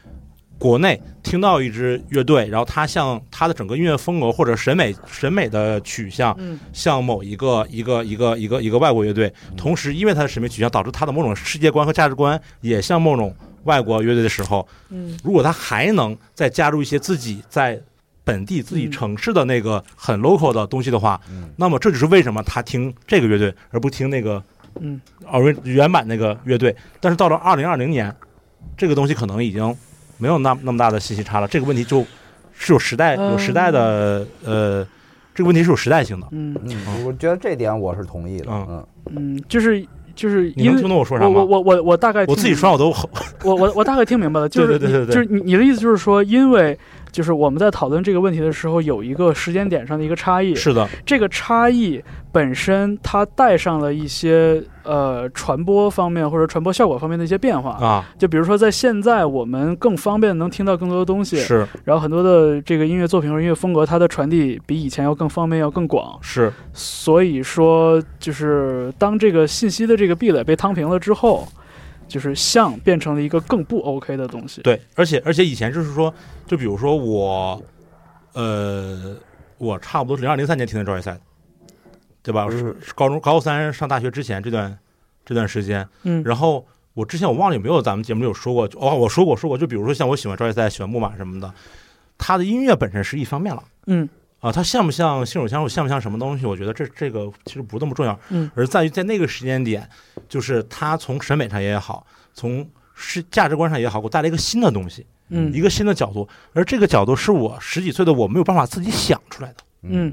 [SPEAKER 4] 国内听到一支乐队，然后它像它的整个音乐风格或者审美审美的取向
[SPEAKER 2] 嗯，
[SPEAKER 4] 像某一个一个一个一个一个外国乐队，同时因为它的审美取向导致它的某种世界观和价值观也像某种外国乐队的时候，
[SPEAKER 2] 嗯，
[SPEAKER 4] 如果他还能再加入一些自己在本地自己
[SPEAKER 2] 嗯
[SPEAKER 4] 城市的那个很 local 的东西的话，
[SPEAKER 8] 嗯
[SPEAKER 4] 那么这就是为什么他听这个乐队而不听那个
[SPEAKER 2] 嗯
[SPEAKER 4] 原原版那个乐队。但是到了二零二零年，这个东西可能已经没有那那么大的信息差了。这个问题就是有时代
[SPEAKER 2] 嗯
[SPEAKER 4] 有时代的、呃，这个问题是有时代性的。
[SPEAKER 2] 嗯
[SPEAKER 8] 嗯，我觉得这点我是同意的。
[SPEAKER 4] 哦嗯
[SPEAKER 8] 嗯，
[SPEAKER 2] 嗯，就是就是
[SPEAKER 4] 你
[SPEAKER 2] 因
[SPEAKER 4] 能
[SPEAKER 2] 为
[SPEAKER 4] 听懂我说
[SPEAKER 2] 我
[SPEAKER 4] 啥
[SPEAKER 2] 我
[SPEAKER 4] 吗？
[SPEAKER 2] 我我我大概
[SPEAKER 4] 我
[SPEAKER 2] 听
[SPEAKER 4] 自己
[SPEAKER 2] 明
[SPEAKER 4] 说我都
[SPEAKER 2] 我我我大概听明白了，就是
[SPEAKER 4] <laughs> 对对对对
[SPEAKER 2] 你
[SPEAKER 4] 对
[SPEAKER 2] 就是你你的意思就是说，因为就是我们在讨论这个问题的时候，有一个时间点上的一个差异，
[SPEAKER 4] 是的，
[SPEAKER 2] 这个差异本身它带上了一些呃传播方面或者传播效果方面的一些变化。
[SPEAKER 4] 啊，
[SPEAKER 2] 就比如说在现在，我们更方便能听到更多的东西，
[SPEAKER 4] 是
[SPEAKER 2] 然后很多的这个音乐作品或者音乐风格，它的传递比以前要更方便，要更广。
[SPEAKER 4] 是
[SPEAKER 2] 所以说，就是当这个信息的这个壁垒被摊平了之后，就是像变成了一个更不 OK 的东西。
[SPEAKER 4] 对，而且而且以前就是说，就比如说我，呃，我差不多是零二零三年听的赵一赛，对
[SPEAKER 2] 嗯
[SPEAKER 4] 吧？是是高中高三上大学之前这段这段时间，
[SPEAKER 2] 嗯
[SPEAKER 4] 然后我之前我忘了有没有咱们节目里有说过，就哦，我说过说过，就比如说像我喜欢赵一赛，喜欢木马什么的，他的音乐本身是一方面了。
[SPEAKER 2] 嗯
[SPEAKER 4] 啊，它像不像信手枪，像不像什么东西？我觉得这这个其实不那么重要，
[SPEAKER 2] 嗯，
[SPEAKER 4] 而在于在那个时间点，就是它从审美上也好，从是价值观上也好，给我带来一个新的东西，一
[SPEAKER 2] 嗯
[SPEAKER 4] 个新的角度，而这个角度是我十几岁的我没有办法自己想出来的，
[SPEAKER 2] 嗯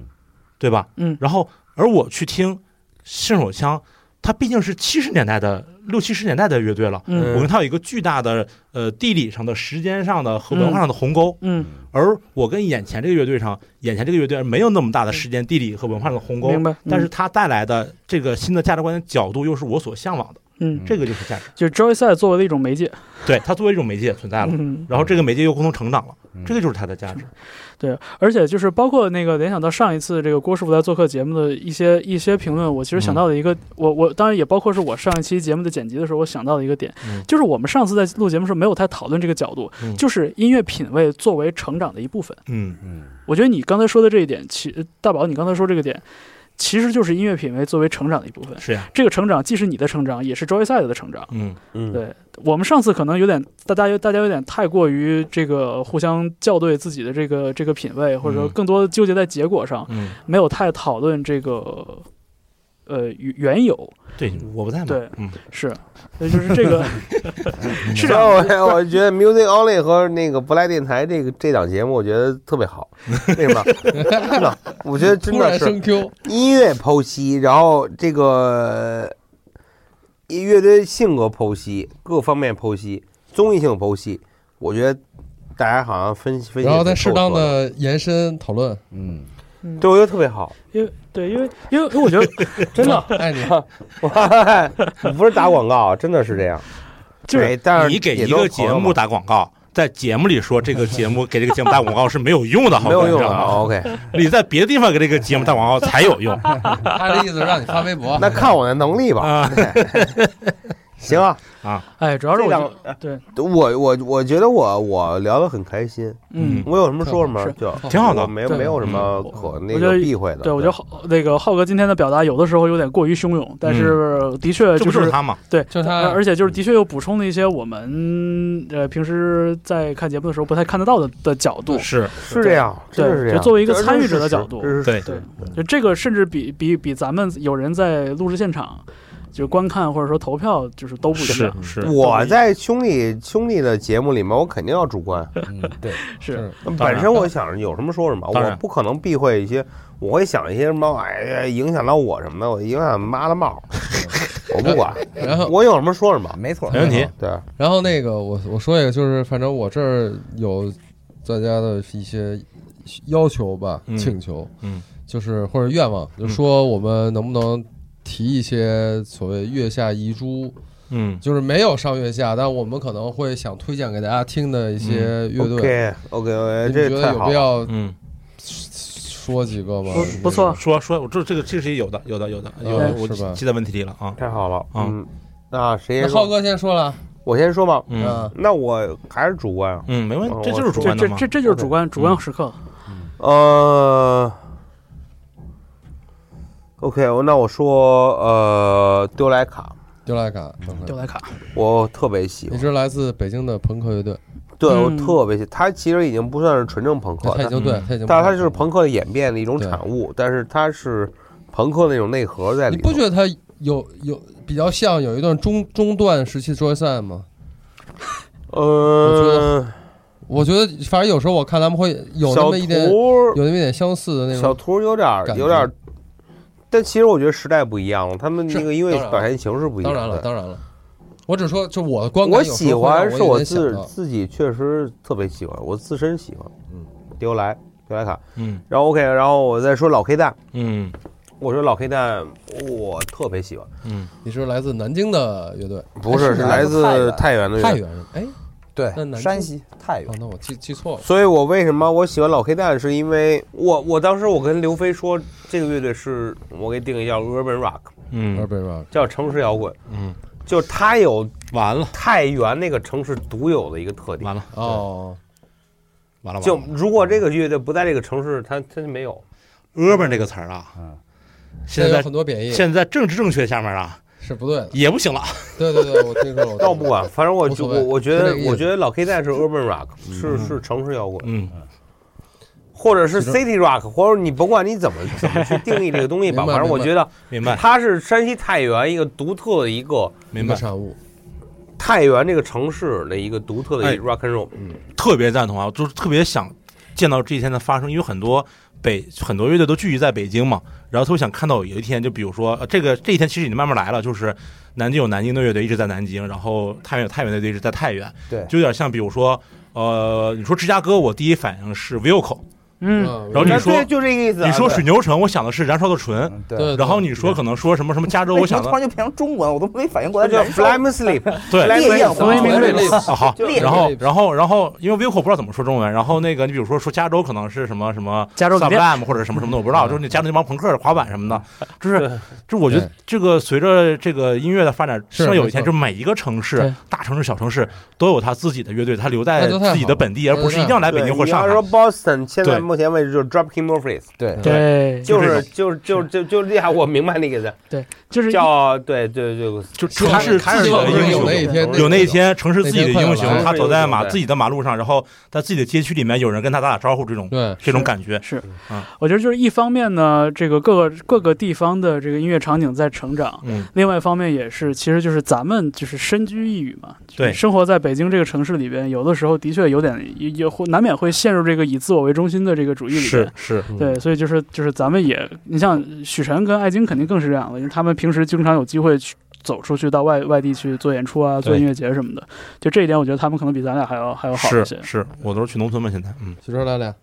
[SPEAKER 4] 对吧？
[SPEAKER 2] 嗯
[SPEAKER 4] 然后而我去听信手枪，它毕竟是七十年代的六七十年代的乐队了，
[SPEAKER 2] 嗯
[SPEAKER 4] 我跟它有一个巨大的呃地理上的、时间上的和文化上的鸿沟，
[SPEAKER 2] 嗯，
[SPEAKER 4] 而我跟眼前这个乐队上，眼前这个乐队没有那么大的时间、地理和文化上的鸿沟
[SPEAKER 2] 嗯明，白。
[SPEAKER 4] 但是
[SPEAKER 2] 嗯
[SPEAKER 4] 它带来的这个新的价值观的角度，又是我所向往的，
[SPEAKER 2] 嗯，
[SPEAKER 4] 这个就是价值。
[SPEAKER 2] 就是 Joy 赛作为了一种媒介，
[SPEAKER 4] 对，它作为一种媒介存在了，
[SPEAKER 2] 嗯，
[SPEAKER 4] 然后这个媒介又共同成长了，
[SPEAKER 8] 嗯
[SPEAKER 4] 这个就是它的价值。
[SPEAKER 2] 对，而且就是包括那个联想到上一次这个郭师傅来做客节目的一些一些评论，我其
[SPEAKER 4] 嗯
[SPEAKER 2] 实想到的一个，我我当然也包括是我上一期节目的剪辑的时候，我想到的一个点，
[SPEAKER 4] 嗯
[SPEAKER 2] 就是我们上次在录节目时候没有太讨论这个角度，
[SPEAKER 4] 嗯
[SPEAKER 2] 就是音乐品味作为成长的一部分。
[SPEAKER 4] 嗯
[SPEAKER 2] 我觉得你刚才说的这一点，其呃大宝，你刚才说这个点，其实就是音乐品味作为成长的一部分。
[SPEAKER 4] 是呀，
[SPEAKER 2] 这个成长既是你的成长，也是 Joy Side 的成长。
[SPEAKER 4] 嗯，
[SPEAKER 1] 嗯，
[SPEAKER 2] 对我们上次可能有点，大家大家有点太过于这个互相校对自己的这个这个品味，或者说
[SPEAKER 4] 嗯
[SPEAKER 2] 更多地纠结在结果上，
[SPEAKER 4] 嗯，
[SPEAKER 2] 没有太讨论这个呃缘缘由。
[SPEAKER 4] 对，我不在嘛，
[SPEAKER 2] 对，
[SPEAKER 4] 嗯，
[SPEAKER 2] 是，所以就是这 <laughs> 个
[SPEAKER 1] 所以
[SPEAKER 2] 是这样的。
[SPEAKER 1] 我 <laughs> 我觉得 Music Only 和那个不赖电台这个这档节目，我觉得特别好。为什么？ <laughs> 真的，我觉得真
[SPEAKER 6] 突
[SPEAKER 1] 的
[SPEAKER 6] 然
[SPEAKER 1] 是
[SPEAKER 6] 升 Q，
[SPEAKER 1] 音乐剖析，然后这个呃乐队性格剖析，各方面剖析，综艺性剖析，我觉得大家好像分析分析，
[SPEAKER 6] 然后再适当，的延伸讨论。
[SPEAKER 8] 嗯，
[SPEAKER 1] 对我觉得特别好， <laughs>
[SPEAKER 2] 因为对，因为因为因为我觉得 <laughs>
[SPEAKER 1] 真的，
[SPEAKER 6] 爱你，
[SPEAKER 1] 我不是打广告，真的是这样。
[SPEAKER 2] 就是
[SPEAKER 1] 哎但是
[SPEAKER 4] 你给
[SPEAKER 1] 也
[SPEAKER 4] 一
[SPEAKER 1] 都
[SPEAKER 4] 个
[SPEAKER 1] 是朋
[SPEAKER 4] 节
[SPEAKER 1] 友嘛
[SPEAKER 4] 目打广告，在节目里说这个节目给这个节目打广告是没有用的，好
[SPEAKER 1] 没有用
[SPEAKER 4] 的
[SPEAKER 1] 的。OK，哦
[SPEAKER 4] 你在别的地方给这个节目打广告才有用。
[SPEAKER 9] 他的意思让你发微博，
[SPEAKER 1] 那 <laughs> 看我的能力
[SPEAKER 4] <laughs> 啊
[SPEAKER 1] 吧。行啊，
[SPEAKER 2] 哎，主要是我
[SPEAKER 1] 这
[SPEAKER 2] 觉
[SPEAKER 1] 两
[SPEAKER 2] 得对，
[SPEAKER 1] 我我我觉得我我聊得很开心，
[SPEAKER 2] 嗯，
[SPEAKER 1] 我有什么说什么
[SPEAKER 2] 是，
[SPEAKER 1] 就
[SPEAKER 4] 挺好的嗯
[SPEAKER 1] 我没
[SPEAKER 2] 对
[SPEAKER 1] 没有什么可那
[SPEAKER 2] 我觉
[SPEAKER 1] 个
[SPEAKER 2] 得
[SPEAKER 1] 避讳的。
[SPEAKER 2] 对，我觉得浩那个浩哥今天的表达有的时候有点过于汹涌，但是的确
[SPEAKER 4] 这
[SPEAKER 2] 就
[SPEAKER 4] 不就是
[SPEAKER 2] 嗯是
[SPEAKER 4] 他吗？
[SPEAKER 2] 对，
[SPEAKER 3] 就是
[SPEAKER 2] 而
[SPEAKER 3] 他
[SPEAKER 2] 而且就是的确又补充了一些我们呃平时在看节目的时候不太看得到的的角度，
[SPEAKER 4] 是，
[SPEAKER 1] 是这样，真是这
[SPEAKER 2] 对，
[SPEAKER 1] 样。
[SPEAKER 2] 就作为一个
[SPEAKER 1] 这是
[SPEAKER 2] 参与者
[SPEAKER 1] 事实
[SPEAKER 2] 的角度
[SPEAKER 1] 这，是
[SPEAKER 4] 对
[SPEAKER 2] 对，就这个甚至比比比咱们有人在录制现场就观看或者说投票就是都不一
[SPEAKER 4] 是
[SPEAKER 2] 样，
[SPEAKER 4] 是，
[SPEAKER 1] 我在兄弟兄弟的节目里面，我肯定要主观。
[SPEAKER 10] 嗯，
[SPEAKER 4] <laughs>
[SPEAKER 10] 对，
[SPEAKER 2] 是
[SPEAKER 1] 本身我想着有什么说什么，
[SPEAKER 4] 当然
[SPEAKER 1] 我不可能避讳一些，我会想一些什么，哎呀，影响到我什么的，我影响妈的帽， <laughs> 我不管，
[SPEAKER 3] <laughs> 然后嗯
[SPEAKER 1] 我有什么说什么。
[SPEAKER 5] 没错，
[SPEAKER 4] 没问题。
[SPEAKER 1] 对，
[SPEAKER 3] 然后那个我我说一个，就是反正我这儿有大家的一些要求吧，
[SPEAKER 4] 嗯
[SPEAKER 3] 请求，
[SPEAKER 4] 嗯，
[SPEAKER 3] 就是或者愿望，就说我们能不能提一些所谓月下遗珠，
[SPEAKER 4] 嗯，
[SPEAKER 3] 就是没有上月下，但我们可能会想推荐给大家听的一些乐队，
[SPEAKER 1] 嗯 OK OK，
[SPEAKER 3] 你们
[SPEAKER 1] 这
[SPEAKER 3] 觉
[SPEAKER 1] 个
[SPEAKER 3] 得
[SPEAKER 1] 太
[SPEAKER 3] 有
[SPEAKER 1] 好
[SPEAKER 3] 必
[SPEAKER 1] 了。
[SPEAKER 3] 要
[SPEAKER 4] 嗯，
[SPEAKER 3] 说几个吗？
[SPEAKER 2] 不不错，
[SPEAKER 4] 说说，我这这个这是有的，有的，有的，有的，
[SPEAKER 3] 嗯
[SPEAKER 4] 我
[SPEAKER 3] 是吧
[SPEAKER 4] 记在问题里了啊。
[SPEAKER 1] 太好了，
[SPEAKER 4] 啊
[SPEAKER 1] 嗯，那谁
[SPEAKER 3] 那
[SPEAKER 1] 先
[SPEAKER 3] 浩
[SPEAKER 1] 说？
[SPEAKER 3] 哥先说了，啊
[SPEAKER 1] 我先说吧。
[SPEAKER 4] 嗯
[SPEAKER 1] 那我还是主观啊。
[SPEAKER 4] 嗯，没问题
[SPEAKER 1] 我，
[SPEAKER 4] 这就是主
[SPEAKER 2] 这
[SPEAKER 4] 观
[SPEAKER 2] 这
[SPEAKER 4] 的嘛。
[SPEAKER 2] 这这就是主观主观时刻，
[SPEAKER 1] 呃，OK，那我说呃，丢莱卡，
[SPEAKER 3] 丢莱卡，OK
[SPEAKER 2] 丢莱卡，
[SPEAKER 1] 我特别喜
[SPEAKER 3] 一
[SPEAKER 1] 欢，
[SPEAKER 3] 支来自北京的朋克乐队，
[SPEAKER 1] 对我
[SPEAKER 2] 嗯
[SPEAKER 1] 特别喜，他其实已经不算是纯正朋克，
[SPEAKER 3] 他已经对，他已经，
[SPEAKER 1] 哦嗯但是它就是朋克的演变的一种
[SPEAKER 3] 对
[SPEAKER 1] 产物，但是它是朋克那种内核在里
[SPEAKER 3] 你
[SPEAKER 1] 头。
[SPEAKER 3] 不觉得他有有比较像有一段中中段时期 Joy 赛吗？
[SPEAKER 1] 呃，
[SPEAKER 3] 我觉得反正有时候我看他们会有那
[SPEAKER 1] 小
[SPEAKER 3] 么一点，
[SPEAKER 1] 图
[SPEAKER 3] 有那么一点相似的那
[SPEAKER 1] 小
[SPEAKER 3] 种。
[SPEAKER 1] 图有点儿
[SPEAKER 3] 感觉
[SPEAKER 1] 有点儿，但其实我觉得时代不一样了，他们
[SPEAKER 3] 是
[SPEAKER 1] 那个因为
[SPEAKER 3] 当然了
[SPEAKER 1] 表现形式不一样。
[SPEAKER 3] 当然了，
[SPEAKER 1] 对
[SPEAKER 3] 当然了，我只说就我的观感
[SPEAKER 1] 我
[SPEAKER 3] 有时
[SPEAKER 1] 喜
[SPEAKER 3] 候会让
[SPEAKER 1] 欢
[SPEAKER 3] 有
[SPEAKER 1] 是我
[SPEAKER 3] 点想
[SPEAKER 1] 自
[SPEAKER 3] 到
[SPEAKER 1] 自己确实特别喜欢，我自身喜欢。嗯，丢莱丢莱卡，
[SPEAKER 4] 嗯
[SPEAKER 1] 然后 OK，然后我再说老 K 蛋，
[SPEAKER 4] 嗯
[SPEAKER 1] 我说老 K 蛋我特别喜欢，
[SPEAKER 4] 嗯，
[SPEAKER 3] 你是来自南京的乐队，哎
[SPEAKER 1] 不是
[SPEAKER 5] 是
[SPEAKER 1] 是
[SPEAKER 5] 来
[SPEAKER 1] 来
[SPEAKER 5] 自
[SPEAKER 1] 自太原的乐队
[SPEAKER 3] 太原人。哎，那南
[SPEAKER 5] 对，
[SPEAKER 3] 京
[SPEAKER 5] 山西太
[SPEAKER 3] 哦
[SPEAKER 5] 原，，
[SPEAKER 3] 那我记记错了。
[SPEAKER 1] 所以我为什么我喜欢老黑蛋，是因为我我当时我跟刘飞说，这个乐队是我给定义叫 urban rock，
[SPEAKER 4] 嗯
[SPEAKER 3] Urban Rock，
[SPEAKER 1] 叫城市摇滚，
[SPEAKER 4] 嗯，
[SPEAKER 1] 就是它有
[SPEAKER 4] 完了，
[SPEAKER 1] 太原那个城市独有的一个特点
[SPEAKER 4] 完。了，
[SPEAKER 3] 哦，
[SPEAKER 4] 完了，
[SPEAKER 1] 就如果这个乐队不在这个城市，它它就没有。
[SPEAKER 4] urban 这个词儿啊，
[SPEAKER 5] 嗯
[SPEAKER 4] 现
[SPEAKER 3] 有
[SPEAKER 4] 在
[SPEAKER 3] 很多贬义，
[SPEAKER 4] 现在政治正确下面啊
[SPEAKER 3] 是不对的。
[SPEAKER 4] 也不行了。
[SPEAKER 3] 对对对，我听说了。我听说了
[SPEAKER 1] 倒不管，反正我
[SPEAKER 3] 无所谓
[SPEAKER 1] 我我觉
[SPEAKER 3] 就
[SPEAKER 1] 得
[SPEAKER 3] 这个意思
[SPEAKER 1] 我觉得老黑蛋是 urban rock，是是城市摇滚，
[SPEAKER 4] 嗯，
[SPEAKER 1] 或者是 city rock，或者你甭管你怎么怎么去定义这个东西吧，
[SPEAKER 3] 明白
[SPEAKER 1] 反正我
[SPEAKER 3] 明白
[SPEAKER 1] 觉得
[SPEAKER 4] 明白
[SPEAKER 1] 它是山西太原一个独特的一个。
[SPEAKER 4] 明
[SPEAKER 3] 一个
[SPEAKER 4] 白，
[SPEAKER 3] 产物，
[SPEAKER 1] 太原这个城市的一个独特的
[SPEAKER 4] 哎
[SPEAKER 1] 一 rock and roll，、
[SPEAKER 4] 特别赞同啊，就是特别想见到这一天的发生，因为很多北很多乐队都聚集在北京嘛，然后特别想看到有一天，就比如说、呃这个这一天其实已经慢慢来了，就是南京有南京的乐队一直在南京，然后太原有太原的乐队一直在太原，
[SPEAKER 5] 对
[SPEAKER 4] 就有点像比如说呃，你说芝加哥，我第一反应是 Wilco，
[SPEAKER 2] 嗯，
[SPEAKER 3] 嗯，
[SPEAKER 4] 然后你
[SPEAKER 1] 那
[SPEAKER 4] 说
[SPEAKER 1] 对，就这个意思啊、
[SPEAKER 4] 你说
[SPEAKER 1] 对
[SPEAKER 4] 水牛城，我想的是燃烧的唇，
[SPEAKER 5] 嗯
[SPEAKER 3] 对
[SPEAKER 5] 对。
[SPEAKER 4] 然后你说可能说什么什么加州，我
[SPEAKER 5] 为什
[SPEAKER 4] 想
[SPEAKER 5] 么突
[SPEAKER 4] 的
[SPEAKER 5] 然就变成中文？我都没反应过
[SPEAKER 1] 那
[SPEAKER 5] 来。
[SPEAKER 1] 叫
[SPEAKER 5] 燃烧
[SPEAKER 1] Flying Sleep，
[SPEAKER 4] <laughs> 对
[SPEAKER 1] Flying
[SPEAKER 5] 烈焰火
[SPEAKER 1] Sleep，
[SPEAKER 5] 焰
[SPEAKER 3] 我也没
[SPEAKER 4] 啊好，
[SPEAKER 5] 烈焰
[SPEAKER 4] 然后然后然后，因为 Vico 不知道怎么说中文，然后那个你比如说说加州可能是什么什么
[SPEAKER 2] 加州酒
[SPEAKER 4] s u b
[SPEAKER 2] 店
[SPEAKER 4] l a m 或者什么什么的，我不知道，就是那加州那帮朋克滑板什么的，就是就是我觉得
[SPEAKER 3] 对
[SPEAKER 4] 这个随着这个音乐的发展，
[SPEAKER 3] 是
[SPEAKER 4] 是有一
[SPEAKER 3] 没
[SPEAKER 4] 天
[SPEAKER 3] 错
[SPEAKER 4] 就是每一个城市
[SPEAKER 2] 对，
[SPEAKER 4] 大城市、小城市都有他自己的乐队，他留在
[SPEAKER 3] 那就太好
[SPEAKER 4] 自己的本地，而不是一定要来北京或
[SPEAKER 1] 对你要
[SPEAKER 4] 上海。
[SPEAKER 1] 说 Boston，现在
[SPEAKER 4] 对
[SPEAKER 1] 目前为止就是 Dropkick Murphys，
[SPEAKER 5] 对，
[SPEAKER 2] 对，
[SPEAKER 1] 就
[SPEAKER 4] 就这
[SPEAKER 1] 是就是就是就就这样，我明白那个字，
[SPEAKER 2] 就是
[SPEAKER 1] 叫对对对，
[SPEAKER 4] 就
[SPEAKER 3] 就
[SPEAKER 4] 城
[SPEAKER 3] 是
[SPEAKER 4] 市自己的
[SPEAKER 1] 自己
[SPEAKER 4] 英
[SPEAKER 1] 有
[SPEAKER 4] 雄
[SPEAKER 1] 那，
[SPEAKER 3] 一天
[SPEAKER 4] 有那一天，城市自己的英
[SPEAKER 3] 那天快
[SPEAKER 4] 雄，
[SPEAKER 3] 来
[SPEAKER 4] 他走在马
[SPEAKER 1] 对
[SPEAKER 4] 自己的马路上，然后在自己的街区里面有人跟他打打招呼，这种
[SPEAKER 3] 对，
[SPEAKER 4] 这种感觉，
[SPEAKER 2] 我觉得就是一方面呢，这个各个各个地方的这个音乐场景在成长，
[SPEAKER 4] 嗯，
[SPEAKER 2] 另外一方面也是，其实就是咱们就是身居一隅嘛，就是
[SPEAKER 4] 对
[SPEAKER 2] 生活在北京这个城市里边，有的时候的确有点也也会难免会陷入这个以自我为中心的这个主义里边
[SPEAKER 4] 是。是，
[SPEAKER 2] 对，所以就是就是咱们也，你像许晨跟艾晶肯定更是这样的，因为他们平时经常有机会去走出去到外外地去做演出啊，做
[SPEAKER 4] 对
[SPEAKER 2] 音乐节什么的。就这一点，我觉得他们可能比咱俩还要还要好一些
[SPEAKER 4] 是。是，我都是去农村嘛，现在，嗯
[SPEAKER 3] 徐州来俩，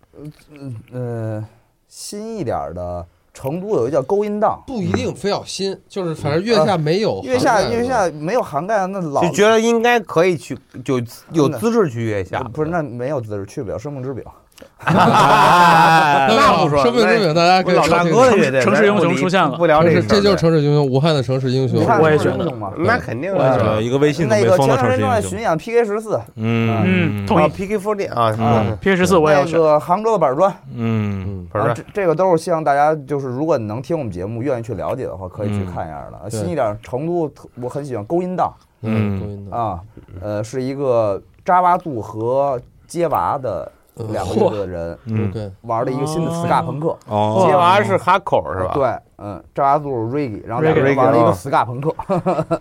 [SPEAKER 5] 呃，新一点儿的成都有一个叫勾音荡，
[SPEAKER 3] 不一定非要新，就是反正月下没有
[SPEAKER 5] 月
[SPEAKER 3] 涵
[SPEAKER 5] 下
[SPEAKER 3] 盖的
[SPEAKER 5] 月下没有涵盖那老
[SPEAKER 1] 就觉得应该可以去，就有资质去月下。
[SPEAKER 5] 不是那没有资质去不了生命之表，
[SPEAKER 1] <laughs> 那
[SPEAKER 3] 那
[SPEAKER 1] 不说，
[SPEAKER 3] 生命之
[SPEAKER 1] 那
[SPEAKER 3] 饼，大家可以
[SPEAKER 1] 老大
[SPEAKER 3] 收听
[SPEAKER 1] 哥的乐队，
[SPEAKER 2] 城市英雄出现了
[SPEAKER 1] 不聊
[SPEAKER 3] 城
[SPEAKER 1] 这
[SPEAKER 3] 市
[SPEAKER 1] 个事儿
[SPEAKER 3] 这就是城市英雄，武汉的城市英雄
[SPEAKER 5] 你。看
[SPEAKER 2] 我也
[SPEAKER 5] 是不是
[SPEAKER 2] 觉得
[SPEAKER 5] 英雄嘛
[SPEAKER 1] 那肯定
[SPEAKER 5] 我也觉
[SPEAKER 1] 的
[SPEAKER 5] 得。
[SPEAKER 4] 对，一个微信都
[SPEAKER 5] 那
[SPEAKER 4] 没
[SPEAKER 5] 个
[SPEAKER 4] 封
[SPEAKER 5] 前
[SPEAKER 4] 的城
[SPEAKER 5] 两天
[SPEAKER 4] 市
[SPEAKER 5] 正在
[SPEAKER 4] 英雄
[SPEAKER 5] 巡。演 PK 十四，
[SPEAKER 4] 嗯
[SPEAKER 2] 嗯同
[SPEAKER 1] 啊
[SPEAKER 2] 意
[SPEAKER 1] ，PK f o r t 啊，
[SPEAKER 4] 嗯
[SPEAKER 2] ，P 十四我也要
[SPEAKER 5] 那
[SPEAKER 2] 选。
[SPEAKER 5] 个杭州的板砖，
[SPEAKER 4] 嗯，
[SPEAKER 3] 嗯，
[SPEAKER 1] 不
[SPEAKER 5] 啊
[SPEAKER 1] 是
[SPEAKER 5] 这这个都是希望大家就是，如果你能听我们节目，愿意去了解的话，可以去
[SPEAKER 4] 嗯
[SPEAKER 5] 看一下的。
[SPEAKER 3] 对
[SPEAKER 5] 新一点，成都特我很喜欢勾音荡
[SPEAKER 4] 嗯
[SPEAKER 3] 嗯，公益的
[SPEAKER 5] 啊，呃，是一个扎哇族和街娃的两个乐队的人
[SPEAKER 4] 嗯，
[SPEAKER 3] 对，
[SPEAKER 5] 玩的一个新的 ska 朋克。
[SPEAKER 4] 哦，
[SPEAKER 1] 接娃是哈口是吧？，
[SPEAKER 5] 对，嗯，扎哇族 reggae，然后两
[SPEAKER 2] Reggae，
[SPEAKER 5] 个人玩了一个
[SPEAKER 1] 啊
[SPEAKER 5] ska 朋克，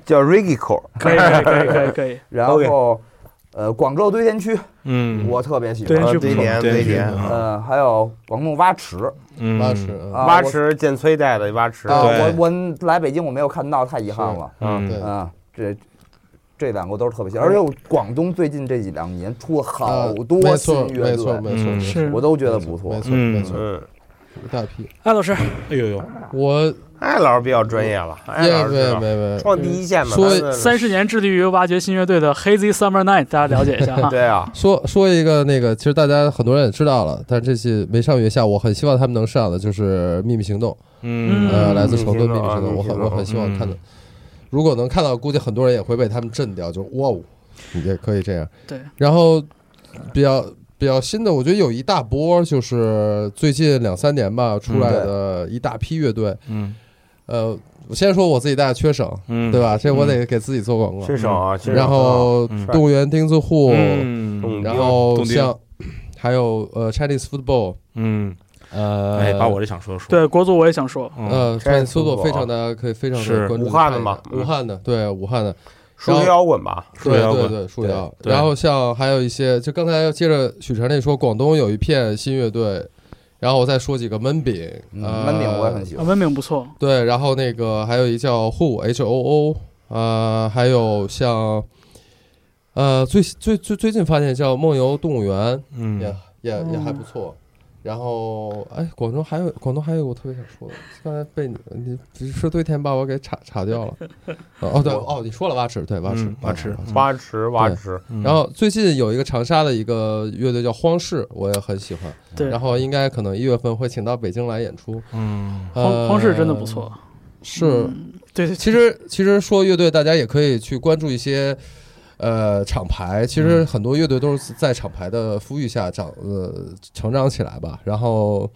[SPEAKER 1] 叫 Ricky 口。
[SPEAKER 2] <laughs> 可以可以可以可以可
[SPEAKER 3] <laughs>
[SPEAKER 2] 以，
[SPEAKER 5] 然后呃，广州堆填区
[SPEAKER 4] 嗯，
[SPEAKER 5] 我特别喜
[SPEAKER 2] 堆填
[SPEAKER 5] 欢，
[SPEAKER 2] 区
[SPEAKER 1] 这一年，这一年，
[SPEAKER 5] 呃，还有广东蛙池
[SPEAKER 4] 嗯，
[SPEAKER 3] 八十，
[SPEAKER 5] 啊，
[SPEAKER 1] 蛙
[SPEAKER 5] 我
[SPEAKER 1] 池建崔带的蛙池，
[SPEAKER 5] 啊，我
[SPEAKER 4] 对
[SPEAKER 5] 我来北京我没有看到，太遗憾
[SPEAKER 3] 是
[SPEAKER 5] 了。
[SPEAKER 4] 嗯，
[SPEAKER 3] 对
[SPEAKER 5] 啊，这这两个都是特别新，而且我广东最近这几两年出了好多
[SPEAKER 3] 没
[SPEAKER 5] 新
[SPEAKER 3] 错，
[SPEAKER 5] 乐
[SPEAKER 3] 嗯没错，
[SPEAKER 5] 队，
[SPEAKER 3] 没错，
[SPEAKER 4] 嗯
[SPEAKER 2] 是
[SPEAKER 5] 我都觉得不错
[SPEAKER 3] 没。错，
[SPEAKER 4] 嗯
[SPEAKER 3] 没错，
[SPEAKER 1] 嗯，
[SPEAKER 3] 一大批。
[SPEAKER 2] 艾老师，
[SPEAKER 4] 哎呦呦，
[SPEAKER 3] 我
[SPEAKER 1] 艾老师比较专业了，艾
[SPEAKER 3] 也
[SPEAKER 1] 哎老师知
[SPEAKER 3] 没
[SPEAKER 1] 道
[SPEAKER 3] 没没，
[SPEAKER 1] 创第一线嘛，
[SPEAKER 3] 说
[SPEAKER 1] 咱们
[SPEAKER 2] 三十年致力于挖掘新乐队的 Hazy Summer Night，大家了解一下
[SPEAKER 3] <laughs>
[SPEAKER 2] 哈。
[SPEAKER 1] 对啊，
[SPEAKER 3] 说说一个那个，其实大家很多人也知道了，但是这期没上月下，我很希望他们能上的就是《秘密行动》，
[SPEAKER 4] 嗯，
[SPEAKER 3] 呃，
[SPEAKER 2] 嗯
[SPEAKER 3] 来自成都《
[SPEAKER 1] 秘密
[SPEAKER 3] 秘
[SPEAKER 1] 行动
[SPEAKER 3] 密行动》，我
[SPEAKER 4] 啊
[SPEAKER 3] 很我很希望看到
[SPEAKER 4] 嗯，
[SPEAKER 3] 如果能看到，估计很多人也会被他们震掉，就哇哦，也可以这样。
[SPEAKER 2] 对，
[SPEAKER 3] 然后比较比较新的，我觉得有一大波，就是最近两三年吧出来的一大批乐队。
[SPEAKER 4] 嗯
[SPEAKER 3] 呃，我先说我自己大缺省，
[SPEAKER 4] 嗯，
[SPEAKER 3] 对吧？这我得给自己做广告。
[SPEAKER 1] 缺省啊，缺省
[SPEAKER 3] 然后
[SPEAKER 4] 嗯
[SPEAKER 3] 动物园钉子户，
[SPEAKER 4] 嗯，
[SPEAKER 3] 然后
[SPEAKER 4] 动钉
[SPEAKER 3] 像 <coughs> 还有呃 Chinese football，
[SPEAKER 4] 嗯，
[SPEAKER 3] 呃，
[SPEAKER 4] 哎，把我这想说说，
[SPEAKER 2] 对，国足我也想说，
[SPEAKER 4] 嗯，
[SPEAKER 3] 呃 Chinese
[SPEAKER 1] Chinese football
[SPEAKER 3] football 非常的可以非常
[SPEAKER 4] 是
[SPEAKER 3] 的关注
[SPEAKER 1] 武汉的吗
[SPEAKER 3] 武汉的对武汉的，
[SPEAKER 1] 数学摇滚吧，
[SPEAKER 4] 数
[SPEAKER 3] 对
[SPEAKER 4] 学摇
[SPEAKER 3] 对
[SPEAKER 4] 滚，
[SPEAKER 3] 对树摇。
[SPEAKER 4] 对
[SPEAKER 3] 然后像还有一些，就刚才要接着许晨那说，广东有一片新乐队，然后我再说几个闷饼，
[SPEAKER 5] 嗯
[SPEAKER 3] 呃
[SPEAKER 5] 闷顶我也很喜
[SPEAKER 2] 啊，
[SPEAKER 5] 欢，
[SPEAKER 2] 文明不错，
[SPEAKER 3] 对，然后那个还有一叫 Who H O O，呃，还有像呃最最最最近发现叫梦游动物园，
[SPEAKER 4] 嗯，
[SPEAKER 3] 也也也还不错。然后哎，广州还有广东还有我特别想说的，刚才被你你你说堆填把我给岔岔掉了。哦对哦，你说了蛙池对蛙池
[SPEAKER 4] 嗯蛙池嗯
[SPEAKER 1] 蛙池，蛙池，
[SPEAKER 3] 然后最近有一个长沙的一个乐队叫荒市，我也很喜欢。
[SPEAKER 2] 对
[SPEAKER 3] 然后应该可能一月份会请到北京来演出。
[SPEAKER 4] 嗯
[SPEAKER 2] 荒
[SPEAKER 3] 呃
[SPEAKER 2] 荒市真的不错。
[SPEAKER 3] 是，
[SPEAKER 2] 嗯对对，
[SPEAKER 3] 其实其实说乐队，大家也可以去关注一些。呃，厂牌其
[SPEAKER 4] 嗯
[SPEAKER 3] 实很多乐队都是在厂牌的呼吁下长呃成长起来吧。然后，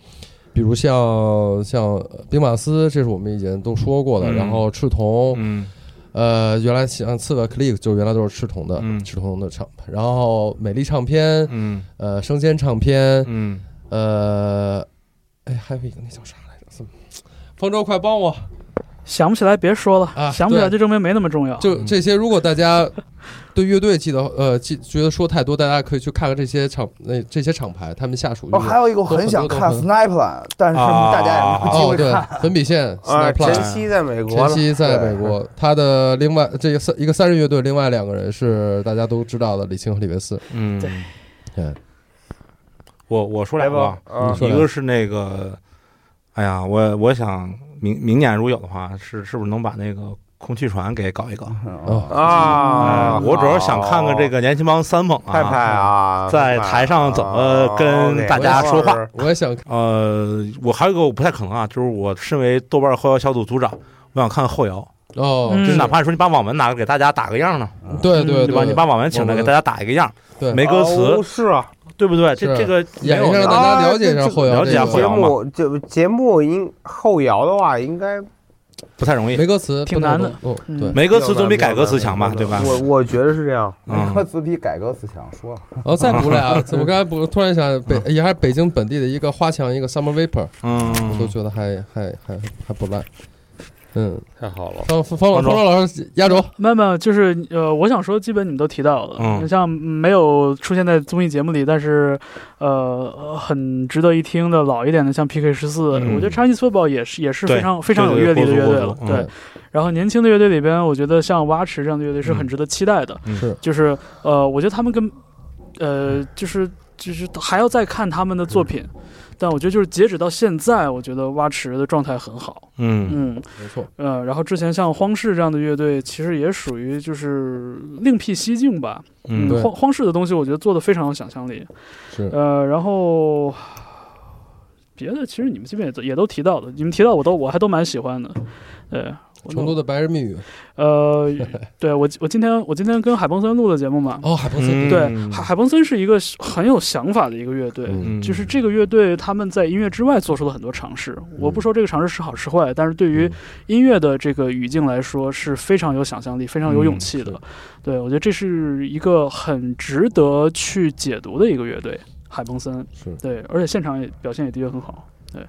[SPEAKER 3] 比如像像兵马司，这是我们以前都说过的。
[SPEAKER 4] 嗯
[SPEAKER 3] 然后赤瞳，
[SPEAKER 4] 嗯
[SPEAKER 3] 呃，原来像刺猬 Click 就原来都是赤瞳的、
[SPEAKER 4] 嗯
[SPEAKER 3] 赤瞳的厂牌。然后美丽唱片，
[SPEAKER 4] 嗯
[SPEAKER 3] 呃，生煎唱片，
[SPEAKER 4] 嗯
[SPEAKER 3] 呃，哎，还有一个那叫啥来着？怎么？方舟，快帮我！
[SPEAKER 2] 想不起来别说了，
[SPEAKER 3] 啊
[SPEAKER 2] 想不起来
[SPEAKER 3] 对
[SPEAKER 2] 就证明没那么重要。
[SPEAKER 3] 就这些，如果大家对乐队记得呃记觉得说太多，大家可以去看看这些厂那、这些厂牌，他们下属乐
[SPEAKER 5] 哦，
[SPEAKER 3] 队
[SPEAKER 5] 还有一个我很想看
[SPEAKER 3] 都很
[SPEAKER 5] Snaplan，但是大家也没有机
[SPEAKER 3] 哦
[SPEAKER 5] 会
[SPEAKER 3] 对
[SPEAKER 5] 看。，哎
[SPEAKER 3] 粉笔线
[SPEAKER 1] 啊，晨
[SPEAKER 3] Snapline
[SPEAKER 1] 曦在美国
[SPEAKER 3] 晨
[SPEAKER 1] 呢，
[SPEAKER 3] 曦在美国，他的另外这个三一个三人乐队，另外两个人是大家都知道的李青和李维斯。
[SPEAKER 4] 嗯
[SPEAKER 2] 对，
[SPEAKER 3] 嗯，
[SPEAKER 4] 我我说
[SPEAKER 1] 来
[SPEAKER 4] 俩吧
[SPEAKER 1] 吧，，啊，
[SPEAKER 3] 说
[SPEAKER 4] 一
[SPEAKER 3] 来
[SPEAKER 4] 个是那个，哎呀，我我想明明年如果有的话，是是不是能把那个空气船给搞一搞？
[SPEAKER 5] 嗯
[SPEAKER 3] 哦
[SPEAKER 1] 啊
[SPEAKER 4] 哎，我主要是想看看这个年轻帮三猛啊，
[SPEAKER 1] 派派哦啊，
[SPEAKER 4] 在台上怎么
[SPEAKER 8] 哦
[SPEAKER 4] 跟大家说话。
[SPEAKER 3] 我也想看，
[SPEAKER 4] 呃，我还有一个我不太可能啊，就是我身为豆瓣后摇小组组长，我想看后摇，
[SPEAKER 3] 哦，
[SPEAKER 2] 嗯
[SPEAKER 4] 就是哪怕说你把网文拿来给大家打个样呢，
[SPEAKER 3] 对对
[SPEAKER 4] 对吧？
[SPEAKER 3] 对，
[SPEAKER 4] 你把网文请来
[SPEAKER 3] 网文
[SPEAKER 4] 给大家打一个样，
[SPEAKER 3] 对
[SPEAKER 4] 没歌词，
[SPEAKER 1] 哦是啊，
[SPEAKER 4] 对不对？这
[SPEAKER 3] 是
[SPEAKER 4] 这个
[SPEAKER 3] 演
[SPEAKER 4] 没
[SPEAKER 3] 一
[SPEAKER 4] 有
[SPEAKER 3] 下，让
[SPEAKER 4] 的
[SPEAKER 3] 大家了解一下后摇
[SPEAKER 4] 了解一下
[SPEAKER 3] 这个
[SPEAKER 4] 后
[SPEAKER 1] 节
[SPEAKER 4] 摇嘛
[SPEAKER 1] 目就节目应后摇的话，应该
[SPEAKER 4] 不太容易，
[SPEAKER 3] 没歌词，
[SPEAKER 2] 挺难的嗯
[SPEAKER 3] 不能动。哦，对。
[SPEAKER 4] 没歌词总比改歌词强吧，对吧？
[SPEAKER 1] 我我觉得是这样，
[SPEAKER 4] 嗯
[SPEAKER 5] 歌词比改革词强，说了
[SPEAKER 3] 然后哦再补俩，我刚才补，突然想北也还是北京本地的一个花墙，一个 Summer Vapor，我都
[SPEAKER 4] 嗯，
[SPEAKER 3] 觉得还还还还不赖。嗯，
[SPEAKER 1] 太好了，
[SPEAKER 3] 方方方
[SPEAKER 4] 方舟
[SPEAKER 3] 方舟老师压轴，
[SPEAKER 2] 没有没有，就是呃，我想说，基本你们都提到了，
[SPEAKER 4] 嗯
[SPEAKER 2] 像没有出现在综艺节目里，但是呃，很值得一听的老一点的，像 PK 十四、
[SPEAKER 4] 嗯
[SPEAKER 2] 我觉得 Chinese Football 也是也是
[SPEAKER 4] 对
[SPEAKER 2] 非常非常有阅历的乐队了，
[SPEAKER 4] 国足国足嗯
[SPEAKER 2] 然后年轻的乐队里边，我觉得像蛙池这样的乐队是很值得期待的，
[SPEAKER 4] 嗯
[SPEAKER 3] 是
[SPEAKER 2] 就是呃，我觉得他们跟呃，就是就是还要再看他们的作
[SPEAKER 4] 嗯
[SPEAKER 2] 品。但我觉得就是截止到现在，我觉得蛙池的状态很好。
[SPEAKER 4] 嗯
[SPEAKER 2] 嗯
[SPEAKER 6] 没错，
[SPEAKER 2] 呃，然后之前像荒室这样的乐队，其实也属于就是另辟蹊径吧。
[SPEAKER 4] 嗯
[SPEAKER 6] 对
[SPEAKER 2] 荒荒室的东西，我觉得做的非常有想象力。
[SPEAKER 6] 是
[SPEAKER 2] 呃，然后别的其实你们基本也都也都提到了，你们提到我都我还都蛮喜欢的。对，我
[SPEAKER 6] 成都的白日密语
[SPEAKER 2] 呃，对我我今天我今天跟海鹏森录的节目嘛，
[SPEAKER 6] 哦，海波斯
[SPEAKER 4] 嗯
[SPEAKER 2] 对海海鹏森是一个很有想法的一个乐队，
[SPEAKER 6] 嗯
[SPEAKER 4] 嗯
[SPEAKER 2] 就是这个乐队他们在音乐之外做出了很多尝试。我
[SPEAKER 6] 嗯
[SPEAKER 2] 不说这个尝试是好是坏，但是对于音乐的这个语境来说是非常有想象力、非常
[SPEAKER 6] 嗯
[SPEAKER 2] 有勇气的。对我觉得这是一个很值得去解读的一个乐队，海鹏森
[SPEAKER 6] 是
[SPEAKER 2] 对，而且现场也表现也的确很好。对，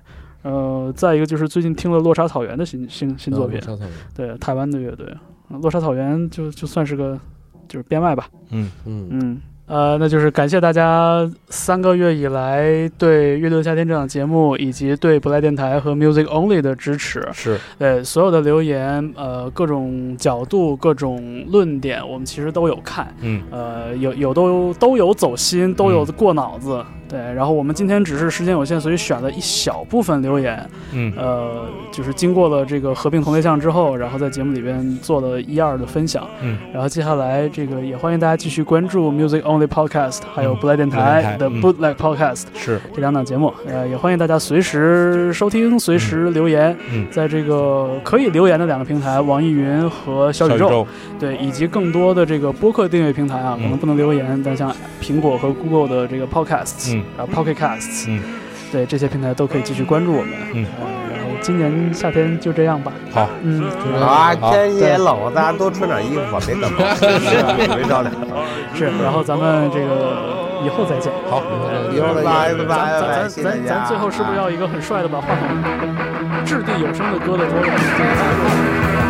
[SPEAKER 2] 呃，再一个就是最近听了《落沙草原》的新新新作品，
[SPEAKER 6] 上头
[SPEAKER 2] 对台湾的乐队，嗯落沙草原就就算是个就是编外吧，
[SPEAKER 6] 嗯，
[SPEAKER 2] 嗯。呃，那就是感谢大家三个月以来对《乐队的夏天》这档节目，以及对不赖电台和 Music Only 的支持。
[SPEAKER 4] 是
[SPEAKER 2] 对所有的留言，呃，各种角度、各种论点，我们其实都有看。
[SPEAKER 4] 嗯
[SPEAKER 2] 呃，有有都都有走心，都有过脑子。对，然后我们今天只是时间有限，所以选了一小部分留言。
[SPEAKER 4] 嗯
[SPEAKER 2] 呃，就是经过了这个合并同类项之后，然后在节目里边做了一二的分享。
[SPEAKER 4] 嗯，
[SPEAKER 2] 然后接下来这个也欢迎大家继续关注 Music Only Podcast，还有
[SPEAKER 4] 嗯
[SPEAKER 2] 不赖电台的
[SPEAKER 4] 嗯
[SPEAKER 2] Bootleg Podcast、
[SPEAKER 4] 是
[SPEAKER 2] 这两档节目。呃，也欢迎大家随时收听，随时留言。
[SPEAKER 4] 嗯
[SPEAKER 2] 在这个可以留言的两个平台，网易云和小宇宙。对，以及更多的这个播客订阅平台啊，
[SPEAKER 4] 嗯
[SPEAKER 2] 我们不能留言，但像苹果和 Google 的这个 Podcasts，、
[SPEAKER 4] 嗯
[SPEAKER 2] 然后 Pocket Casts，、
[SPEAKER 4] 嗯
[SPEAKER 2] 对这些平台都可以继续关注我们。
[SPEAKER 4] 嗯
[SPEAKER 2] 呃然后今年夏天就这样吧。
[SPEAKER 4] 好，
[SPEAKER 2] 嗯，
[SPEAKER 8] 啊，
[SPEAKER 4] 好
[SPEAKER 8] 天也冷，大家多穿点衣服吧，别感冒，
[SPEAKER 4] <laughs>
[SPEAKER 8] 没着凉。
[SPEAKER 2] <laughs> 是，然后咱们这个以后再见。
[SPEAKER 4] 好，
[SPEAKER 8] 一会儿拜拜
[SPEAKER 2] 咱
[SPEAKER 8] 拜
[SPEAKER 2] 咱
[SPEAKER 8] 拜，
[SPEAKER 2] 咱
[SPEAKER 8] 谢谢大
[SPEAKER 2] 咱
[SPEAKER 8] 家
[SPEAKER 2] 咱最后是不是要一个很帅的把话筒掷地有声的搁在桌上？